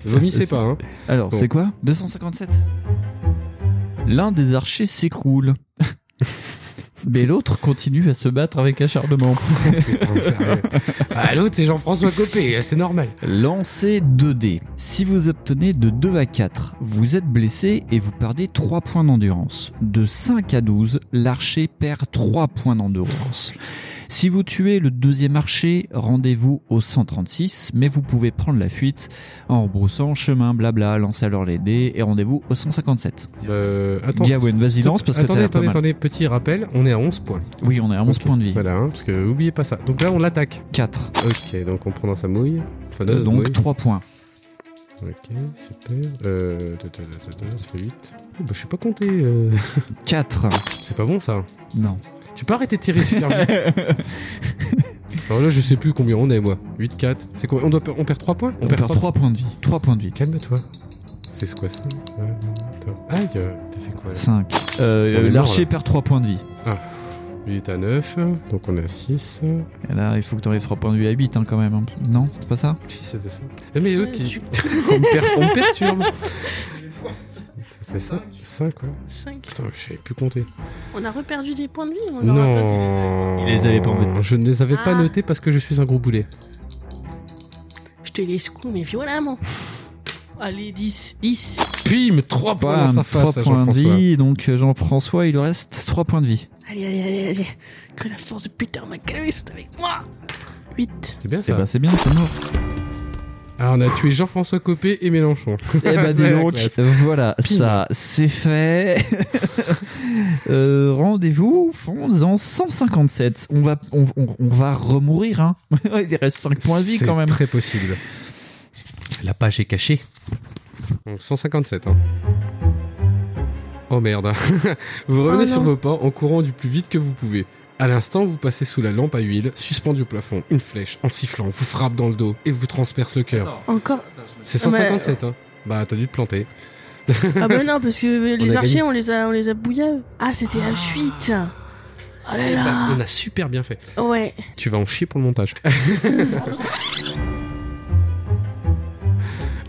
Vomissez pas, hein.
Alors,
Bon.
c'est quoi 257. L'un des archers s'écroule. Mais l'autre continue à se battre avec acharnement.
Putain, sérieux. Ah, l'autre, c'est Jean-François Copé, c'est normal.
Lancez 2 dés. Si vous obtenez de 2 à 4, vous êtes blessé et vous perdez 3 points d'endurance. De 5 à 12, l'archer perd 3 points d'endurance. Si vous tuez le deuxième archer, rendez-vous au 136, mais vous pouvez prendre la fuite en rebroussant chemin, blabla, lancez alors les dés et rendez-vous au 157.
Euh, attends.
Gawen, vas-y, lance parce que t'as
attendez,
l'air pas
attendez,
mal.
attendez, petit rappel, on est à 11 points.
Oui, on est à 11
Ok,
points de vie.
Voilà, hein, parce que oubliez pas ça. Donc là, on l'attaque.
4.
Ok, donc on prend dans sa mouille. Enfin, dans notre
Euh, Donc
mouille.
3 points.
Ok, super. Euh, ta, ta, ta, ta, ta, ça fait 8. Oh, bah, je sais pas compter. euh.
4.
C'est pas bon, ça. hein.
Non.
Tu peux arrêter de tirer super vite. Alors là, je sais plus combien on est, moi. 8, 4. C'est quoi on, doit, per- on perd 3 points
On, perd 3 points de vie. 3 points de vie.
Calme-toi. C'est quoi ça Ouais, attends. Aïe, euh, t'as fait quoi là
5.
On est mort,
Euh, L'archer
là.
perd 3 points de vie.
Lui est à 9, donc on est à 6.
Et là, il faut que tu arrives 3 points de vie à 8 hein, quand même. hein. Non, c'est pas ça
Si c'était ça. Eh, mais l'autre
Ouais,
qui.
tu-
on, me per- on me perturbe. ça fait 5 5 ouais.
Cinq.
Putain, je savais plus compter.
On a reperdu des points de vie on leur a pas-
Non.
Il les avait pas notés.
Je ne les avais pas
Ah.
notés parce que je suis un gros boulet.
Je te laisse coup, mais violemment. Allez, 10, 10.
Pim 3 points dans sa
Bam,
face, à
3 points de
Jean-François.
vie. Donc euh, Jean-François, il lui reste 3 points de vie.
Allez, allez, allez, allez. Que la force de Peter McCarry soit avec moi. 8.
C'est bien
Et
ça.
bah, c'est bien, c'est mort.
Ah, on a tué Jean-François Copé et Mélenchon.
Et bah, dis
Ouais,
donc,
classe.
voilà,
Pim.
ça, c'est fait. Euh, Rendez-vous, fonds en 157. On va, on, on- on va remourir, hein. il reste 5 points de vie
C'est
quand même.
Très possible. La page est cachée. Donc 157. hein. Oh merde. vous revenez
Oh
sur
non.
vos pas en courant du plus vite que vous pouvez. À l'instant, vous passez sous la lampe à huile, suspendue au plafond. Une flèche, en sifflant, vous frappe dans le dos et vous transperce le cœur.
Encore.
C'est
Ah, mais-
157, hein. Bah, t'as dû te planter.
Ah bah non, parce que
a
les
gagné.
archers, on les a, on les a bouillaves. Ah, c'était à 8. Oh là
Eh bah,
là.
on a super bien fait.
Ouais.
Tu vas en chier pour le montage.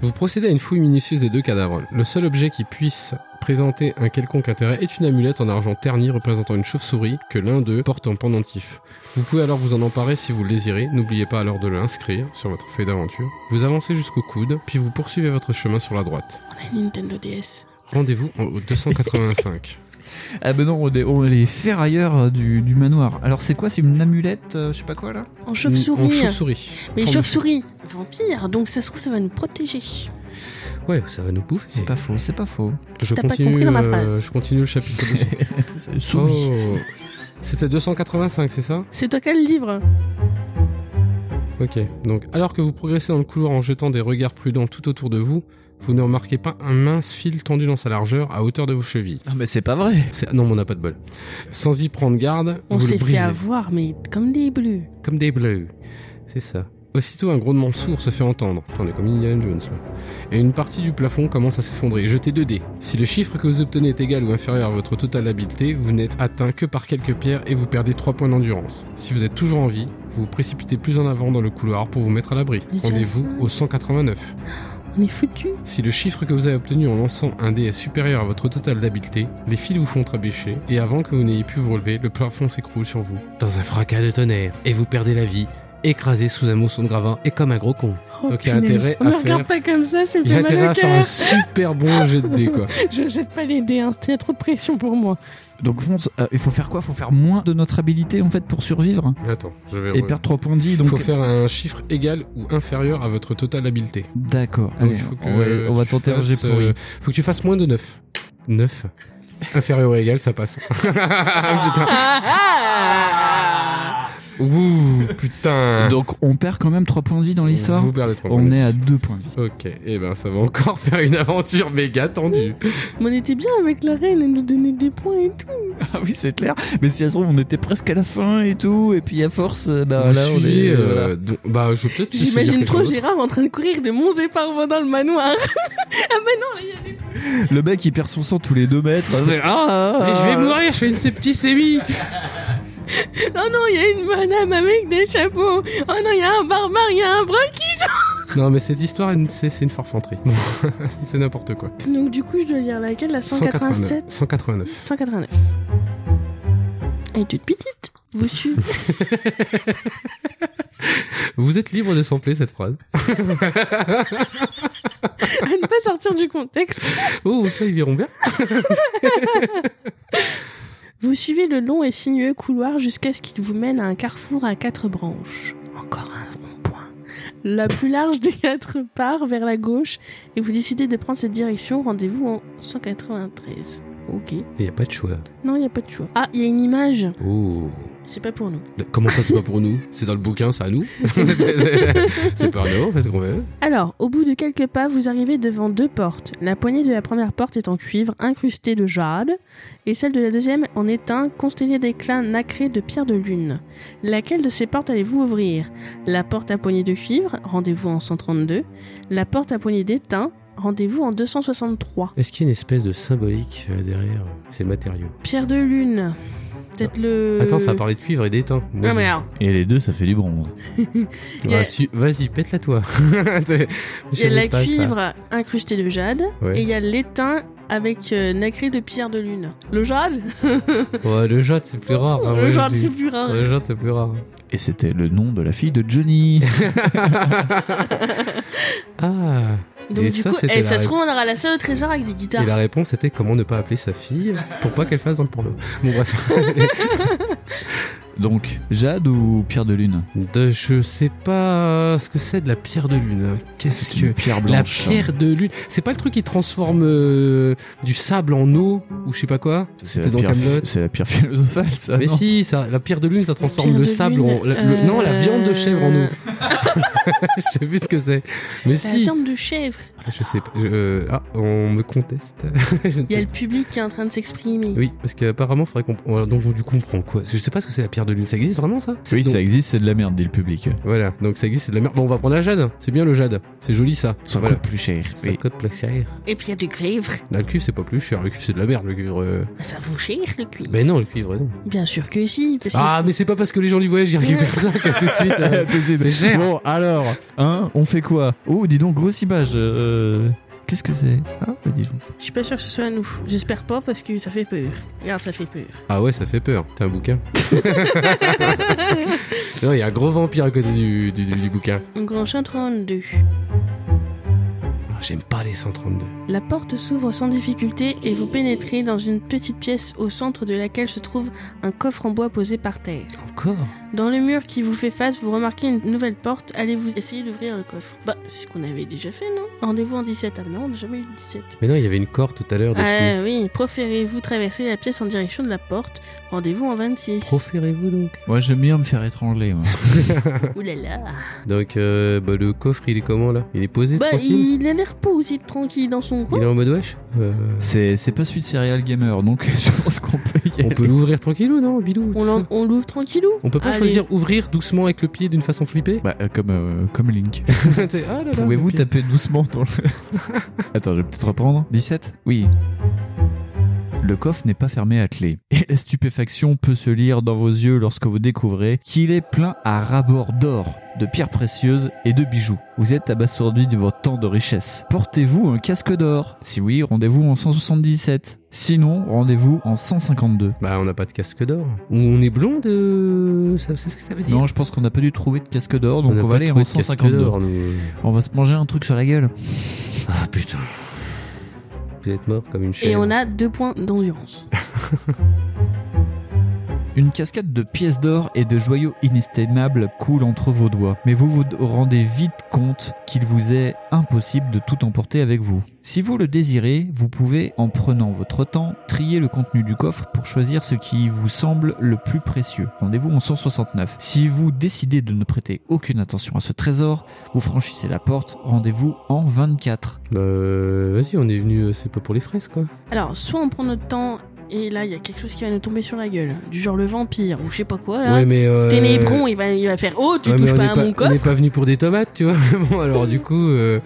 Vous procédez à une fouille minutieuse des deux cadavres. Le seul objet qui puisse présenter un quelconque intérêt est une amulette en argent terni représentant une chauve-souris que l'un d'eux porte en pendentif. Vous pouvez alors vous en emparer si vous le désirez, n'oubliez pas alors de l'inscrire sur votre feuille d'aventure. Vous avancez jusqu'au coude, puis vous poursuivez votre chemin sur la droite.
On a une Nintendo DS.
Rendez-vous en- au 285.
Ah ben non, on est, on est les ferrailleurs du, du manoir. Alors c'est quoi C'est une amulette, euh, je sais pas quoi là
En
En
chauve-souris.
chauve-souris.
Mais
Forme-
chauve-souris. Vampire. Donc ça se trouve, ça va nous protéger.
Ouais, ça va nous bouffer.
C'est pas faux, c'est pas faux.
Je
T'as pas
continue,
compris dans ma
euh,
phrase.
je continue le chapitre 2.
Souris.
Oh. C'était 285, c'est ça
C'est toi quel livre
Ok. Donc, alors que vous progressez dans le couloir en jetant des regards prudents tout autour de vous, vous ne remarquez pas un mince fil tendu dans sa largeur à hauteur de vos chevilles.
Ah, mais c'est pas vrai.
C'est- Non, mais on n'a pas de bol. Sans y prendre garde,
On
vous le
s'est fait
brisez.
avoir, mais comme des bleus.
Comme des bleus. C'est ça. Aussitôt, un grondement sourd se fait entendre. Attendez, comme Indiana Jones, là. Et une partie du plafond commence à s'effondrer. Jetez 2 dés. Si le chiffre que vous obtenez est égal ou inférieur à votre totale habileté, vous n'êtes atteint que par quelques pierres et vous perdez 3 points d'endurance. Si vous êtes toujours en vie, vous vous précipitez plus en avant dans le couloir pour vous mettre à l'abri.
Déjà
Rendez-vous
ça
au 189.
On est foutus.
Si le chiffre que vous avez obtenu en lançant un dé est supérieur à votre total d'habileté, les fils vous font trébucher, et avant que vous n'ayez pu vous relever, le plafond s'écroule sur vous, dans un fracas de tonnerre, et vous perdez la vie, écrasé sous un mousson de gravin et comme un gros con.
Oh,
Donc, il y a
punaise.
intérêt
on
à
me regarde
faire-
pas comme ça, ça me
Il y a
fait
intérêt
mal au
à faire un
cœur.
super bon jet de dé, quoi.
Je jette pas les dés, hein. c'est trop de pression pour moi.
Donc, fonce, euh, il faut faire quoi Faut faire moins de notre habilité en fait pour survivre
Attends, je vais...
et perdre 3 points de vie. Donc,
Euh, faut faire un chiffre égal ou inférieur à votre total d'habileté.
d'accord.
Donc,
Allez,
il faut que
on va, on va
tu
tenter un
fasses,
G pourri.
euh, Faut que tu fasses moins de 9. 9. Inférieur ou égal, ça passe. Ah, putain. Ouh, putain.
Donc, on perd quand même 3 points de vie dans l'histoire.
Vous perdez 3
On est à 2 points de vie.
Ok, et ben ça va encore faire une aventure méga tendue.
Mais on était bien avec la reine, elle nous donnait des points et tout.
Ah oui, c'est clair. Mais si elles on était presque à la fin et tout. Et puis, à force, euh, bah
Vous
là, on
suivez,
est.
euh,
voilà.
donc- bah je vais peut-être. vous
J'imagine
suivre
trop
quelqu'un
Gérard en train de courir de Monts et Parvent dans le manoir. ah bah non, là, il y a des trucs.
Le mec, il perd son sang tous les 2 mètres. Ah, ah,
d'autre.
ah.
Mais je vais mourir, je fais une septicémie.
Oh non, il y a une madame avec des chapeaux. Oh non, il y a un barbare, il y a un brun qui
non mais cette histoire, elle- c'est c'est une farfanterie. c'est n'importe quoi.
Donc du coup, je dois lire laquelle La 187
189.
189. Elle est toute petite. Vous suivez
Vous êtes libre de sampler cette phrase.
à ne pas sortir du contexte.
Oh ça ils verront bien.
Vous suivez le long et sinueux couloir jusqu'à ce qu'il vous mène à un carrefour à quatre branches. Encore un rond-point. La plus large des quatre parts vers la gauche et vous décidez de prendre cette direction. Rendez-vous en 193. Ok.
Il y a pas de choix.
Non, il n'y a pas de choix. Ah, il y a une image.
Oh.
C'est pas pour nous.
Comment ça c'est pas pour nous C'est dans le bouquin, c'est à nous. C'est- c'est c'est pas à nous, en fait ce qu'on veut.
Alors, au bout de quelques pas, vous arrivez devant deux portes. La poignée de la première porte est en cuivre incrustée de jade, et celle de la deuxième en étain constellée d'éclats nacrés de pierre de lune. Laquelle de ces portes allez-vous ouvrir La porte à poignée de cuivre, rendez-vous en 132. La porte à poignée d'étain, rendez-vous en 263.
Est-ce qu'il y a une espèce de symbolique euh, derrière ces matériaux
Pierre de lune. Peut-être le.
Attends, ça a parlé de cuivre et d'étain.
Euh. Ah, mais alors,
Et les deux, ça fait du bronze.
Il y a-
Vas- Bah, su- Vas-y, pète-la toi.
il y a la cuivre incrustée de jade,
Ouais.
et il y a l'étain avec euh, nacré de pierre de lune. Le jade
Ouais, le jade, c'est plus rare. hein,
Le
ouais,
jade,
je dis.
c'est plus rare.
Le jade, c'est plus rare.
Et c'était le nom de la fille de Johnny.
Ah.
Donc
Et
du
ça,
coup,
c'était
eh,
la
ça se
ré-
trouve, on aura la seule au trésor avec des guitares.
Et la réponse était comment ne pas appeler sa fille pour pas qu'elle fasse dans le porno. Bon, bref.
Donc, Jade ou Pierre de Lune
De- je sais pas ce que c'est de la pierre de lune. Qu'est-ce que.
Pierre
La pierre hein. de lune, c'est pas le truc qui transforme euh, du sable en eau ou je sais pas quoi.
C'est
C'était
la
dans
pierre-
Camelot.
C'est la pierre philosophale, ça.
Mais
non
si, ça, la pierre de lune, ça transforme
Pierre
le
de
sable
lune,
en. la- le-
euh,
Non, la viande de chèvre en eau. je sais plus ce que c'est. Mais
La
si.
viande de chèvre.
Je sais pas. je- euh, ah, on me conteste. Je ne
Il y a
sais
le public qui est en train de s'exprimer.
pas. Oui, parce qu'apparemment, faudrait qu'on. voilà, donc, du coup, on prend quoi Parce que Je sais pas ce que c'est la pierre de lune. Ça existe vraiment, ça
Oui,
donc,
ça existe, c'est de la merde, dit le public.
Voilà, donc ça existe, c'est de la merde. Bon, on va prendre la jade. C'est bien le jade. C'est joli, ça.
Ça
voilà.
coûte plus cher.
Ça coûte plus cher.
Et puis il y a du cuivre.
Non, le cuivre, c'est pas plus cher. Le cuivre, c'est de la merde, le cuivre. euh.
Ça vaut cher le cuivre.
Ben non, le cuivre, non.
Bien sûr que si. parce que-
Ah, mais c'est pas parce que les gens du voyage, ils récupèrent ça que tout de suite. euh, C'est cher.
Bon, alors, hein, on fait quoi Oh, dis donc, grosse image. euh, Qu'est-ce que c'est Ah, bah dis donc.
Je suis pas sûr que ce soit à nous. J'espère pas parce que ça fait peur. Regarde, ça fait peur.
Ah ouais, ça fait peur. T'as un bouquin. Non, il y a un gros vampire à côté du, du, du- du bouquin.
Un grand chien 32.
Ah, J'aime pas les 132.
La porte s'ouvre sans difficulté et vous pénétrez dans une petite pièce au centre de laquelle se trouve un coffre en bois posé par terre.
Encore
Dans le mur qui vous fait face, vous remarquez une nouvelle porte. Allez-vous essayer d'ouvrir le coffre Bah, c'est ce qu'on avait déjà fait, non Rendez-vous en 17. Ah, mais non, on n'a jamais eu de 17.
Mais non, il y avait une corde tout à l'heure dessus.
Ah oui, proférez-vous traverser la pièce en direction de la porte. Rendez-vous en 26.
Proférez-vous donc.
Moi, j'aime bien me faire étrangler. moi.
Ouh là là.
Donc, euh, bah, le coffre, il est comment là Il est posé
Bah,
tranquille
il a l'air positif, tranquille dans son
il...
coin.
est en mode wesh Euh,
C'est c'est pas celui de Serial Gamer, donc je pense qu'on peut y
On
aller.
peut l'ouvrir tranquille ou non, Bilou tout
On, l'en-
ça
on l'ouvre tranquillou.
On peut pas
Allez.
choisir ouvrir doucement avec le pied d'une façon flippée
Bah, euh, comme, euh, comme Link.
C'est- ah là là,
Pouvez-vous
le pied.
taper doucement dans le...
Attends, je vais peut-être reprendre.
17 Oui.
Le coffre n'est pas fermé à clé. Et la stupéfaction peut se lire dans vos yeux lorsque vous découvrez qu'il est plein à rabord d'or, de pierres précieuses et de bijoux. Vous êtes abasourdi de votre temps de richesse. Portez-vous un casque d'or Si oui, rendez-vous en 177. Sinon, rendez-vous en 152.
Bah, on n'a pas de casque d'or. Ou on est blond de. Ça- C'est ce que ça veut dire
Non, je pense qu'on n'a pas dû trouver de casque d'or, donc
n'a
on, va
pas
aller
trouvé
en
de casque
152.
d'or, nous.
On va se manger un truc sur la gueule.
Ah putain. Vous êtes mort comme une chèvre.
Et on a deux points d'endurance.
Une cascade de pièces d'or et de joyaux inestimables coule entre vos doigts, mais vous vous rendez vite compte qu'il vous est impossible de tout emporter avec vous. Si vous le désirez, vous pouvez, en prenant votre temps, trier le contenu du coffre pour choisir ce qui vous semble le plus précieux. Rendez-vous en 169. Si vous décidez de ne prêter aucune attention à ce trésor, vous franchissez la porte, rendez-vous en 24.
Bah, euh, vas-y, on est venu, euh, c'est pas pour les fraises quoi.
Alors, soit on prend notre temps et là, il y a quelque chose qui va nous tomber sur la gueule. Du genre le vampire ou je sais pas quoi là.
ouais, mais. Euh...
Ténébron, il va, il va faire Oh, tu
ouais, mais
touches
on
pas
est
à mon
On n'est
coffre.
pas venu pour des tomates, tu vois. bon, alors du coup, euh,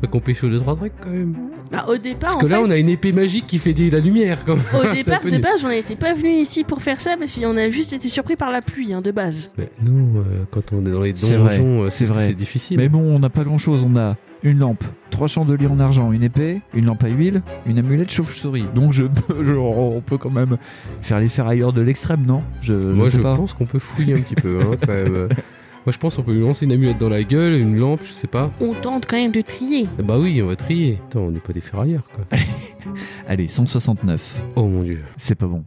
faut qu'on pêche aux deux trois trucs quand même.
Bah, au départ,
Parce
en
que là,
fait,
on a une épée magique qui fait des... la lumière comme.
au départ,
peu
de
nul.
base, on n'était pas venu ici pour faire ça parce qu'on a juste été surpris par la pluie hein, de base.
Mais non, euh, quand on est dans les
C'est vrai,
donjons, euh,
c'est
c'est vrai,
vrai.
c'est difficile.
Mais bon, on n'a pas grand-chose, on a une lampe, trois chandeliers en argent, une épée, une lampe à huile, une amulette chauve-souris. Donc je, peux- je- on peut quand même faire les ferrailleurs de l'extrême, non je, je
Moi,
sais
je
pas.
pense qu'on peut fouiller un petit peu, hein, quand même. euh. Moi, je pense qu'on peut lui lancer une amulette dans la gueule, une lampe, je sais pas.
On tente quand même de trier.
Ah Bah oui, on va trier. Attends, on n'est pas des ferrailleurs, quoi.
Allez, 169.
Oh mon dieu.
C'est pas bon.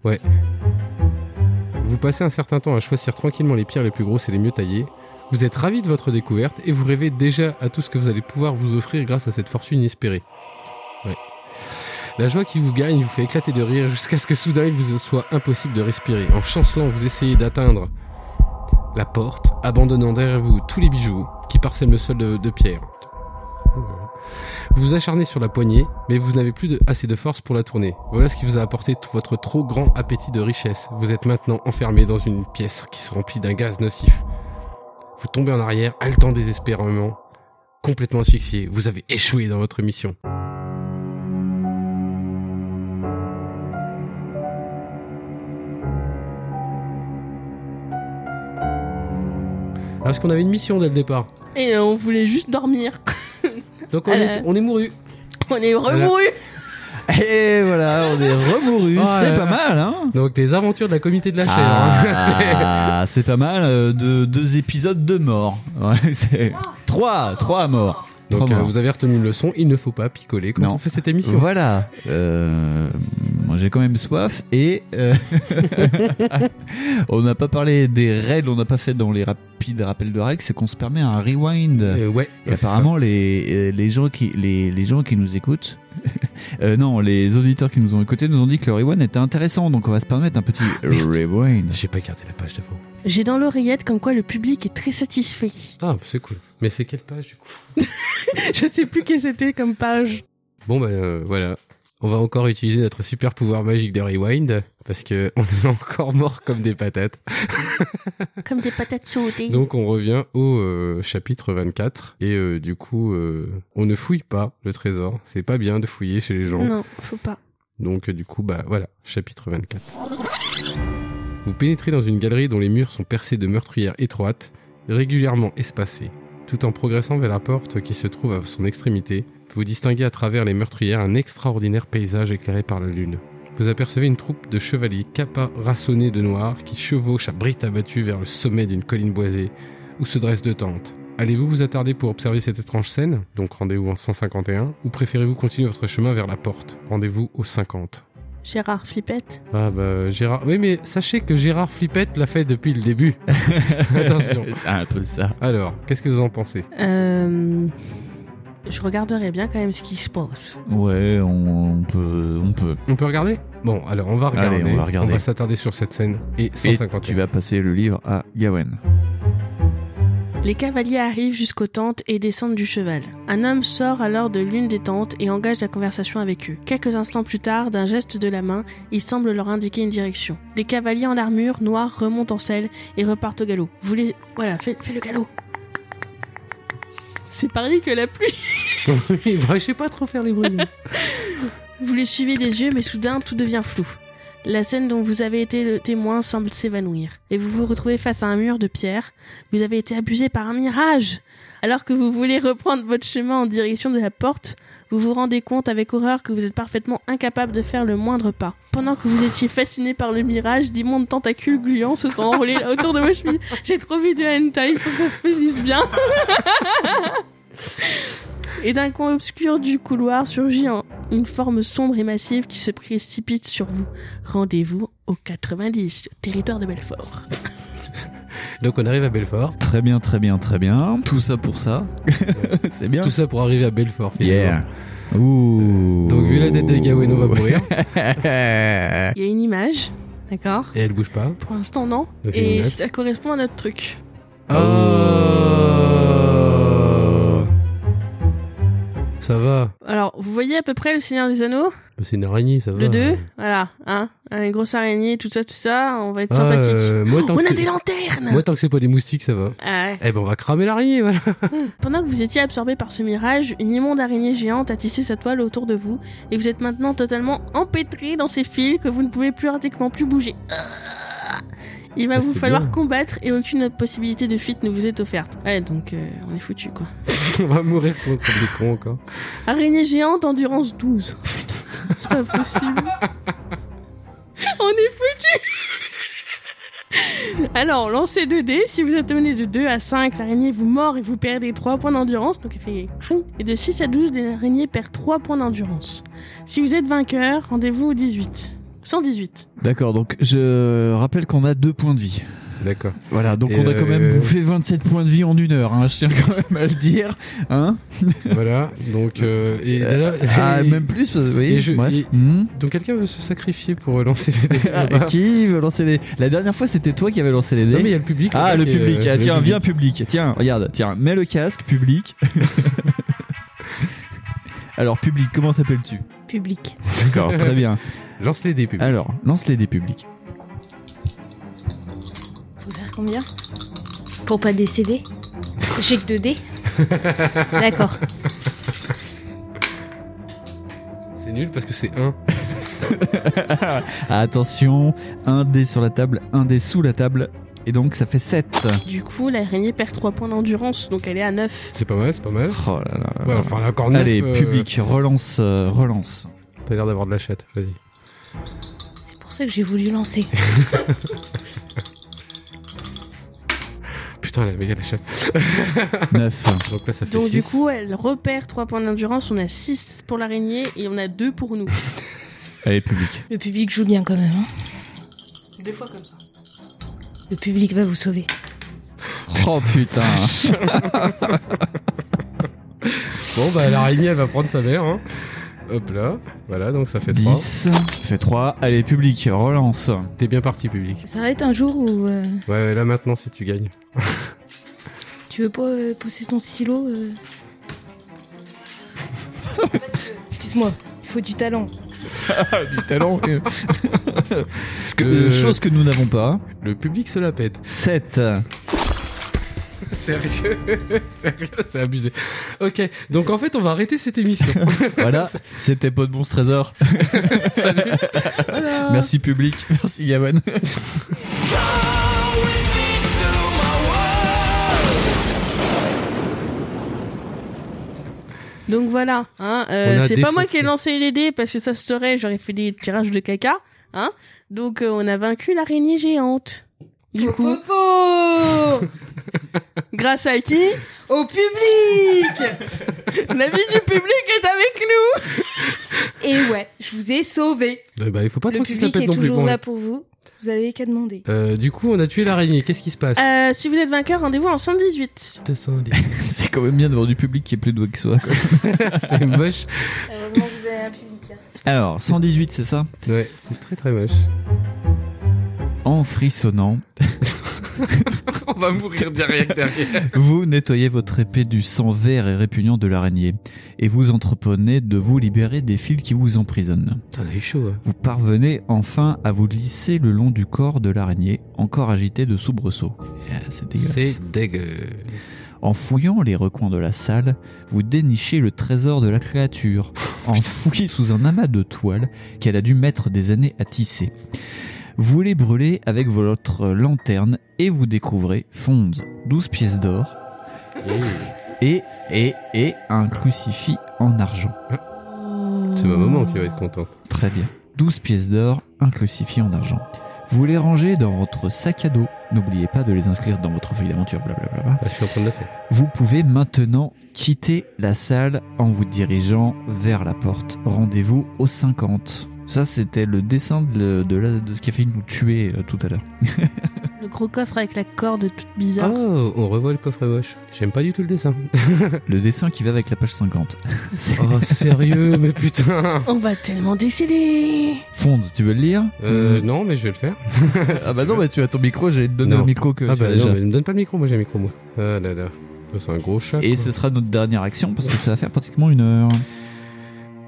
Vous passez un certain temps à choisir tranquillement les pierres les plus grosses et les mieux taillées. Vous êtes ravi de votre découverte et vous rêvez déjà à tout ce que vous allez pouvoir vous offrir grâce à cette fortune inespérée. Ouais. La joie qui vous gagne vous fait éclater de rire jusqu'à ce que soudain il vous soit impossible de respirer. En chancelant, vous essayez d'atteindre la porte, abandonnant derrière vous tous les bijoux qui parsèment le sol de, de pierre. Vous vous acharnez sur la poignée, mais vous n'avez plus de- assez de force pour la tourner. Voilà ce qui vous a apporté t- votre trop grand appétit de richesse. Vous êtes maintenant enfermé dans une pièce qui se remplit d'un gaz nocif. Vous tombez en arrière, haletant désespérément, complètement asphyxié. Vous avez échoué dans votre mission. Alors, Est-ce Ah, qu'on avait une mission dès le départ
Et euh, on voulait juste dormir.
Donc on, est,
Euh.
on est mouru.
on est remouru.
Et voilà, on est remouru.
Ouais.
c'est pas mal, hein
Donc les aventures de la comité de la chair. hein.
Ah, c'est pas mal. euh, de, deux épisodes de morts. Ouais, c'est- trois, trois morts.
C'est- Donc
Trois
euh,
morts.
vous avez retenu une leçon, il ne faut pas picoler quand
Non.
on fait cette émission.
Voilà. Euh, moi, j'ai quand même soif et euh, on n'a pas parlé des règles, on n'a pas fait dans les rapides rappels de règles, c'est qu'on se permet un rewind.
Euh, ouais,
Et
ouais, c'est ça.
apparemment, les, euh, les, gens qui, les, les gens qui nous écoutent, euh, non, les auditeurs qui nous ont écoutés nous ont dit que le rewind était intéressant, donc on va se permettre un petit rewind.
J'ai pas gardé la page devant.
J'ai dans l'oreillette comme quoi le public est très satisfait.
Ah, c'est cool. Mais c'est quelle page du coup
Je sais plus que c'était comme page.
Bon ben euh, voilà. On va encore utiliser notre super pouvoir magique de rewind parce que on est encore mort comme des patates.
Comme des patates sautées.
Donc on revient au euh, chapitre 24 et euh, du coup euh, on ne fouille pas le trésor. C'est pas bien de fouiller chez les gens.
Non, faut pas.
Donc euh, du coup, bah voilà, chapitre 24. Vous pénétrez dans une galerie dont les murs sont percés de meurtrières étroites, régulièrement espacées. Tout en progressant vers la porte qui se trouve à son extrémité, vous distinguez à travers les meurtrières un extraordinaire paysage éclairé par la lune. Vous apercevez une troupe de chevaliers capas rassonnés de noir qui chevauchent à bride abattue vers le sommet d'une colline boisée où se dressent deux tentes. Allez-vous vous attarder pour observer cette étrange scène, donc rendez-vous en 151, ou préférez-vous continuer votre chemin vers la porte, rendez-vous au 50
Gérard Flippette.
Ah bah Gérard. Oui mais sachez que Gérard Flippette l'a fait depuis le début. Attention.
C'est un peu ça.
Alors, qu'est-ce que vous en pensez
Euh, je regarderai bien quand même ce qui se passe.
Ouais, on, on peut, on peut.
On peut regarder Bon, alors on va regarder.
Allez, on va regarder.
s'attarder sur cette scène. Et
Et
150.
tu vas passer le livre à Gawen.
Les cavaliers arrivent jusqu'aux tentes et descendent du cheval. Un homme sort alors de l'une des tentes et engage la conversation avec eux. Quelques instants plus tard, d'un geste de la main, il semble leur indiquer une direction. Les cavaliers en armure noire remontent en selle et repartent au galop. Vous les... Voilà, fais, fais le galop. C'est pareil que la pluie.
Oui, bah, je sais pas trop faire les bruits.
Vous les suivez des yeux, mais soudain tout devient flou. La scène dont vous avez été le témoin semble s'évanouir, et vous vous retrouvez face à un mur de pierre. Vous avez été abusé par un mirage. Alors que vous voulez reprendre votre chemin en direction de la porte, vous vous rendez compte avec horreur que vous êtes parfaitement incapable de faire le moindre pas. Pendant que vous étiez fasciné par le mirage, d'immondes tentacules gluants se sont enroulés autour de vos chevilles. J'ai trop vu de hentai pour que ça se précise bien. Et d'un coin obscur du couloir surgit un- une forme sombre et massive qui se précipite sur vous. Rendez-vous au 90, territoire de Belfort.
Donc on arrive à Belfort.
Très bien, très bien, très bien.
Tout ça pour ça.
C'est bien.
Tout ça pour arriver à Belfort finalement.
Yeah. Ouh.
Donc vu la tête de Gawain, on va mourir.
Il y a une image, d'accord
Et elle bouge pas.
Pour l'instant, non.
Le
Et
filmage.
ça correspond à notre truc.
Oh. Ça va.
Alors, vous voyez à peu près le Seigneur des Anneaux
Bah, C'est une araignée, ça va.
Le 2 Voilà, hein Une grosse araignée, tout ça, tout ça, on va être
Ah,
sympathique. Oh,
euh, moi, tant
on
que
a
c'est-
des lanternes
Moi, tant que c'est pas des moustiques, ça va.
Ah ouais.
Eh ben, on va cramer l'araignée, voilà.
Pendant que vous étiez absorbé par ce mirage, une immonde araignée géante a tissé sa toile autour de vous et vous êtes maintenant totalement empêtré dans ces fils que vous ne pouvez plus pratiquement plus bouger. Ah Il va
Ah,
vous
c'est
falloir
bien.
combattre et aucune autre possibilité de fuite ne vous est offerte. Ouais, donc euh, on est foutu quoi.
on va mourir contre des cons encore.
Araignée géante, endurance 12. Putain, c'est pas possible. on est foutu. Alors, lancez 2 dés. Si vous êtes mené de 2 à 5, l'araignée vous mord et vous perdez 3 points d'endurance. Donc, elle fait. cring. Et de 6 à 12, l'araignée perd 3 points d'endurance. Si vous êtes vainqueur, rendez-vous au 18. 118.
D'accord, donc je rappelle qu'on a deux points de vie.
D'accord.
Voilà, donc
Et
on a
euh,
quand même bouffé 27 points de vie en une heure, hein, je tiens quand même à le dire. Hein
voilà. Donc, euh, et,
Euh,
et-
ah, même plus, parce que, vous voyez,
et je-
bref.
et-
Hmm.
donc quelqu'un veut se sacrifier pour euh, lancer les dés.
Ah,
là-bas.
qui veut lancer les La dernière fois, c'était toi qui avais lancé les dés.
Non, mais il y a le public. là-bas,
Ah, le
qui est,
public.
euh,
Ah,
le
tiens,
public.
viens, public. Tiens, regarde, tiens, mets le casque, public. Alors, public, comment t'appelles-tu
Public.
D'accord, très bien.
Lance les dés, public.
Alors, lance les dés publics.
Faut faire combien Pour pas décéder J'ai que 2 dés D'accord.
Ah.
C'est nul parce que c'est 1.
Attention, un dé sur la table, un dé sous la table, et donc ça fait 7.
Du coup, l'araignée perd 3 points d'endurance. Donc, elle est à 9.
C'est pas mal, c'est pas mal.
Oh là là.
Ouais, enfin, là, encore neuf,
Allez,
euh,
public, relance, euh, relance.
T'as l'air d'avoir de la chatte, vas-y.
C'est pour ça que j'ai voulu lancer.
Putain, elle a méga la chatte.
9.
Donc là, ça fait
Donc, du
six.
coup, elle repère 3 points d'endurance. On a 6 pour l'araignée et on a 2 pour nous.
Allez, public.
Le public joue bien quand même. hein.
Deux fois comme ça.
Le public va vous sauver.
Oh putain.
Bon, bah, l'araignée, elle va prendre sa mère, hein. Hop là. Voilà, donc ça fait 3.
10. Ça fait 3. Allez, public, relance.
T'es bien parti, public.
Ça va être un jour où euh,
Ouais, ouais, là, maintenant, si tu gagnes.
tu veux pas euh, pousser ton stylo euh Excuse-moi, il faut du talent.
Du talent.
Parce
Chose que nous n'avons pas.
le public se la pète.
7.
Sérieux Sérieux, c'est abusé. Ok, donc en fait, on va arrêter cette émission.
Voilà, c'était pas de bons trésors.
Salut. Voilà.
Merci public, merci Gavin.
Donc voilà, hein, euh,
On a
c'est pas moi
défoncé.
qui ai lancé les dés parce que ça se saurait, j'aurais fait des tirages de caca, hein. Donc euh, on a vaincu l'araignée géante. Du coup,
Popo
grâce à qui
Au public
La vie du public est avec nous.
Et ouais ouais, je vous ai sauvé.
Euh, bah, il faut pas
Le
trop qu'il se la
public
pète non
est
plus.
toujours
Bon,
là pour vous. Vous avez qu'à demander.
euh, du coup, on a tué l'araignée. Qu'est-ce qui se passe
Ah.
Euh, si vous êtes vainqueur, rendez-vous en 118.
210.
C'est quand même bien d'avoir du public qui est plus doué que soi. quoi.
C'est moche.
Heureusement que vous avez un public. hein.
Alors, 118, c'est ça
Ouais, c'est très très moche.
En frissonnant,
On va mourir derrière, derrière.
vous nettoyez votre épée du sang vert et répugnant de l'araignée, et vous entreprenez de vous libérer des fils qui vous emprisonnent.
Putain, on a eu chaud. hein.
Vous parvenez enfin à vous glisser le long du corps de l'araignée, encore agité de soubresauts. Ah, c'est dégueulasse.
C'est dégueu.
En fouillant les recoins de la salle, vous dénichez le trésor de la créature, enfoui sous un amas de toiles qu'elle a dû mettre des années à tisser. Vous les brûlez avec votre lanterne et vous découvrez Fonds, 12 pièces d'or et, et, et un crucifix en argent.
C'est ma maman qui va être contente.
Très bien. 12 pièces d'or, un crucifix en argent. Vous les rangez dans votre sac à dos. N'oubliez pas de les inscrire dans votre feuille d'aventure, blablabla.
Ah, je suis en train de le faire.
Vous pouvez maintenant quitter la salle en vous dirigeant vers la porte. Rendez-vous au 50. Ça, c'était le dessin de, de la- de ce qui a failli nous tuer euh, tout à l'heure.
Le gros coffre avec la corde toute bizarre.
Oh, on revoit le coffre moche. J'aime pas du tout le dessin.
Le dessin qui va avec la page 50. C'est-
Oh, sérieux, mais putain.
On va tellement décider.
Fonde, tu veux le lire
Euh, non, mais je vais le faire.
Ah bah non, bah tu as ton micro, j'allais te donner
Non.
le micro que
Ah
tu as
bah
déjà.
non, mais ne me donne pas le micro, moi j'ai un micro moi. Ah là là. Ça, C'est un gros chat.
Et
quoi.
ce sera notre dernière action parce que ça va faire pratiquement une heure.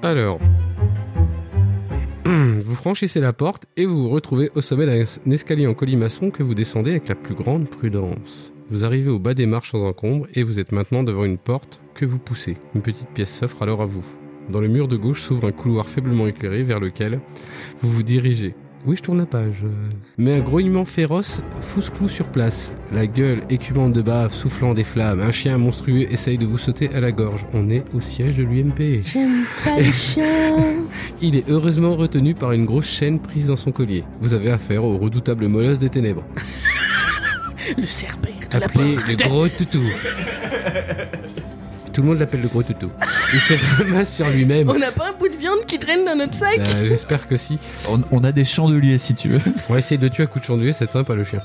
Alors. Vous franchissez la porte et vous vous retrouvez au sommet d'un es- escalier en colimaçon que vous descendez avec la plus grande prudence. Vous arrivez au bas des marches sans encombre et vous êtes maintenant devant une porte que vous poussez. Une petite pièce s'offre alors à vous. Dans le mur de gauche s'ouvre un couloir faiblement éclairé vers lequel vous vous dirigez. Oui, je tourne la page. euh. Mais un grognement féroce fousse clou sur place. La gueule écumante de bave, soufflant des flammes. Un chien monstrueux essaye de vous sauter à la gorge. On est au siège de l'UMP.
J'aime pas les chiens.
Il est heureusement retenu par une grosse chaîne prise dans son collier. Vous avez affaire au redoutable molosse des ténèbres,
Le cerbère de la
appelé
porte.
le gros toutou. Tout le monde l'appelle le gros toutou. Il se ramasse sur lui-même.
On n'a pas un bout de viande qui traîne dans notre sac
Euh, J'espère que si.
On, on a des chandeliers si tu veux.
On va essayer de le tuer à coup de chandelier, c'est sympa le chien.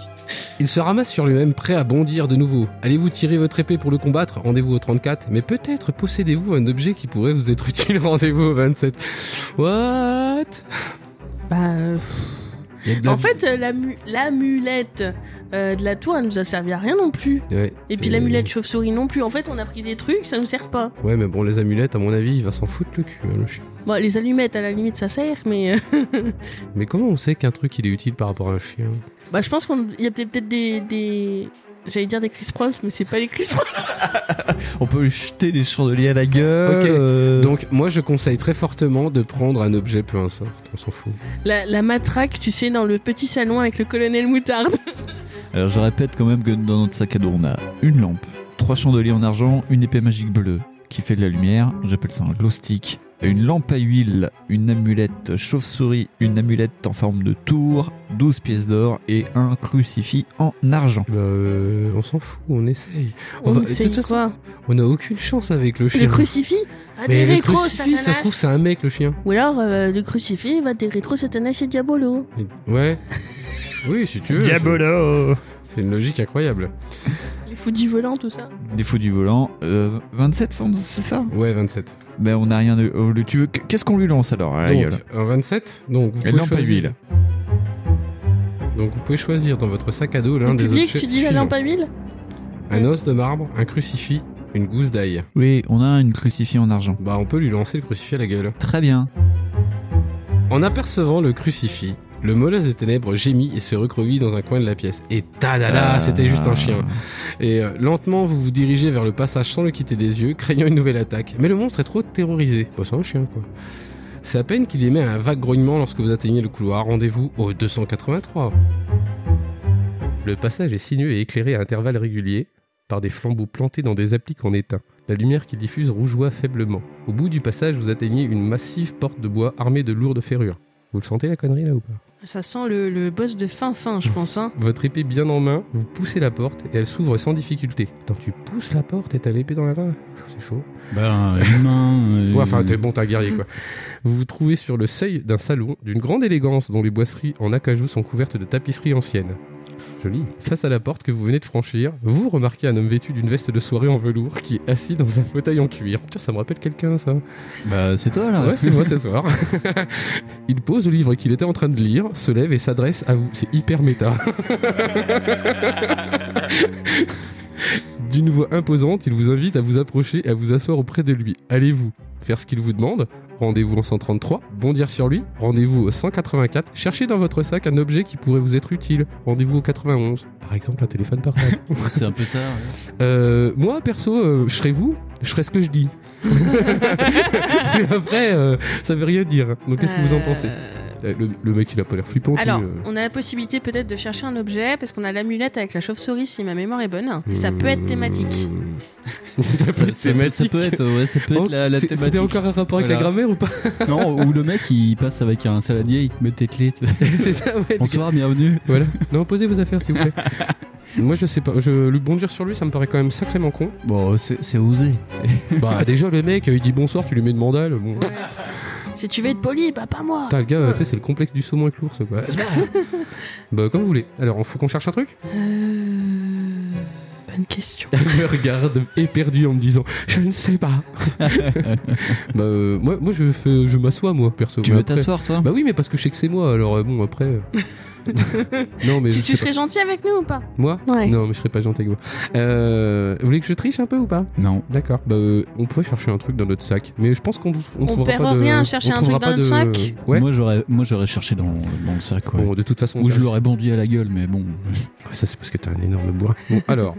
Il se ramasse sur lui-même, prêt à bondir de nouveau. Allez-vous tirer votre épée pour le combattre Rendez-vous au 34. Mais peut-être possédez-vous un objet qui pourrait vous être utile. Rendez-vous au 27. What
Bah, euh,
Il y a de la
en
vie.
fait, euh, l'amu- l'amulette euh, de la tour, elle nous a servi à rien non plus.
Ouais.
Et puis
Euh,
l'amulette chauve-souris non plus. En fait, on a pris des trucs, ça nous sert pas.
Ouais, mais bon, les amulettes, à mon avis, il va s'en foutre le cul, hein, le chien.
Bon, les allumettes, à la limite, ça sert, mais. euh,
Mais comment on sait qu'un truc il est utile par rapport à un chien
bah, je pense qu'il y a peut-être peut-être des. des... J'allais dire des Chris Prolls, mais c'est pas les Chris Prolls.
On peut lui jeter des chandeliers à la gueule.
Ok,
euh,
Donc moi je conseille très fortement de prendre un objet peu importe, on s'en fout.
La, la matraque, tu sais, dans le petit salon avec le colonel Moutarde.
Alors je répète quand même que dans notre sac à dos, on a une lampe, trois chandeliers en argent, une épée magique bleue qui fait de la lumière, j'appelle ça un glow stick, une lampe à huile, une amulette chauve-souris, une amulette en forme de tour, 12 pièces d'or et un crucifix en argent.
Bah, euh, on s'en fout, on essaye. On
On
va-
ne
de
sait
toute façon,
quoi
On a aucune chance avec le chien.
Le crucifix Va des
Mais le
rétros,
crucifix, ça
Satanas.
se trouve c'est un mec le chien.
Ou alors, euh, le crucifix va des rétros Satanas et Diabolo.
Ouais. Oui si tu veux.
Diabolo
C'est c'est une logique incroyable.
Les fous volants, tout ça.
Défaut du volant, euh, 27 fonds, c'est ça
Ouais 27.
Ben on n'a rien de... oh, le- tu veux... Qu'est-ce qu'on lui lance alors à Ah, la gueule
donc un 27. Donc vous
Une
pouvez
lampe à
choisir.
huile.
Donc vous pouvez choisir dans votre sac à dos l'un
Le
des
public,
objets
tu dis la
suivants.
lampe à huile
Un os de marbre, un crucifix, une gousse d'ail.
Oui, on a une crucifix en argent.
Bah on peut lui lancer le crucifix à la gueule.
Très bien.
En apercevant le crucifix, le molosse des ténèbres gémit et se recroqueville dans un coin de la pièce. Et tadada, c'était juste un chien. Et euh, lentement, vous vous dirigez vers le passage sans le quitter des yeux, craignant une nouvelle attaque. Mais le monstre est trop terrorisé. Bon, c'est un chien, quoi. C'est à peine qu'il émet un vague grognement lorsque vous atteignez le couloir. Rendez-vous au 283. Le passage est sinueux et éclairé à intervalles réguliers par des flambeaux plantés dans des appliques en étain. La lumière qui diffuse rougeoie faiblement. Au bout du passage, vous atteignez une massive porte de bois armée de lourdes ferrures. Vous le sentez la connerie là ou pas
Ça sent le, le boss de fin fin, je pense. Hein.
Votre épée bien en main, vous poussez la porte et elle s'ouvre sans difficulté. Tant tu pousses la porte et t'as l'épée dans la main, c'est chaud.
Ben, euh, humain.
Ouais, enfin, t'es bon, t'es un guerrier quoi. vous vous trouvez sur le seuil d'un salon d'une grande élégance dont les boisseries en acajou sont couvertes de tapisseries anciennes. Joli. Face à la porte que vous venez de franchir, vous remarquez un homme vêtu d'une veste de soirée en velours qui est assis dans un fauteuil en cuir. Tiens, ça me rappelle quelqu'un ça.
Bah, c'est toi là.
Ouais, c'est moi ce soir. Il pose le livre qu'il était en train de lire, se lève et s'adresse à vous. C'est hyper méta. D'une voix imposante, il vous invite à vous approcher et à vous asseoir auprès de lui. Allez-vous faire ce qu'il vous demande Rendez-vous en 133, bondir sur lui, rendez-vous au 184, cherchez dans votre sac un objet qui pourrait vous être utile, rendez-vous au 91, par exemple un téléphone portable.
c'est un peu ça. ouais.
Euh, moi, perso, euh, je serais vous, je serais ce que je dis. Mais après, euh, ça veut rien dire. Donc, qu'est-ce que vous en pensez
Euh,
Euh, le, le mec, il a pas l'air flippant. lui,
Alors,
euh.
on a la possibilité peut-être de chercher un objet parce qu'on a l'amulette avec la chauve-souris si ma mémoire est bonne. Et ça peut être thématique.
Mmh. ça peut être
Ça peut-
thématique.
ça peut être, ouais, ça peut être
Oh,
la, la
c'est-
thématique.
C'était encore un rapport avec la
Voilà.
grammaire ou pas
Non, ou le mec il passe avec un saladier, il te met tes clés. t'sais.
C'est ça, ouais.
Bonsoir, bienvenue.
Voilà. Non, posez vos affaires, s'il vous plaît. Moi, je sais pas. Je, le bondir sur lui, ça me paraît quand même sacrément con.
Bon, c'est c'est osé.
Bah, déjà, le mec, il dit bonsoir, tu lui mets une mandale. Bon.
Si tu veux être poli, bah pas moi.
Putain, le gars, tu sais, c'est le complexe du saumon avec l'ours, quoi. bah, comme vous voulez. Alors, faut qu'on cherche un truc
Euh... Bonne question.
Elle me regarde éperdue en me disant Je ne sais pas. bah, euh, moi, moi, je, fais, je m'assois, moi, perso.
Tu
Mais
veux
après-
t'asseoir toi
Bah oui, mais parce que je sais que c'est moi, alors euh, bon, après. euh. non, mais. je
Tu,
sais
tu serais gentil avec nous ou pas
pas. Moi
Ouais.
Non, mais je serais pas gentil avec moi. Euh, vous voulez que je triche un peu ou pas
Non.
D'accord. Bah, euh, on pourrait chercher un truc dans notre sac. Mais je pense qu'on on trouvera
perd
pas de.
rien à chercher
on
un truc
trouvera
dans
pas
notre
de-
sac.
Ouais.
Moi j'aurais moi j'aurais cherché dans, dans le sac quoi.
Bon, de toute façon.
Ou je l'aurais bondi à la gueule, mais bon.
Ça, c'est parce que t'as un énorme bourrin. Bon, alors.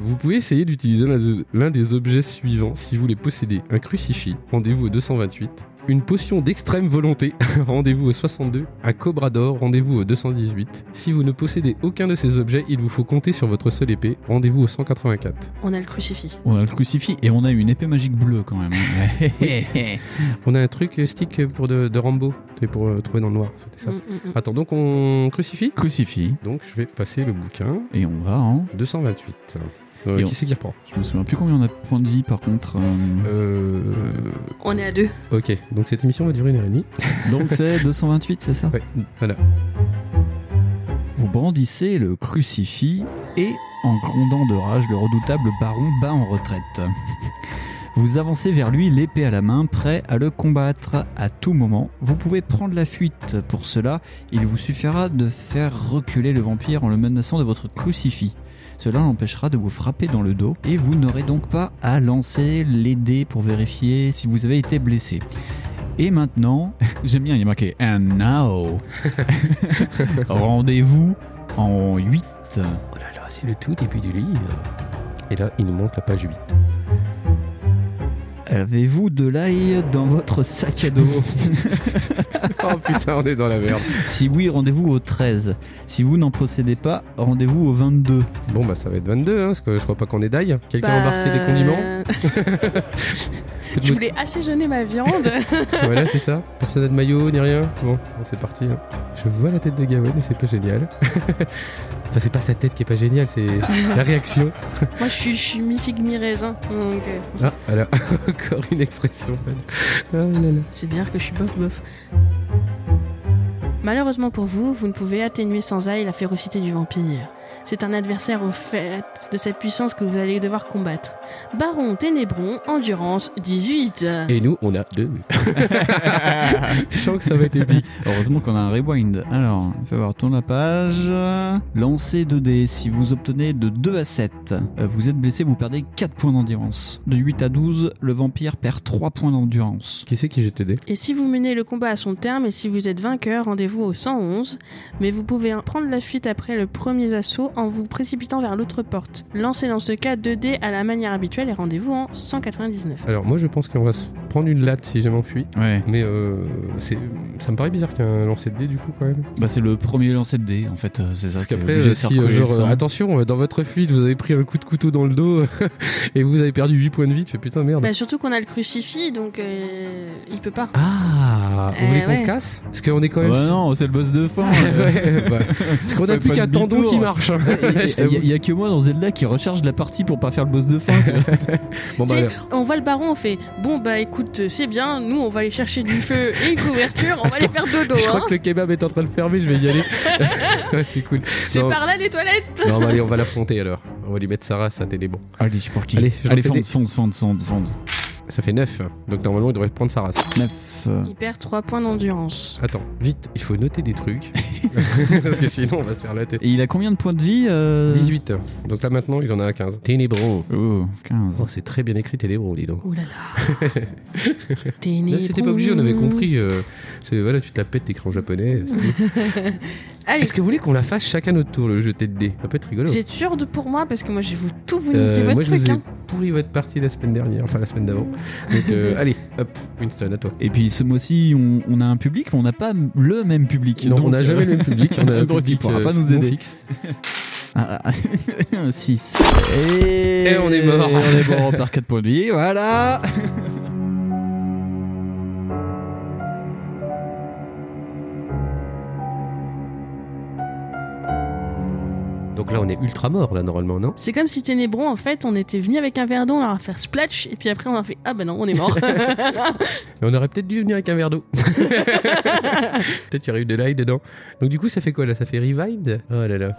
Vous pouvez essayer d'utiliser l'un des- l'un des objets suivants si vous les possédez. Un crucifix, rendez-vous au 228. Une potion d'extrême volonté, rendez-vous au 62. Un cobra d'or, rendez-vous au 218. Si vous ne possédez aucun de ces objets, il vous faut compter sur votre seule épée, rendez-vous au 184.
On a le crucifix.
On a le crucifix et on a une épée magique bleue quand même. Ouais.
On a un truc euh, stick pour de, de Rambo, c'est pour euh, trouver dans le noir, c'était ça.
Mm, mm, mm.
Attends, donc on crucifie
crucifix.
Donc je vais passer le bouquin.
Et on va, hein.
228. Euh,
Et on-
qui c'est qui reprend
Je me souviens plus combien on a de points de vie par contre. euh.
Euh,
On est à deux.
Ok, donc cette émission va durer une heure et demie.
Donc c'est 228, c'est ça
Ouais, voilà.
Vous brandissez le crucifix et, en grondant de rage, le redoutable baron bat en retraite. Vous avancez vers lui, l'épée à la main, prêt à le combattre à tout moment. Vous pouvez prendre la fuite. Pour cela, il vous suffira de faire reculer le vampire en le menaçant de votre crucifix. Cela l'empêchera de vous frapper dans le dos et vous n'aurez donc pas à lancer les dés pour vérifier si vous avez été blessé. Et maintenant, j'aime bien, il y a marqué And now. Rendez-vous en 8.
Oh là là, c'est le tout début du livre. Et là, il nous montre la page 8.
Avez-vous de l'ail dans votre sac à dos
oh putain, on est dans la merde.
Si oui, rendez-vous au 13. Si vous n'en possédez pas, rendez-vous au 22.
Bon, bah ça va être 22, hein, parce que je crois pas qu'on est d'ail. Quelqu'un a embarqué des condiments
Je voulais assaisonner ma viande.
Voilà, c'est ça. Personne n'a de maillot, ni rien. Bon, c'est parti. hein. Je vois la tête de Gawain et c'est pas génial. enfin, c'est pas sa tête qui est pas géniale, c'est la réaction.
Moi, je suis, je suis mi-figue, mi-raisin. Donc, euh,
Ah, voilà, encore une expression. Oh là là.
c'est dire que je suis bof bof. Malheureusement pour vous, vous ne pouvez atténuer sans ail la férocité du vampire. C'est un adversaire au fait de sa puissance que vous allez devoir combattre. Baron Ténébron, endurance 18.
Et nous, on a deux. je sens que ça va être épique.
Heureusement qu'on a un rewind. Alors, il va voir, tourne la page. Lancez 2 dés. Si vous obtenez de 2 à 7, euh, vous êtes blessé, vous perdez 4 points d'endurance. De 8 à 12, le vampire perd 3 points d'endurance.
Qui c'est qui jette des
Et si vous menez le combat à son terme et si vous êtes vainqueur, rendez-vous au 111. Mais vous pouvez prendre la fuite après le premier assaut perso en vous précipitant vers l'autre porte. Lancez dans ce cas 2 dés à la manière habituelle et rendez-vous en 199.
Alors moi je pense qu'on va se prendre une latte si jamais on fuit.
Ouais.
Mais euh, c'est- ça me paraît bizarre qu'un lancer de dés du coup quand même.
Bah, c'est le premier lancer de dés, en fait. euh, C'est ça.
Parce
qui est
qu'après, euh,
obligé de faire
si euh,
couler le
genre euh,
sang.
attention, euh, dans votre fuite vous avez pris un coup de couteau dans le dos et vous avez perdu 8 points de vie, tu fais putain merde.
Bah surtout qu'on a le crucifix, donc euh, il peut pas.
Ah, vous
Euh,
voulez qu'on
ouais.
se casse Parce qu'on est quand même.
Bah non, c'est le boss de fin. euh.
Ouais, bah, Parce qu'on a
Pas-
plus
pas
qu'un
de
tendon
demi-tour.
qui marche. hein. Je t'avoue.
Il y, a que moi dans Zelda qui recharge la partie pour pas faire le boss de fin. tu vois.
Bon bah,
Tu sais, on voit le baron, on fait bon bah écoute, c'est bien, nous on va aller chercher du feu et une couverture, on va aller faire dodo.
je crois
Hein.
que le kebab est en train de fermer, je vais y aller. ouais, c'est cool.
C'est
Non.
par là les toilettes.
Non, bah, allez, on va l'affronter alors. On va lui mettre sa race à des bons.
Allez, je suis parti.
Allez, je
Allez
fais des-
fonce, fonce, fonce, fonce, fonce.
Ça fait 9, donc normalement il devrait prendre sa race.
9. euh,
Il perd 3 points d'endurance.
Attends, vite, il faut noter des trucs. Parce que sinon on va se faire la tête.
Et il a combien de points de vie euh
18. Donc là maintenant il en a un 15. Ténébron.
Oh, 15.
Oh, c'est très bien écrit Ténébron, dis donc.
Ouh Oh là là. T'es
Là
né
c'était pas obligé, on avait compris. euh, c'est voilà, tu te la pètes, écran japonais. c'est tout.
Allez,
Est-ce que vous voulez qu'on la fasse chacun notre tour, le jeu de dés Ça peut être rigolo.
vous êtes sûr de pour moi parce que moi je vais vous tout vous niquer
Euh,
votre
moi je
truc.
vous ai
hein.
pourri votre partie la semaine dernière, enfin la semaine d'avant. Donc euh, allez, hop, Winston, à toi.
Et puis ce mois-ci, on, on a un public, mais on n'a pas le même public.
Non,
Donc,
on n'a jamais
euh,
le même public. On a un
donc il
public
pourra
euh,
pas nous
non
aider.
fixe.
Ah, 6. Et...
Et on est mort. Ah,
Et on est mort, on perd 4 points de vie, voilà.
Donc là, on est ultra mort, là, normalement, non
C'est comme si Ténébron, en fait, on était venu avec un verre d'eau, on leur a fait splatch, et puis après on a fait Ah bah non, on est mort.
Mais On aurait peut-être dû venir avec un verre d'eau. peut-être qu'il y aurait eu de l'ail dedans. Donc du coup, ça fait quoi, là Ça fait revive Oh là là.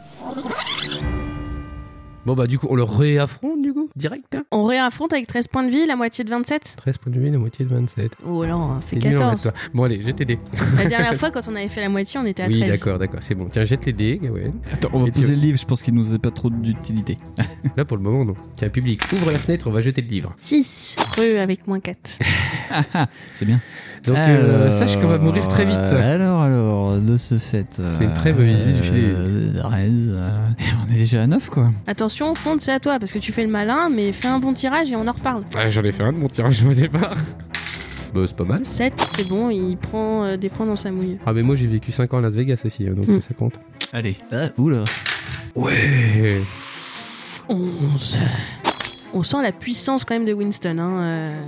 Bon, bah du coup, on le réaffronte, du coup Direct, hein
on réaffronte avec 13 points de vie, la moitié de 27.
13 points de vie, la moitié de 27.
Oh là, on fait
T'es nul en
14.
maths, toi. Bon, allez, jette les dés.
La dernière fois, quand on avait fait la moitié, on était à
Oui,
13.
d'accord, d'accord, c'est bon. Tiens, jette les dés, Gawain.
Attends, on va
Et puis-
poser le livre, je pense qu'il nous est pas trop d'utilité.
Là, pour le moment, non. Tiens, public, ouvre la fenêtre, on va jeter le livre.
6. Creux avec moins 4.
C'est bien.
Donc, euh, sache qu'on va mourir très vite.
Alors, alors, de ce fait. euh,
C'est une très mauvaise idée du filet.
euh, Rez, euh, on est déjà à 9, quoi.
Attention, Fonde, c'est à toi, parce que tu fais le malin, mais fais un bon tirage et on en reparle.
Ah, j'en ai fait un de mon tirage au départ. Bah, c'est pas mal.
7, c'est bon, il prend euh, des points dans sa mouille.
Ah, mais moi, j'ai vécu 5 ans à Las Vegas aussi, hein, donc
Hmm.
Mm.
ça compte.
Allez. Ah, oula.
11. On sent la puissance quand même de Winston. Hein, euh.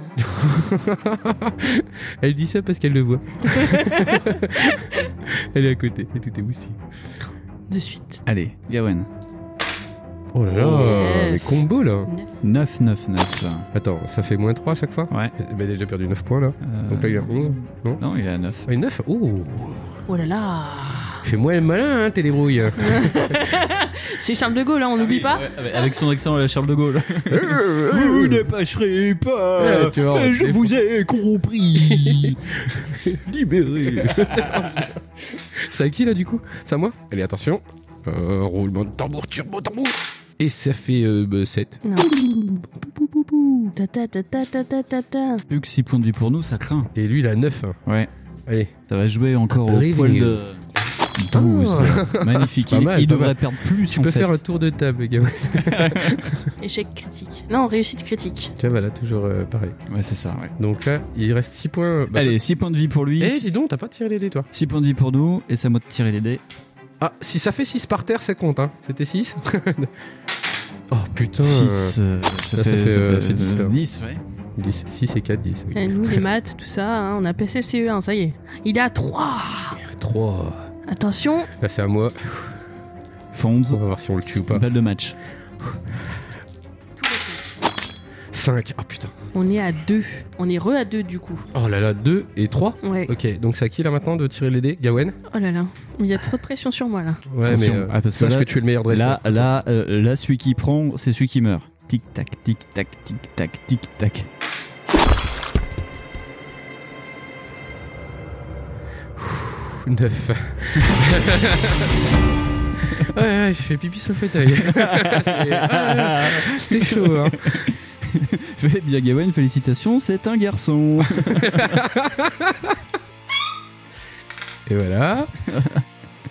Elle dit ça parce qu'elle le voit. Elle est à côté et tout est moustillé.
De suite.
Allez, Gawen.
Oh là là,
Ouais.
mais combo là
9.
9, 9, 9.
Attends, ça fait moins 3 à chaque fois
Ouais.
Eh ben, déjà perdu 9 points là.
euh,
Donc là, il a 11.
Non, il est à 9.
Et 9 Oh
Oh là là
Fais-moi le malin, hein, t'es débrouille
C'est Charles de Gaulle, hein, on n'oublie pas
Avec son accent à la Charles de Gaulle. Vous ne
Dis
passerez pas
Ouais, Eh, tu vois, on
Je
te
vous ai compris
Libéré C'est à qui là du coup C'est à moi Allez, attention. Euh, roulement de tambour, turbo tambour Et ça fait euh, bah, 7.
Non. Ta ta ta ta ta ta ta ta.
Plus que 6 points de vie pour nous, ça craint.
Et lui, il a 9.
Ouais.
Allez.
Ça va jouer encore au
Believe in
poil
you.
de 12. Magnifique.
Oh. C'est pas
Il-
mal,
il
pas
devrait
mal.
perdre plus
Tu
en
peux
fait.
faire le tour de table, Gawain.
Échec critique. Non, réussite critique.
Tu vois, voilà, toujours euh, pareil.
Ouais, c'est ça. Ouais.
Donc là, il reste 6 points. Bah,
Allez, 6 points de vie pour lui.
Eh, dis donc, t'as pas tiré les dés, toi.
6 points de vie pour nous, et c'est à moi de tirer les dés.
Ah, si ça fait 6 par terre, ça compte, hein. C'était 6 Oh putain
6,
ça
ça,
fait,
fait,
euh,
ça fait,
dix,
euh,
hein.
10, ouais.
10. 6 et 4, 10.
Eh, nous, les maths, tout ça, hein, on a passé le CE1, ça y est. Il est à 3
3.
Attention,
Là, c'est à moi. On
Fonds,
va voir si on le tue ou pas.
balle de match.
5. Ah putain.
on est à 2. On est re à 2 du coup.
Oh là là, 2 et 3.
Ouais.
Ok, donc c'est à qui là maintenant de tirer les dés Gawen
Oh là là. Il y a trop de pression sur moi là.
Ouais,
Attention.
mais euh,
Ah, parce que
sache
là-
que tu es le meilleur dresseur.
Là, là, euh, là, celui qui prend, c'est celui qui meurt. Tic-tac, tic-tac, tic-tac, tic-tac.
Pff, 9. ouais, ouais, j'ai fait pipi sur le fauteuil. C'est- ah, C'était chaud, hein.
Eh bien, Gawain, félicitations, c'est un garçon.
Et voilà.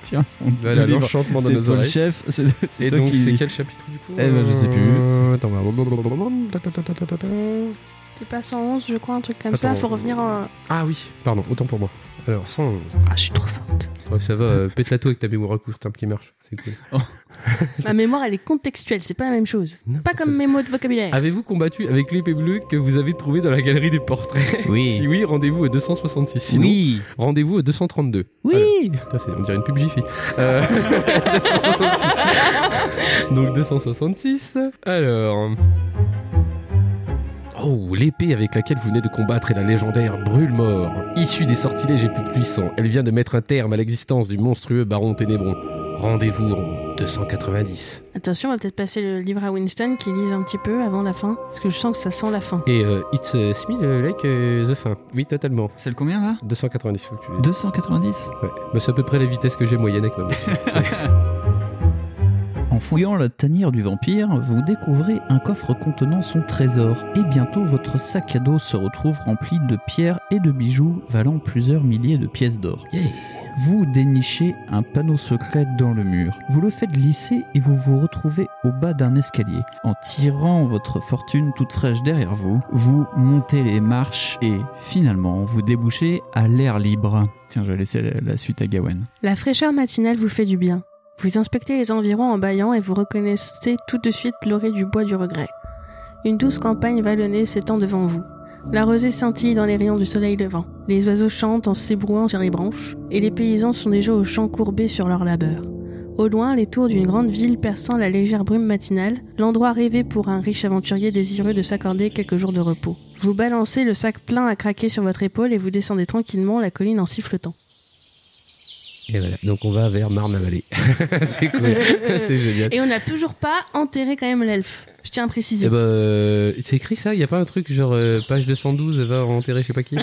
Tiens, on dit
Voilà,
le livre.
l'enchantement dans
C'est
nos
toi le
oreilles.
chef. C'est c'est
Et
toi
donc,
qui-
c'est quel chapitre du coup
Eh ben, je sais plus.
Euh, Attends, on va- Tatatatata.
C'était pas 111, je crois, un truc comme ça.
Attends.
Faut revenir en.
Ah oui, pardon, autant pour moi. Alors, 111.
Ah, je suis trop forte.
Ouais, ça va, euh, pète la toux avec ta mémoire courte, un petit marche. C'est cool.
Ma mémoire, elle est contextuelle, c'est pas la même chose. Pas comme mes mots de vocabulaire.
Avez-vous combattu avec l'épée bleue que vous avez trouvée dans la galerie des portraits
Oui.
Si oui, rendez-vous au 266. Sinon,
Oui.
rendez-vous au 232.
Oui.
Putain, c'est- on dirait une pub Jiffy. Euh, 266. Donc 266. Alors. Oh, l'épée avec laquelle vous venez de combattre est la légendaire Brûle-Mort. Issue des sortilèges les plus puissants, elle vient de mettre un terme à l'existence du monstrueux baron Ténébron. Rendez-vous en 290.
Attention, on va peut-être passer le livre à Winston qui lise un petit peu avant la fin. Parce que je sens que ça sent la fin.
Et euh, it's euh, smell like euh, the fin. Oui, totalement.
C'est le combien là
290, faut que tu le dises.
290
Ouais. Bah, c'est à peu près la vitesse que j'ai moyenne avec ma moto.
En fouillant la tanière du vampire, vous découvrez un coffre contenant son trésor, et bientôt votre sac à dos se retrouve rempli de pierres et de bijoux valant plusieurs milliers de pièces d'or.
Yeah.
Vous dénichez un panneau secret dans le mur, vous le faites glisser et vous vous retrouvez au bas d'un escalier. En tirant votre fortune toute fraîche derrière vous, vous montez les marches et finalement vous débouchez à l'air libre. Tiens, je vais laisser la- la suite à Gawain.
La fraîcheur matinale vous fait du bien. Vous inspectez les environs en bâillant et vous reconnaissez tout de suite l'orée du bois du regret. Une douce campagne vallonnée s'étend devant vous. La rosée scintille dans les rayons du soleil levant. Les oiseaux chantent en s'ébrouant sur les branches, et les paysans sont déjà aux champs courbés sur leur labeur. Au loin, les tours d'une grande ville perçant la légère brume matinale, l'endroit rêvé pour un riche aventurier désireux de s'accorder quelques jours de repos. Vous balancez le sac plein à craquer sur votre épaule et vous descendez tranquillement la colline en sifflotant.
Et voilà. Donc on va vers Marne-la-Vallée. c'est cool. c'est génial.
Et on n'a toujours pas enterré quand même l'elfe. Je tiens à préciser.
Eh ben, euh, c'est écrit ça, il y a pas un truc genre euh, page 212 va enterrer je sais pas qui.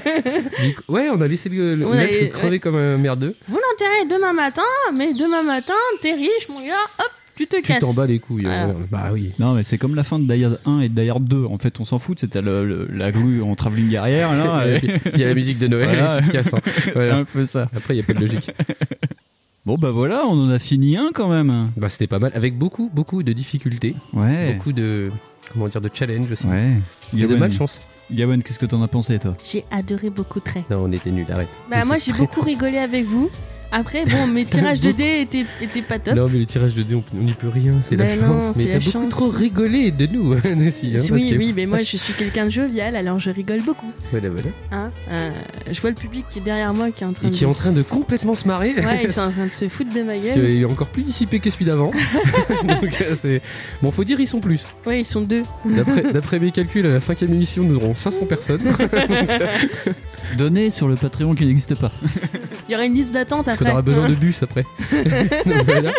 Du coup- ouais, on a laissé le, le
On a
l'être
eu-
crever comme un merdeux.
Vous l'enterrez demain matin, mais demain matin, t'es riche, mon gars, hop, tu te
Tu
casses.
t'en bats les couilles.
Voilà.
euh, Bah oui.
Non, mais c'est comme la fin de Die Hard 1 et de Die Hard 2. En fait, on s'en fout. C'était le- le- la grue en travelling arrière. Là, et-
Il y a la musique de Noël
Voilà.
et tu te casses. hein.
C'est
Voilà.
un peu ça.
Après, il n'y a pas de logique.
Bon, bah voilà, on en a fini un quand même.
Bah, c'était pas mal. Avec beaucoup, beaucoup de difficultés.
Ouais.
Beaucoup de. Comment dire De challenge aussi.
Ouais.
Et de
Gawen.
malchance.
Gawen, qu'est-ce que t'en as pensé, toi
J'ai adoré beaucoup très.
Non, on était nuls, arrête.
Bah moi j'ai beaucoup rigolé avec vous. Après bon mes tirages de dés étaient, étaient pas top.
Non, mais les tirages de dés, on n'y peut rien, c'est la
Ben non,
chance.
c'est
Mais
la
t'as beaucoup
chance.
trop rigolé de nous, Nessie. hein, parce
oui
que-
oui mais moi je suis quelqu'un de jovial alors je rigole beaucoup.
Voilà, voilà.
Hein Euh, je vois le public qui est derrière moi qui est en train
Et
de.
qui est en train de complètement se marrer.
Ouais ils sont en train de se foutre de ma
Parce
gueule.
qu'il est encore plus dissipé que celui d'avant. Donc, euh, c'est- bon, faut dire, ils sont plus.
Ouais ils sont deux.
D'après d'après mes calculs, à la cinquième émission, nous aurons 500 personnes.
Donné sur le Patreon qui n'existe pas.
Il y aura une liste d'attente
parce
après. Hein
qu'on aura besoin de bus après. Donc, voilà.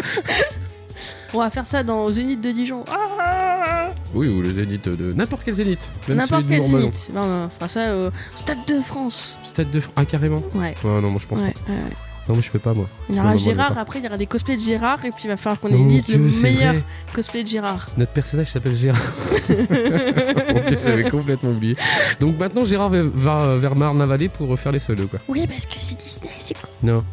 On va faire ça dans Zénith de Dijon. Ah
Oui, ou le zénith de n'importe quel zénith. Même
N'importe
celui
quel
de Mourmanson.
zénith. Non, non, on fera ça au Stade de France.
Stade de France. Ah, carrément.
Ouais.
Ouais, non, moi je pense
Ouais, ouais, ouais.
pas. Non, moi je peux pas, moi.
Il y
Non,
aura
moi, je
Gérard,
vais pas.
après il y aura des cosplays de Gérard, et puis il va falloir qu'on
Mon
élise
Dieu,
le
c'est
meilleur
vrai.
cosplay de Gérard.
Notre personnage s'appelle Gérard. En plus, J'avais complètement oublié. Donc maintenant, Gérard va, va euh, vers Marne-la-Vallée pour faire les solos, quoi.
Oui, parce que c'est Disney, c'est cool.
Non,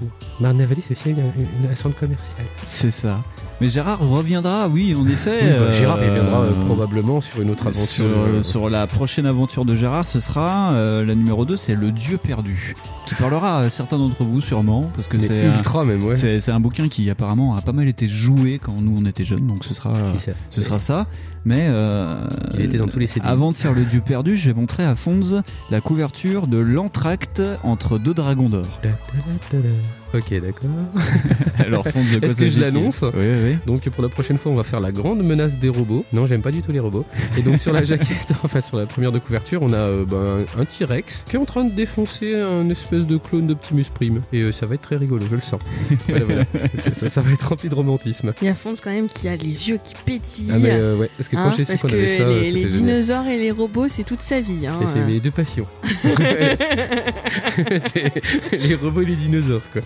Marne-la-Vallée, c'est aussi une, une- un centre commercial.
C'est ça. Mais Gérard reviendra, oui, en effet.
Oui, bah,
euh,
Gérard reviendra euh, probablement sur une autre aventure.
Sur,
euh,
sur la prochaine aventure de Gérard, ce sera euh, la numéro 2, c'est Le Dieu perdu, qui parlera à certains d'entre vous sûrement, parce que
mais
c'est un,
ultra même, ouais.
c'est- c'est un bouquin qui apparemment a pas mal été joué quand nous on était jeunes, donc ce sera,
Qui ça
ce sera ça. Mais euh,
Il était dans tous les CD.
Avant de faire le dieu perdu, je vais montrer à Fonz la couverture de l'entracte entre deux dragons d'or.
Ok, d'accord.
Alors Fonz, de quoi
Est-ce que je
s'agit-il
l'annonce
Oui, oui, oui.
Donc pour la prochaine fois, on va faire la grande menace des robots. Non, j'aime pas du tout les robots. Et donc sur la jaquette, enfin sur la première de couverture, on a euh, ben, un T-Rex qui est en train de défoncer un espèce de clone d'Optimus Prime. Et euh, ça va être très rigolo, je le sens. Voilà, voilà. Ça, ça- ça va être rempli de romantisme.
Il y a Fonz quand même qui a les yeux qui pétillent.
Ah mais euh, ouais, parce que
hein,
quand j'ai su
parce
qu'on
que
avait ça, euh,
les, les
c'était génial.
dinosaures et les robots, c'est toute sa vie. hein.
C'est- C'est mes deux passions. C'est les robots et les dinosaures, quoi.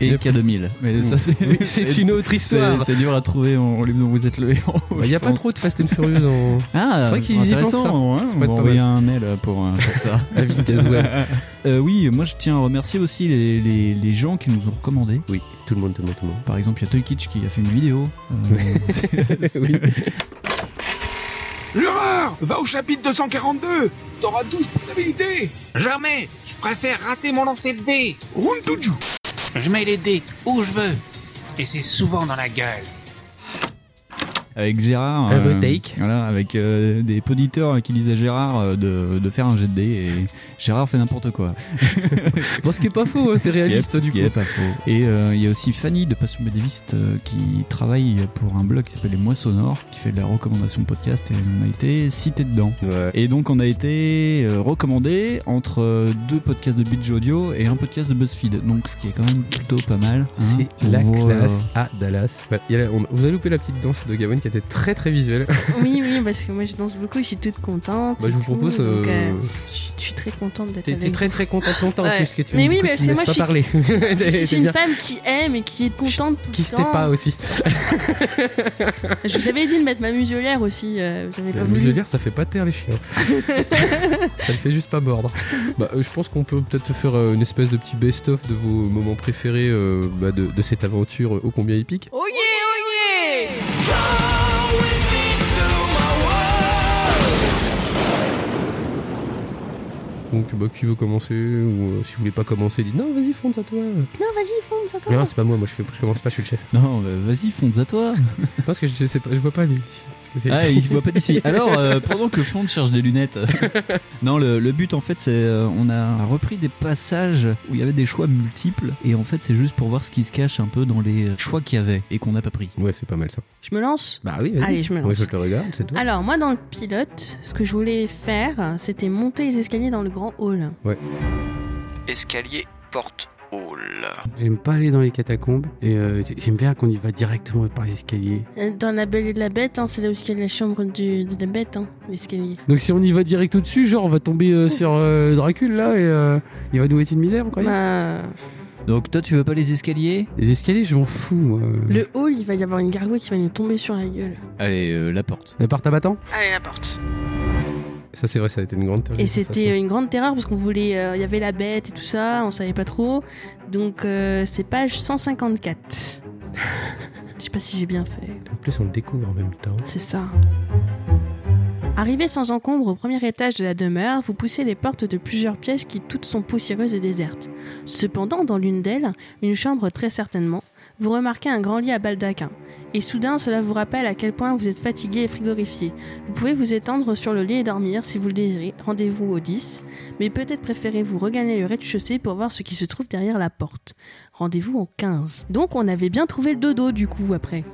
et K2000.
Mais ça, c'est
Oui, c'est une autre
c'est-
histoire.
c'est dur à trouver en livre dont vous êtes le héros.
Il n'y a pas trop de Fast and Furious en.
Ah,
C'est vrai qu'ils y pensent, ça.
intéressant, hein,
Ça
on
peut
va
être pas
envoyer un mail euh, pour, euh, pour ça.
À vitesse web.
Euh, oui, moi je tiens à remercier aussi les, les- les gens qui nous ont recommandé.
Oui, tout le monde, tout le monde, tout le monde.
Par exemple, il y a Toy Kitsch qui a fait une vidéo. Euh, c'est-
Oui.
Jureur, va au chapitre 242 T'auras 12 points d'habilité Jamais Je préfère rater mon lancer de dés Round to you. Je mets les dés où je veux, et c'est souvent dans la gueule.
avec Gérard. euh,
Un retake.
Voilà, avec euh, des poditeurs qui disaient à Gérard euh, de, de faire un jet de dés et Gérard fait n'importe quoi.
Bon, ce qui est pas faux, hein, c'était réaliste
Ce qui est-
du
ce
coup.
qui est pas faux. Et euh, il y a aussi Fanny de Passion Bédéviste euh, qui travaille pour un blog qui s'appelle Les Mois Sonores, qui fait de la recommandation podcast et on a été cité dedans.
Ouais.
Et donc on a été euh, recommandé entre euh, deux podcasts de Beach Audio et un podcast de BuzzFeed. Donc ce qui est quand même plutôt pas mal. hein.
C'est la
Voilà.
classe à Dallas. Voilà, il y a la- on- vous avez loupé la petite danse de Gawain qui était très très visuelle.
Ah, Oui, oui, parce que moi je danse beaucoup, je suis toute contente.
Bah, je
et
vous
tout,
propose.
donc, euh,
euh,
je suis- je suis très contente d'être
T'es
avec
t'es très très contente longtemps en
Ouais.
plus que tu.
Mais
me
oui,
dis que
parce
tu me
que
laisses
moi,
pas parler.
vous. Je
C'est
suis une
bien.
femme qui aime et qui est contente tout
Qui
le
c'était
temps.
pas aussi.
Je vous avais dit de mettre ma muselière aussi, euh, vous avez pas
La
voulu.
muselière, ça fait pas taire les chiens. ça le fait juste pas mordre. Bah, euh, je pense qu'on peut peut-être faire euh, une espèce de petit best-of de vos moments préférés euh, bah, de, de cette aventure euh, ô combien épique.
Oh yeah, oh yeah
Donc, bah, qui veut commencer Ou euh, si vous voulez pas commencer, dites non, vas-y, fonce à toi.
Non, vas-y, fonce, à
Non,
toi.
c'est pas moi, moi je, fais, je commence pas, je suis le chef.
Non, euh, vas-y, fonce à toi.
Non, Parce que je, je sais pas, je vois pas lui. Parce que c'est-
Ah, il se voit pas d'ici. Alors, euh, pendant que Fond cherche des lunettes. non, le, le but en fait, c'est. euh, on a repris des passages où il y avait des choix multiples. Et en fait, c'est juste pour voir ce qui se cache un peu dans les choix qu'il y avait et qu'on n'a pas pris.
Ouais, c'est pas mal ça.
Je me lance
Bah oui, vas-y.
Allez, je me
Ouais,
lance.
je te regarde, c'est toi.
Alors, moi, dans le pilote, ce que je voulais faire, c'était monter les escaliers dans le grand hall.
Escalier, porte, hall.
Ah. J'aime pas aller dans les catacombes et euh, j'ai- j'aime bien qu'on y va directement par l'escalier.
Euh, Dans la Belle et la Bête, hein, c'est là où il y a la chambre du- de la bête, hein, l'escalier.
Donc si on y va direct au-dessus, genre on va tomber euh, sur euh, Dracula là et euh, il va nous mettre une misère ou quoi
Bah,
Donc, toi, tu veux pas les escaliers
Les escaliers, je m'en fous. Moi.
le hall, il va y avoir une gargouille qui va nous tomber sur la gueule.
Allez, euh, la porte.
Le part à battant
Allez, la porte.
Ça, c'est vrai, ça a été une grande
Et
tergiversation.
c'était une grande terreur parce qu'on voulait. euh, Il y avait la bête et tout ça, on savait pas trop. Donc, euh, c'est page 154. Je sais pas si j'ai bien fait.
En plus, on le découvre en même temps.
C'est ça. Arrivé sans encombre au premier étage de la demeure, vous poussez les portes de plusieurs pièces qui toutes sont poussiéreuses et désertes. Cependant, dans l'une d'elles, une chambre très certainement, vous remarquez un grand lit à baldaquin. Et soudain, cela vous rappelle à quel point vous êtes fatigué et frigorifié. Vous pouvez vous étendre sur le lit et dormir si vous le désirez. Rendez-vous au 10. Mais peut-être préférez-vous regagner le rez-de-chaussée pour voir ce qui se trouve derrière la porte. Rendez-vous au 15. Donc on avait bien trouvé le dodo du coup après.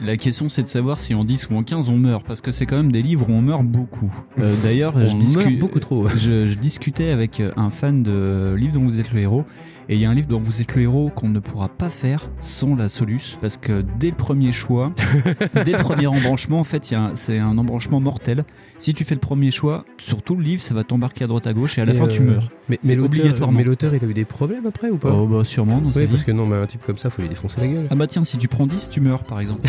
La question, c'est de savoir si en 10 ou en 15, on meurt. Parce que c'est quand même des livres où on meurt beaucoup. Euh, D'ailleurs, je
On
discu-
meurt beaucoup trop.
je, je discutais avec euh, un fan de Livre dont vous êtes le héros, et il y a un livre dont vous êtes le héros qu'on ne pourra pas faire sans la Solus, parce que dès le premier choix, dès le premier embranchement, en fait, il y a un- c'est un embranchement mortel. Si tu fais le premier choix, sur tout le livre, ça va t'embarquer à droite à gauche, et à la
Et,
fin, tu
euh,
meurs.
Mais,
C'est
mais l'auteur,
obligatoirement.
mais l'auteur, il a eu des problèmes après ou pas
Oh, bah, sûrement, dans sa
Oui,
vie.
parce que non, mais un type comme ça, faut lui défoncer la gueule.
Ah bah tiens, si tu prends 10, tu meurs, par exemple.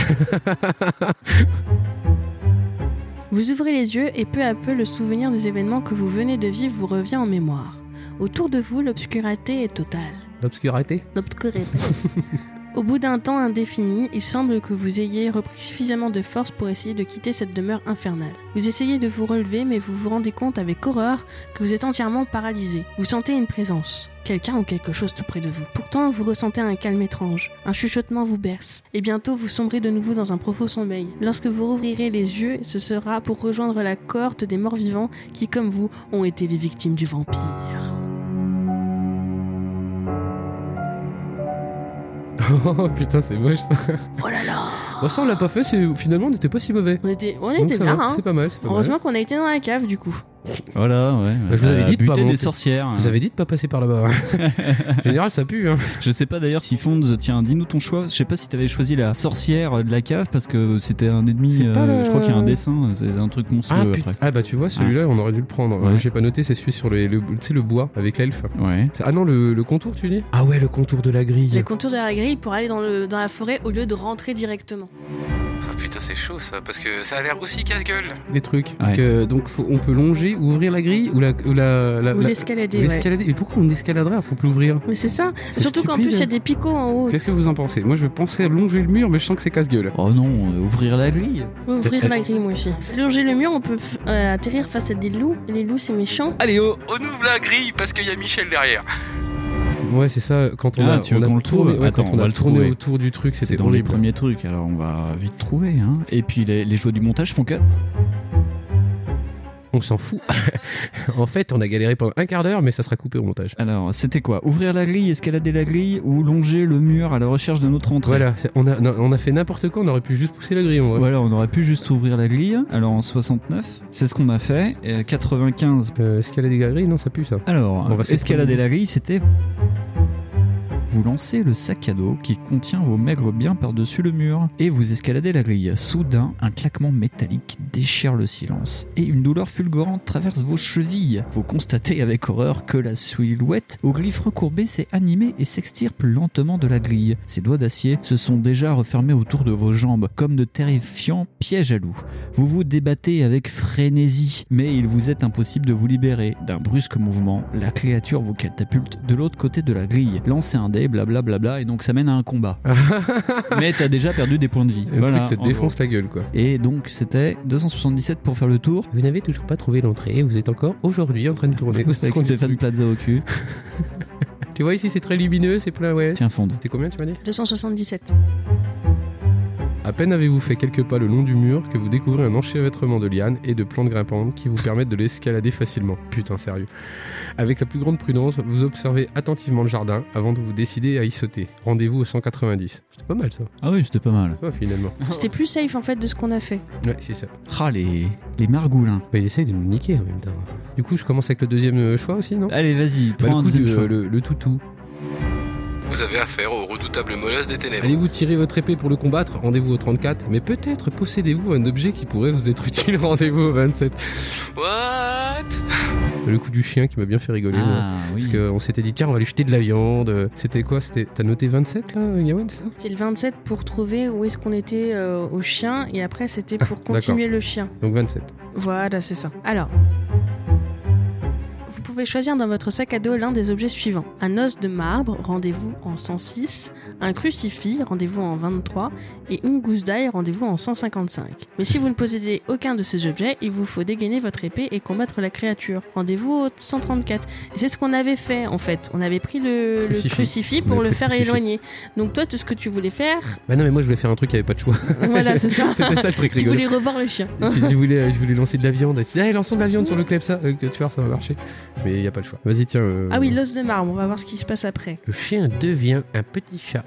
Vous ouvrez les yeux et peu à peu le souvenir des événements que vous venez de vivre vous revient en mémoire. Autour de vous, l'obscurité est totale.
L'obscurité
L'obscurité. Au bout d'un temps indéfini, il semble que vous ayez repris suffisamment de force pour essayer de quitter cette demeure infernale. Vous essayez de vous relever, mais vous vous rendez compte avec horreur que vous êtes entièrement paralysé. Vous sentez une présence, quelqu'un ou quelque chose tout près de vous. Pourtant, vous ressentez un calme étrange. Un chuchotement vous berce, et bientôt vous sombrez de nouveau dans un profond sommeil. Lorsque vous rouvrirez les yeux, ce sera pour rejoindre la cohorte des morts-vivants qui, comme vous, ont été les victimes du vampire.
Oh putain, c'est moche ça.
Oh là là
Bon, ça, on l'a pas fait, c'est... finalement, on n'était pas si mauvais.
On était, on
Donc,
était
ça
bien,
va,
hein
C'est pas mal, c'est pas mal.
Heureusement qu'on a été dans la cave du coup.
Voilà, ouais.
Bah, je vous avais
Euh,
dit de pas
buter
monter.
des sorcières. hein.
Vous avez dit de pas passer par là-bas. En général, ça pue. hein.
Je sais pas d'ailleurs si Fonz, tiens, dis-nous ton choix. Je sais pas si t'avais choisi la sorcière de la cave parce que c'était un ennemi.
C'est pas
euh,
le-
Je crois qu'il y a un dessin, c'est un truc
Ah,
monstrueux
put-
après.
ah bah tu vois, celui-là, on aurait dû le prendre.
Ouais.
Euh, J'ai pas noté, c'est celui sur les- le, tu sais, le bois avec l'elfe.
Ouais.
C'est- Ah non, le, le contour, tu dis Ah ouais, le contour de la
Les
grille.
contours de la grille pour aller dans, le, dans la forêt au lieu de rentrer directement.
Ah putain, c'est chaud ça, parce que ça a l'air aussi casse-gueule.
Les trucs. Parce
Ouais.
que donc faut- on peut longer, ouvrir la grille ou la ou la, la-
ou
la-
l'escalader,
ou
ouais.
l'escalader. Et pourquoi on escaladerait après pour l'ouvrir
Mais c'est ça.
C'est
Surtout qu'en
stupide.
plus, il y a des picots en haut.
Qu'est-ce que vous en pensez Moi, je pensais à longer le mur, mais je sens que c'est casse-gueule.
Oh non, euh, ouvrir la grille.
Eh,
Ouvrir la grille, moi aussi. Longer le mur, on peut f- euh, atterrir face à des loups. Et les loups, c'est méchant.
Allez, on, on ouvre la grille parce qu'il y a Michel derrière.
Ouais, c'est ça. Quand on
Ah,
a,
tu
on
veux
a
qu'on le
tourné,
trouve
ouais,
Attends,
quand
on
on
va
a
le
tourné
trouver.
autour du truc,
C'est
c'était
dans les
horrible.
premiers trucs, alors on va vite trouver. Hein. Et puis les, les jeux du montage font que.
On s'en fout. en fait, on a galéré pendant un quart d'heure, mais ça sera coupé au montage.
Alors, c'était quoi Ouvrir la grille, escalader la grille ou longer le mur à la recherche d'un autre entrée
Voilà, c'est- on a, non, on a fait n'importe quoi, on aurait pu juste pousser la grille en vrai.
Voilà, on aurait pu juste ouvrir la grille. Alors en 69, c'est ce qu'on a fait. Et 95.
Euh, escalader la grille, non, ça pue ça.
Alors,
On va
escalader
s'étonner.
la grille, c'était. Vous lancez le sac à dos qui contient vos maigres biens par-dessus le mur et vous escaladez la grille. Soudain, un claquement métallique déchire le silence et une douleur fulgurante traverse vos chevilles. Vous constatez avec horreur que la silhouette aux glyphes recourbées s'est animée et s'extirpe lentement de la grille. Ses doigts d'acier se sont déjà refermés autour de vos jambes comme de terrifiants pièges à loups. Vous vous débattez avec frénésie, mais il vous est impossible de vous libérer. D'un brusque mouvement, la créature vous catapulte de l'autre côté de la grille. Lancez un dé, blablabla, et donc ça mène à un combat. mais t'as déjà perdu des points de vie.
Le
Voilà,
truc te
en
défonce la gueule quoi.
gros. Et donc c'était 277 pour faire le tour.
Vous n'avez toujours pas trouvé l'entrée, vous êtes encore aujourd'hui en train de tourner. au
Avec
fond du
Stéphane
truc.
Plaza au cul.
Tu vois ici, c'est très lumineux, c'est plein, ouais.
Tiens, fonde.
C'est combien tu m'as dit
277.
À peine avez-vous fait quelques pas le long du mur que vous découvrez un enchevêtrement de lianes et de plantes grimpantes qui vous permettent de l'escalader facilement. Putain, sérieux. Avec la plus grande prudence, vous observez attentivement le jardin avant de vous décider à y sauter. Rendez-vous au 190. C'était pas mal ça.
Ah oui, c'était pas mal.
Ouais, finalement.
C'était plus safe en fait de ce qu'on a fait.
Ouais, c'est ça.
Ah, les, les margoulins.
Bah, il essaye de nous niquer en même temps. Du coup, je commence avec le deuxième euh, choix aussi, non
Allez, vas-y,
Bah,
prends un
le coup
deuxième
du-
choix.
le- le toutou.
Vous avez affaire au redoutable molosse des ténèbres.
Allez-vous tirer votre épée pour le combattre Rendez-vous au 34. Mais peut-être possédez-vous un objet qui pourrait vous être utile Rendez-vous au 27.
What
Le coup du chien qui m'a bien fait rigoler. moi.
Ah oui.
Parce qu'on s'était dit, tiens, on va lui jeter de la viande. C'était quoi C'était T'as noté 27 là, Gawain, c'est ça
C'est le 27 pour trouver où est-ce qu'on était euh, au chien. Et après, c'était
Ah,
pour continuer le chien.
Donc 27.
Voilà, c'est ça. Alors. Vous pouvez choisir dans votre sac à dos l'un des objets suivants. Un os de marbre, rendez-vous en 106, un crucifix, rendez-vous en 23, et une gousse d'ail, rendez-vous en 155. Mais si vous ne possédez aucun de ces objets, il vous faut dégainer votre épée et combattre la créature. Rendez-vous au 134. Et c'est ce qu'on avait fait en fait. On avait pris le le crucifix,
Crucifix. On
pour
avait
le
pris le
faire
crucifix.
éloigner. Donc toi, tout ce que tu voulais faire,
Bah non, mais moi je voulais faire un truc, il n'y avait pas de choix.
voilà, c'est ça.
C'était ça le truc
tu
rigolo.
voulais revoir le chien.
Tu- je, voulais, euh, je voulais lancer de la viande. Je dis, allez, lançons de la viande sur le club, ça. euh, que tu vois, ça va marcher. Mais il n'y a pas de choix. Vas-y, tiens. euh,
Ah oui, l'os de marbre, on va voir ce qui se passe après.
Le chien devient un petit chat.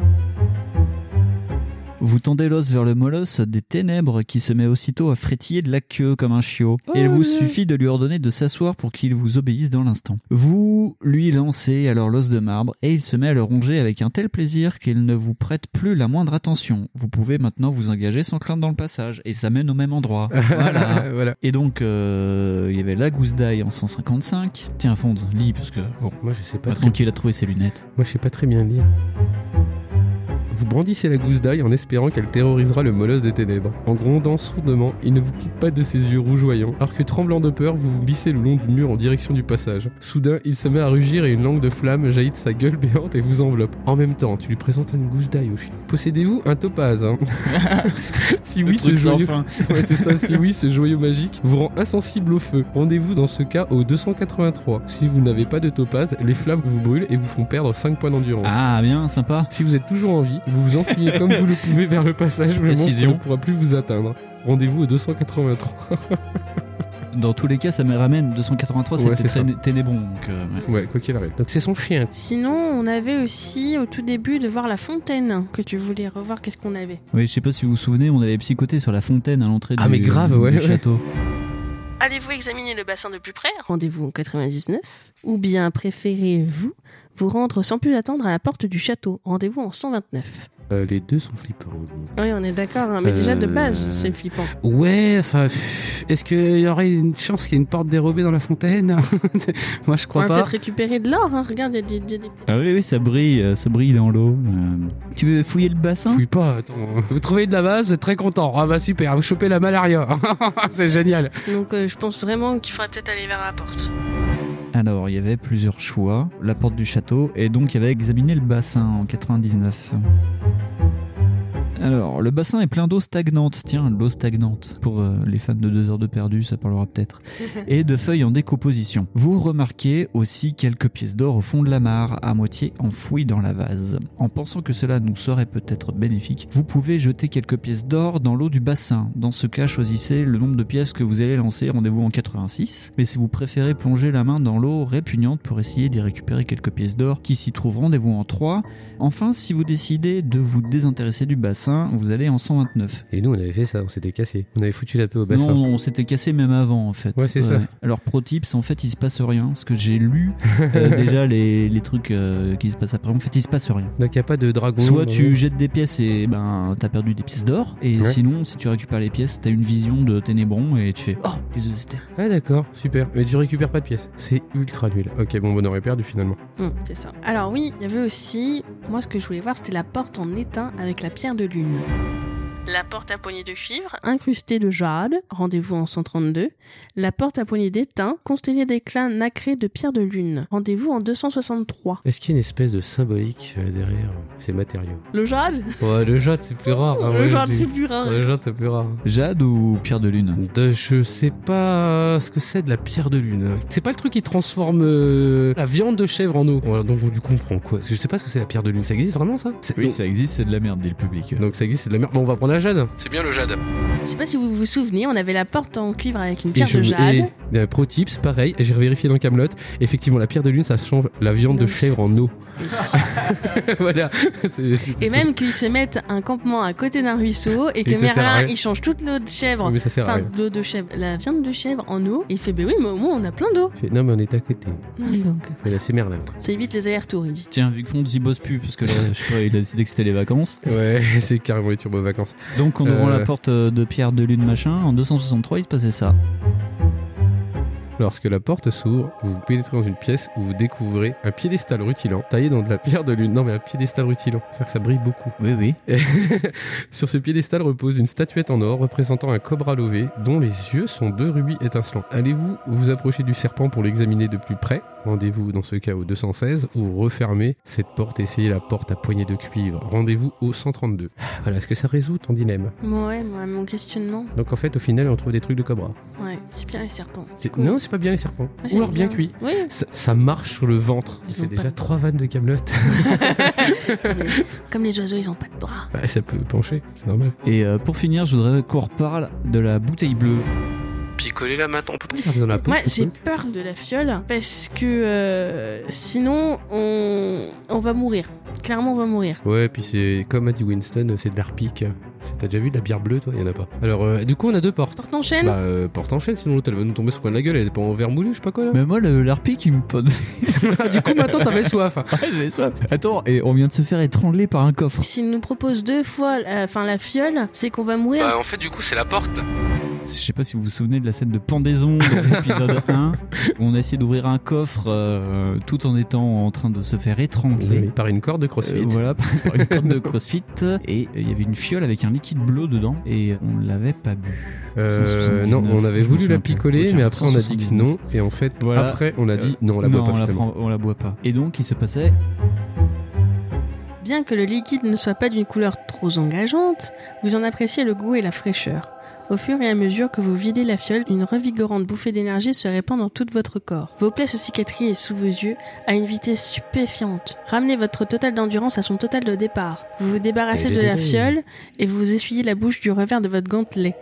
Vous tendez l'os vers le molosse des ténèbres qui se met aussitôt à frétiller de la queue comme un chiot. Et il vous suffit de lui ordonner de s'asseoir pour qu'il vous obéisse dans l'instant. Vous lui lancez alors l'os de marbre et il se met à le ronger avec un tel plaisir qu'il ne vous prête plus la moindre attention. Vous pouvez maintenant vous engager sans crainte dans le passage et ça mène au même endroit. Voilà.
voilà.
Et donc, euh, il y avait la gousse d'ail en 155. Tiens, Fonds, lis, parce que, bon,
Moi je sais pas
maintenant
trop.
qu'il a trouvé ses lunettes.
Moi, je sais pas très bien lire. Vous brandissez la gousse d'ail en espérant qu'elle terrorisera le molosse des ténèbres. En grondant sourdement, il ne vous quitte pas de ses yeux rougeoyants. Alors que tremblant de peur, vous vous glissez le long du mur en direction du passage. Soudain, il se met à rugir et une langue de flamme jaillit de sa gueule béante et vous enveloppe. En même temps, tu lui présentes une gousse d'ail au chien. Possédez-vous un topaz hein Si oui, ce joyeux... Ouais, c'est ça, si oui, ce joyau magique vous rend insensible au feu. Rendez-vous dans ce cas au 283. Si vous n'avez pas de topaz, les flammes vous brûlent et vous font perdre 5 points d'endurance.
Ah, bien, sympa.
Si vous êtes toujours en vie, vous vous enfuyez comme vous le pouvez vers le passage, le monstre
Précision.
ne pourra plus vous atteindre. Rendez-vous au 283.
Dans tous les cas, ça me ramène 283,
Ouais,
c'était
c'est
téné- ténébron. Donc, euh, ouais.
ouais, quoi qu'il arrive. Donc c'est son chien.
Sinon, on avait aussi au tout début de voir la fontaine que tu voulais revoir. Qu'est-ce qu'on avait
Oui, je sais pas si vous vous souvenez, on avait psychoté sur la fontaine à l'entrée
Ah,
du,
mais grave,
du
ouais, ouais.
château.
Allez-vous examiner le bassin de plus près Rendez-vous en 99. Ou bien préférez-vous vous rendre sans plus attendre à la porte du château Rendez-vous en 129.
Euh, les deux sont flippants. donc.
Oui, on est d'accord, hein, mais déjà de base,
Euh.
c'est flippant.
Ouais, enfin, pff, est-ce qu'il y aurait une chance qu'il y ait une porte dérobée dans la fontaine Moi, je
On
crois
va
pas.
peut-être récupérer de l'or, hein, regarde, il y a des- des- des-
Ah oui, oui, ça brille, euh, ça brille dans l'eau. Euh, Tu veux fouiller le bassin
Fouille pas, attends. Vous trouvez de la base, vous êtes très content. Ah bah super, vous chopez la malaria. c'est génial.
Donc euh, je pense vraiment qu'il faudrait peut-être aller vers la porte.
Alors, il y avait plusieurs choix. La porte du château, et donc il y avait examiné le bassin en 99. Alors, le bassin est plein d'eau stagnante. Tiens, l'eau stagnante. Pour euh, les fans de 2 heures de perdu, ça parlera peut-être. Et de feuilles en décomposition. Vous remarquez aussi quelques pièces d'or au fond de la mare, à moitié enfouies dans la vase. En pensant que cela nous serait peut-être bénéfique, vous pouvez jeter quelques pièces d'or dans l'eau du bassin. Dans ce cas, choisissez le nombre de pièces que vous allez lancer, rendez-vous en 86. Mais si vous préférez plonger la main dans l'eau répugnante pour essayer d'y récupérer quelques pièces d'or qui s'y trouvent, rendez-vous en 3. Enfin, si vous décidez de vous désintéresser du bassin, vous allez en 129.
Et nous, on avait fait ça, on s'était cassé. On avait foutu la paix au
Non,
bassin.
on s'était cassé même avant en fait.
Ouais, c'est ça.
Alors pro tips, en fait, il se passe rien parce que j'ai lu euh, déjà les, les trucs euh, qui se passent après. En fait, il se passe rien.
Donc, il n'y a pas de dragon. non,
Soit tu jettes des pièces et ben t'as perdu des pièces d'or, et
Ouais.
sinon si tu récupères les pièces, t'as une vision de Ténébron et tu fais oh les œufs de Zéter.
Ah d'accord, super. Mais tu récupères pas de pièces. C'est ultra nul. Ok, bon, on aurait perdu finalement.
Hum, c'est ça. Alors oui, il y avait aussi, moi ce que je voulais voir, c'était la porte en étain avec la pierre de lune. La porte à poignée de cuivre, incrustée de jade, rendez-vous en 132. La porte à poignée d'étain, constellée d'éclats nacrés de pierre de lune, rendez-vous en 263.
Est-ce qu'il y a une espèce de symbolique euh, derrière euh, ces matériaux
Le jade
Ouais, le jade c'est plus rare. hein,
Le
ouais,
jade,
je dis-
c'est plus rare.
Le jade c'est plus rare.
Jade ou Pierre de Lune
De- je sais pas ce que c'est de la pierre de lune. C'est pas le truc qui transforme euh, la viande de chèvre en eau. Voilà, donc du coup on prend quoi Parce que Je sais pas ce que c'est la pierre de lune. Ça existe vraiment ça C'est-
Oui,
donc,
ça existe, c'est de la merde, dit le public.
donc ça existe, c'est de la merde. Bon, on va prendre la jade. C'est bien le jade.
Je sais pas si vous vous souvenez, on avait la porte en cuivre avec une
Et
pierre
je-
de jade.
et, euh, pro tips, pareil, j'ai vérifié dans Camelot. Effectivement, la pierre de lune, ça change la viande de chèvre en eau. voilà. C'est- c'est-
Et même qu'ils se mettent un campement à côté d'un ruisseau et que
ça sert à
Merlin
rien.
il change toute l'eau de chèvre,
Oui, mais ça sert à
enfin
rien.
de l'eau de chèvre, la viande de chèvre en eau. Et il fait ben oui mais au moins on a plein d'eau.
Je fais, Non, mais on est à côté.
Donc
Mais là, c'est Merlin.
ça évite les allers-retours. il dit.
Tiens, vu que Fonds y bosse plus, parce que là, je crois qu'il a décidé que c'était les vacances.
Ouais, c'est carrément les turbo vacances.
Donc on
Euh.
ouvre la porte euh, de Pierre de Lune machin, en 263 il se passait ça.
Lorsque la porte s'ouvre, vous pénétrez dans une pièce où vous découvrez un piédestal rutilant taillé dans de la pierre de lune. Non, mais un piédestal rutilant. C'est-à-dire que ça brille beaucoup.
Oui, oui.
Sur ce piédestal repose une statuette en or représentant un cobra lové dont les yeux sont deux rubis étincelants. Allez-vous vous approcher du serpent pour l'examiner de plus près Rendez-vous dans ce cas au 216 ou refermez cette porte, essayez la porte à poignée de cuivre. Rendez-vous au 132. Voilà, est-ce que ça résout ton dilemme
Bon, ouais, moi, mon questionnement,
Donc en fait, au final, on trouve des trucs de cobra.
ouais, c'est bien les serpents.
C'est-
cool.
Non, c'est pas bien les serpents.
Moi,
Ou
Ah, j'aime
alors bien, cuit.
Oui.
Ça, ça marche sur le ventre.
Ils
C'est
ont pas
déjà
de-
trois vannes de camelote.
Comme les oiseaux, ils ont pas de bras.
ça peut pencher, c'est normal.
Et euh, pour finir, je voudrais qu'on reparle de la bouteille bleue.
Picoler la main ton
Pourquoi ça revient dans la poche
Moi,
ce
j'ai
truc
peur de la fiole parce que euh, sinon, on, on va mourir. Clairement, on va mourir.
Ouais, puis c'est comme a dit Winston, c'est de l'arpic. C'est- T'as déjà vu de la bière bleue, toi Il y en a pas. Alors, euh, du coup, on a deux portes.
Porte en chaîne
Bah, euh, porte en chaîne, sinon l'autre elle va nous tomber sur le coin de la gueule, elle est pas en verre moulu, je sais pas quoi là.
Mais moi, le- l'arpi qui me pose.
du coup, maintenant t'avais soif.
Ouais, j'avais soif. Attends, et on vient de se faire étrangler par un coffre.
S'il nous propose deux fois euh, enfin la fiole, c'est qu'on va mourir.
en fait, du coup, c'est la porte.
Je sais pas si vous vous souvenez de la scène de pendaison dans l'épisode 1, où on a essayé d'ouvrir un coffre euh, tout en étant en train de se faire étrangler.
Par une corde de
Euh,
crossfit.
voilà, par par une corde de crossfit. Et euh, il y avait une fiole avec un liquide bleu dedans, et on l'avait pas bu.
Euh, non,
179,
on avait
je me
voulu la
souviens plus.
picoler,
Ok,
mais après on a dit
179.
que non, et en fait,
Voilà.
après on a dit non, on la
non,
boit pas
on, la
finalement.
prend- on la boit pas. Et donc, il se passait.
Bien que le liquide ne soit pas d'une couleur trop engageante, vous en appréciez le goût et la fraîcheur. Au fur et à mesure que vous videz la fiole, une revigorante bouffée d'énergie se répand dans tout votre corps. Vos plaies se cicatrisent sous vos yeux à une vitesse stupéfiante. Ramenez votre total d'endurance à son total de départ. Vous vous débarrassez de la fiole et vous vous essuyez la bouche du revers de votre gantelet.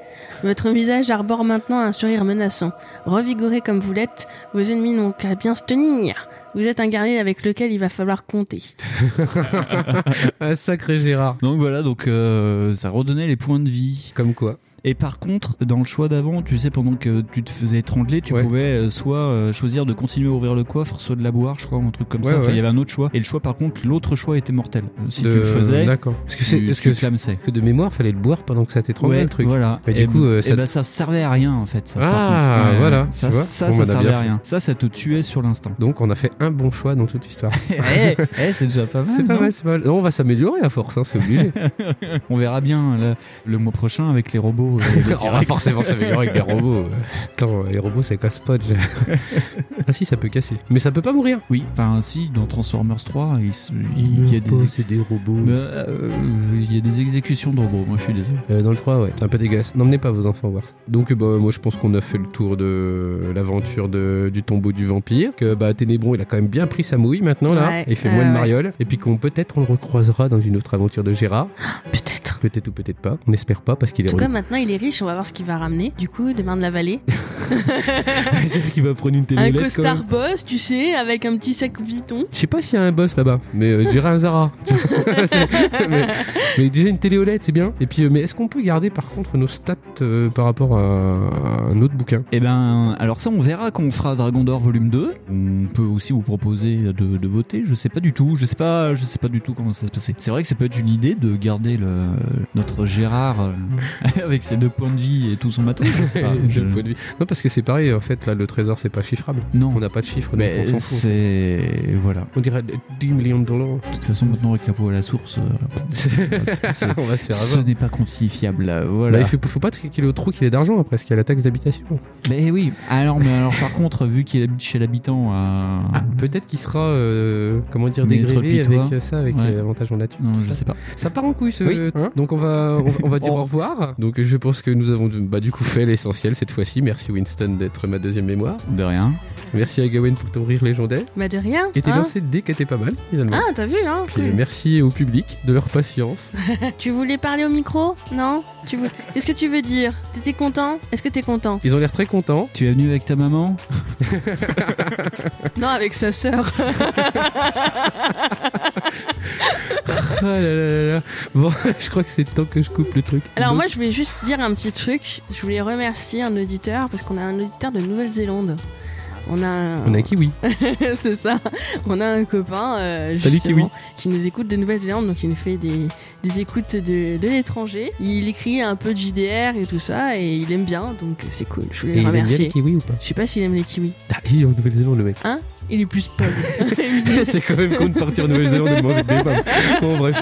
Votre visage arbore maintenant un sourire menaçant. Revigoré comme vous l'êtes, vos ennemis n'ont qu'à bien se tenir. Vous êtes un guerrier avec lequel il va falloir compter.
Un sacré Gérard.
Donc voilà, donc euh, ça redonnait les points de vie.
Comme quoi
Et par contre, dans le choix d'avant, tu sais, pendant que tu te faisais étrangler, tu
Ouais.
pouvais euh, soit euh, choisir de continuer à ouvrir le coffre, soit de la boire, je crois, ou un truc comme
Ouais,
ça. Enfin, il
ouais.
y avait un autre choix. Et le choix, par contre, l'autre choix était mortel. Euh, Si
De-
tu le faisais,
D'accord. Est-ce que c'est.
tu,
Est-ce
tu
que,
clamsais.
que de mémoire, fallait le boire pendant que ça t'étranglait
Ouais,
le truc
Voilà.
Mais du
Et
coup,
ben-
euh,
et
ça-
ben, ça servait à rien en fait. Ça, par
Ah,
contre.
voilà,
Ça,
tu vois.
ça,
Bon, bah,
ça
on a
servait
bien
à
fait.
rien. Ça, ça te tuait sur l'instant.
Donc, on a fait un bon choix dans toute l'histoire.
Eh, eh, eh, c'est déjà pas mal.
c'est pas
non
mal, c'est pas mal. Non, on va s'améliorer à force, hein, c'est obligé.
On verra bien le, le mois prochain avec les robots. euh, les
on va
T-Rex.
forcément s'améliorer avec des robots. Attends, les robots, ça casse pas déjà. ah si, ça peut casser. Mais ça peut pas mourir.
Oui, enfin si, dans Transformers 3, il, se- il y a des...
c'est des robots.
Bah, euh, il y a des exécutions de robots, moi je suis désolé.
Euh, dans le 3, ouais, c'est un peu dégueulasse. N'emmenez pas vos enfants voir ça. Donc, euh, bah, moi, je pense qu'on a fait le tour de l'aventure de- du tombeau du vampire. Que bah, Ténébron, il a quand même bien pris sa mouille maintenant, là.
Ouais.
et il fait
Ouais,
moins de
ouais.
mariole. Et puis, qu'on peut-être on le recroisera dans une autre aventure de Gérard.
Peut-être.
Peut-être ou peut-être pas. On espère pas parce qu'il
En
est
tout cas,
relou.
maintenant il est riche, on va voir ce qu'il va ramener. Du coup, demain de la vallée.
C'est-à-dire qu'il va prendre une
un
téléolette, quand même.
costard boss, tu sais, avec un petit sac Vuitton.
Je sais pas s'il y a un boss là-bas, mais euh, je dirais un Zara. mais, mais déjà une télé OLED, c'est bien. Et puis, euh, mais est-ce qu'on peut garder par contre nos stats euh, par rapport à, un autre bouquin
Eh ben, alors ça, on verra quand on fera Dragon d'Or volume 2. On peut aussi vous proposer de, de voter. Je sais pas du tout. Je sais pas, je sais pas du tout comment ça va se passer. C'est vrai que ça peut être une idée de garder le, notre Gérard euh, avec ses deux points de vie et tout son matos. Je sais pas.
J'ai
Je-
le point de vue. Non, parce que c'est pareil, en fait, là, le trésor, c'est pas chiffrable.
Non.
On n'a pas de chiffre, donc
Mais
on s'en fout.
c'est voilà.
On dirait 10 millions de dollars.
De toute façon, maintenant avec la peau à la source, euh, c'est- c'est-
on va se faire
ce
avoir.
n'est pas quantifiable. euh, Voilà.
Bah, il faut, faut pas qu'il ait trop qu'il ait d'argent après, parce qu'il y a la taxe d'habitation.
Mais oui. Alors, mais alors par contre, vu qu'il habite chez l'habitant, euh,
Ah, peut-être qu'il sera, euh, comment dire,
Maître
dégrévé
Pitois.
avec euh, ça, avec
Ouais.
euh, l'avantage en nature.
non,
tout
je
ça.
sais pas.
Ça part en couille ce.
Oui.
hein Donc on va, on va, on va dire
Oh.
au revoir. Donc je pense que nous avons bah, du coup fait l'essentiel cette fois-ci. Merci Winston d'être ma deuxième mémoire.
De rien.
Merci à Gawain pour ton rire légendaire.
Bah de rien.
Et tes
hein.
lancés de dés qui étaient pas mal finalement.
Ah, t'as vu, hein
Puis
cool.
merci au public de leur patience.
Tu voulais parler au micro Non Tu voulais- Qu'est-ce que tu veux dire T'étais content Est-ce que t'es content
Ils ont l'air très contents.
Tu es venu avec ta maman
Non, avec sa sœur.
Ah là là là là. Bon, je crois que c'est temps que je coupe le truc.
Alors
Donc,
moi, je voulais juste dire un petit truc. Je voulais remercier un auditeur parce qu'on a un auditeur de Nouvelle-Zélande. On a, un-
on a Kiwi.
c'est ça. On a un copain euh,
Salut,
justement, qui nous écoute de Nouvelle-Zélande, donc il nous fait des, des écoutes de, de l'étranger. Il écrit un peu de JDR et tout ça, et il aime bien, donc c'est cool. Je voulais
Et
le
il aime bien les
remercier.
Kiwi ou pas
Je sais pas s'il aime les kiwis.
Ah, Il est en Nouvelle-Zélande le mec.
Il est plus pub. Il dit-
c'est quand même con de partir en Nouvelle-Zélande et de manger que des pommes. Bon bref.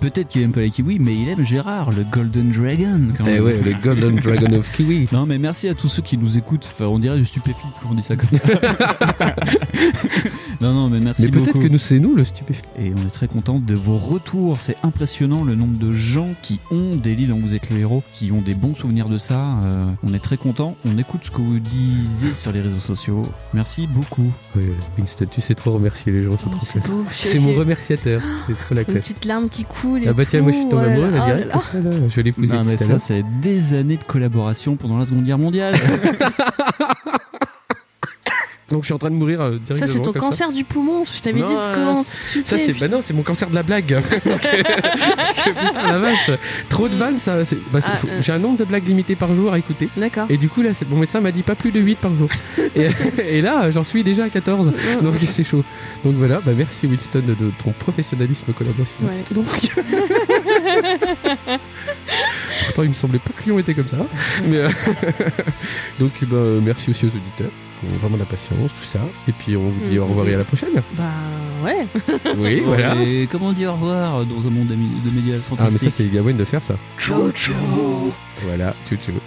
Peut-être qu'il aime pas les kiwis, mais il aime Gérard, le Golden Dragon. Quand
Eh
même.
ouais, le Golden Dragon of Kiwi.
Non, mais merci à tous ceux qui nous écoutent. Enfin, on dirait du stupéfique quand on dit ça comme ça. non, non, mais merci
Mais peut-être
beaucoup.
que nous c'est nous le stupéfiant.
Et on est très content de vos retours. C'est impressionnant le nombre de gens qui ont des livres dont vous êtes le héros, qui ont des bons souvenirs de ça. Euh, on est très content. On écoute ce que vous disiez sur les réseaux sociaux. Merci beaucoup.
Oui, Winston, tu sais trop remercier les gens. c'est
Oh,
trop cool.
c'est beau. Je-
C'est mon
j'ai Oh,
remerciateur. C'est trop la
Une
classe.
petite larme qui coule. et
Ah bah tiens,
tout.
moi je suis tombé
Oh là
amoureux,
là,
là,
oh là
direct.
là.
Ah là là, Je l'ai épousé
Non, mais
tout à
ça,
l'heure.
c'est des années de collaboration pendant la Seconde Guerre mondiale.
Donc je suis en train de mourir euh, directement.
Ça, c'est ton
comme
cancer du poumon. Je t'avais dit
Non,
de comment.
Ça, c'est bah non, c'est mon cancer de la blague. parce, que, parce que, putain la vache, trop de vannes ça. c'est- bah, c'est-
Ah,
faut-
euh.
J'ai un nombre de blagues limitées par jour à écouter.
D'accord.
Et du coup là, c'est- mon médecin m'a dit pas plus de 8 par jour. et, et là, j'en suis déjà à 14. Donc c'est chaud. Donc voilà, bah merci Winston de ton professionnalisme collaboratif.
Ouais.
Donc- Pourtant, il me semblait pas que Lyon était comme ça. Mais euh, Donc bah, merci aussi aux auditeurs qui ont vraiment de la patience, tout ça. Et puis on vous dit au revoir et à la prochaine.
Bah ouais.
Oui, voilà.
Et comment dire au revoir dans un monde de médias
Ah mais ça
fantastique
c'est Gawain de faire ça. Voilà, ciao ciao.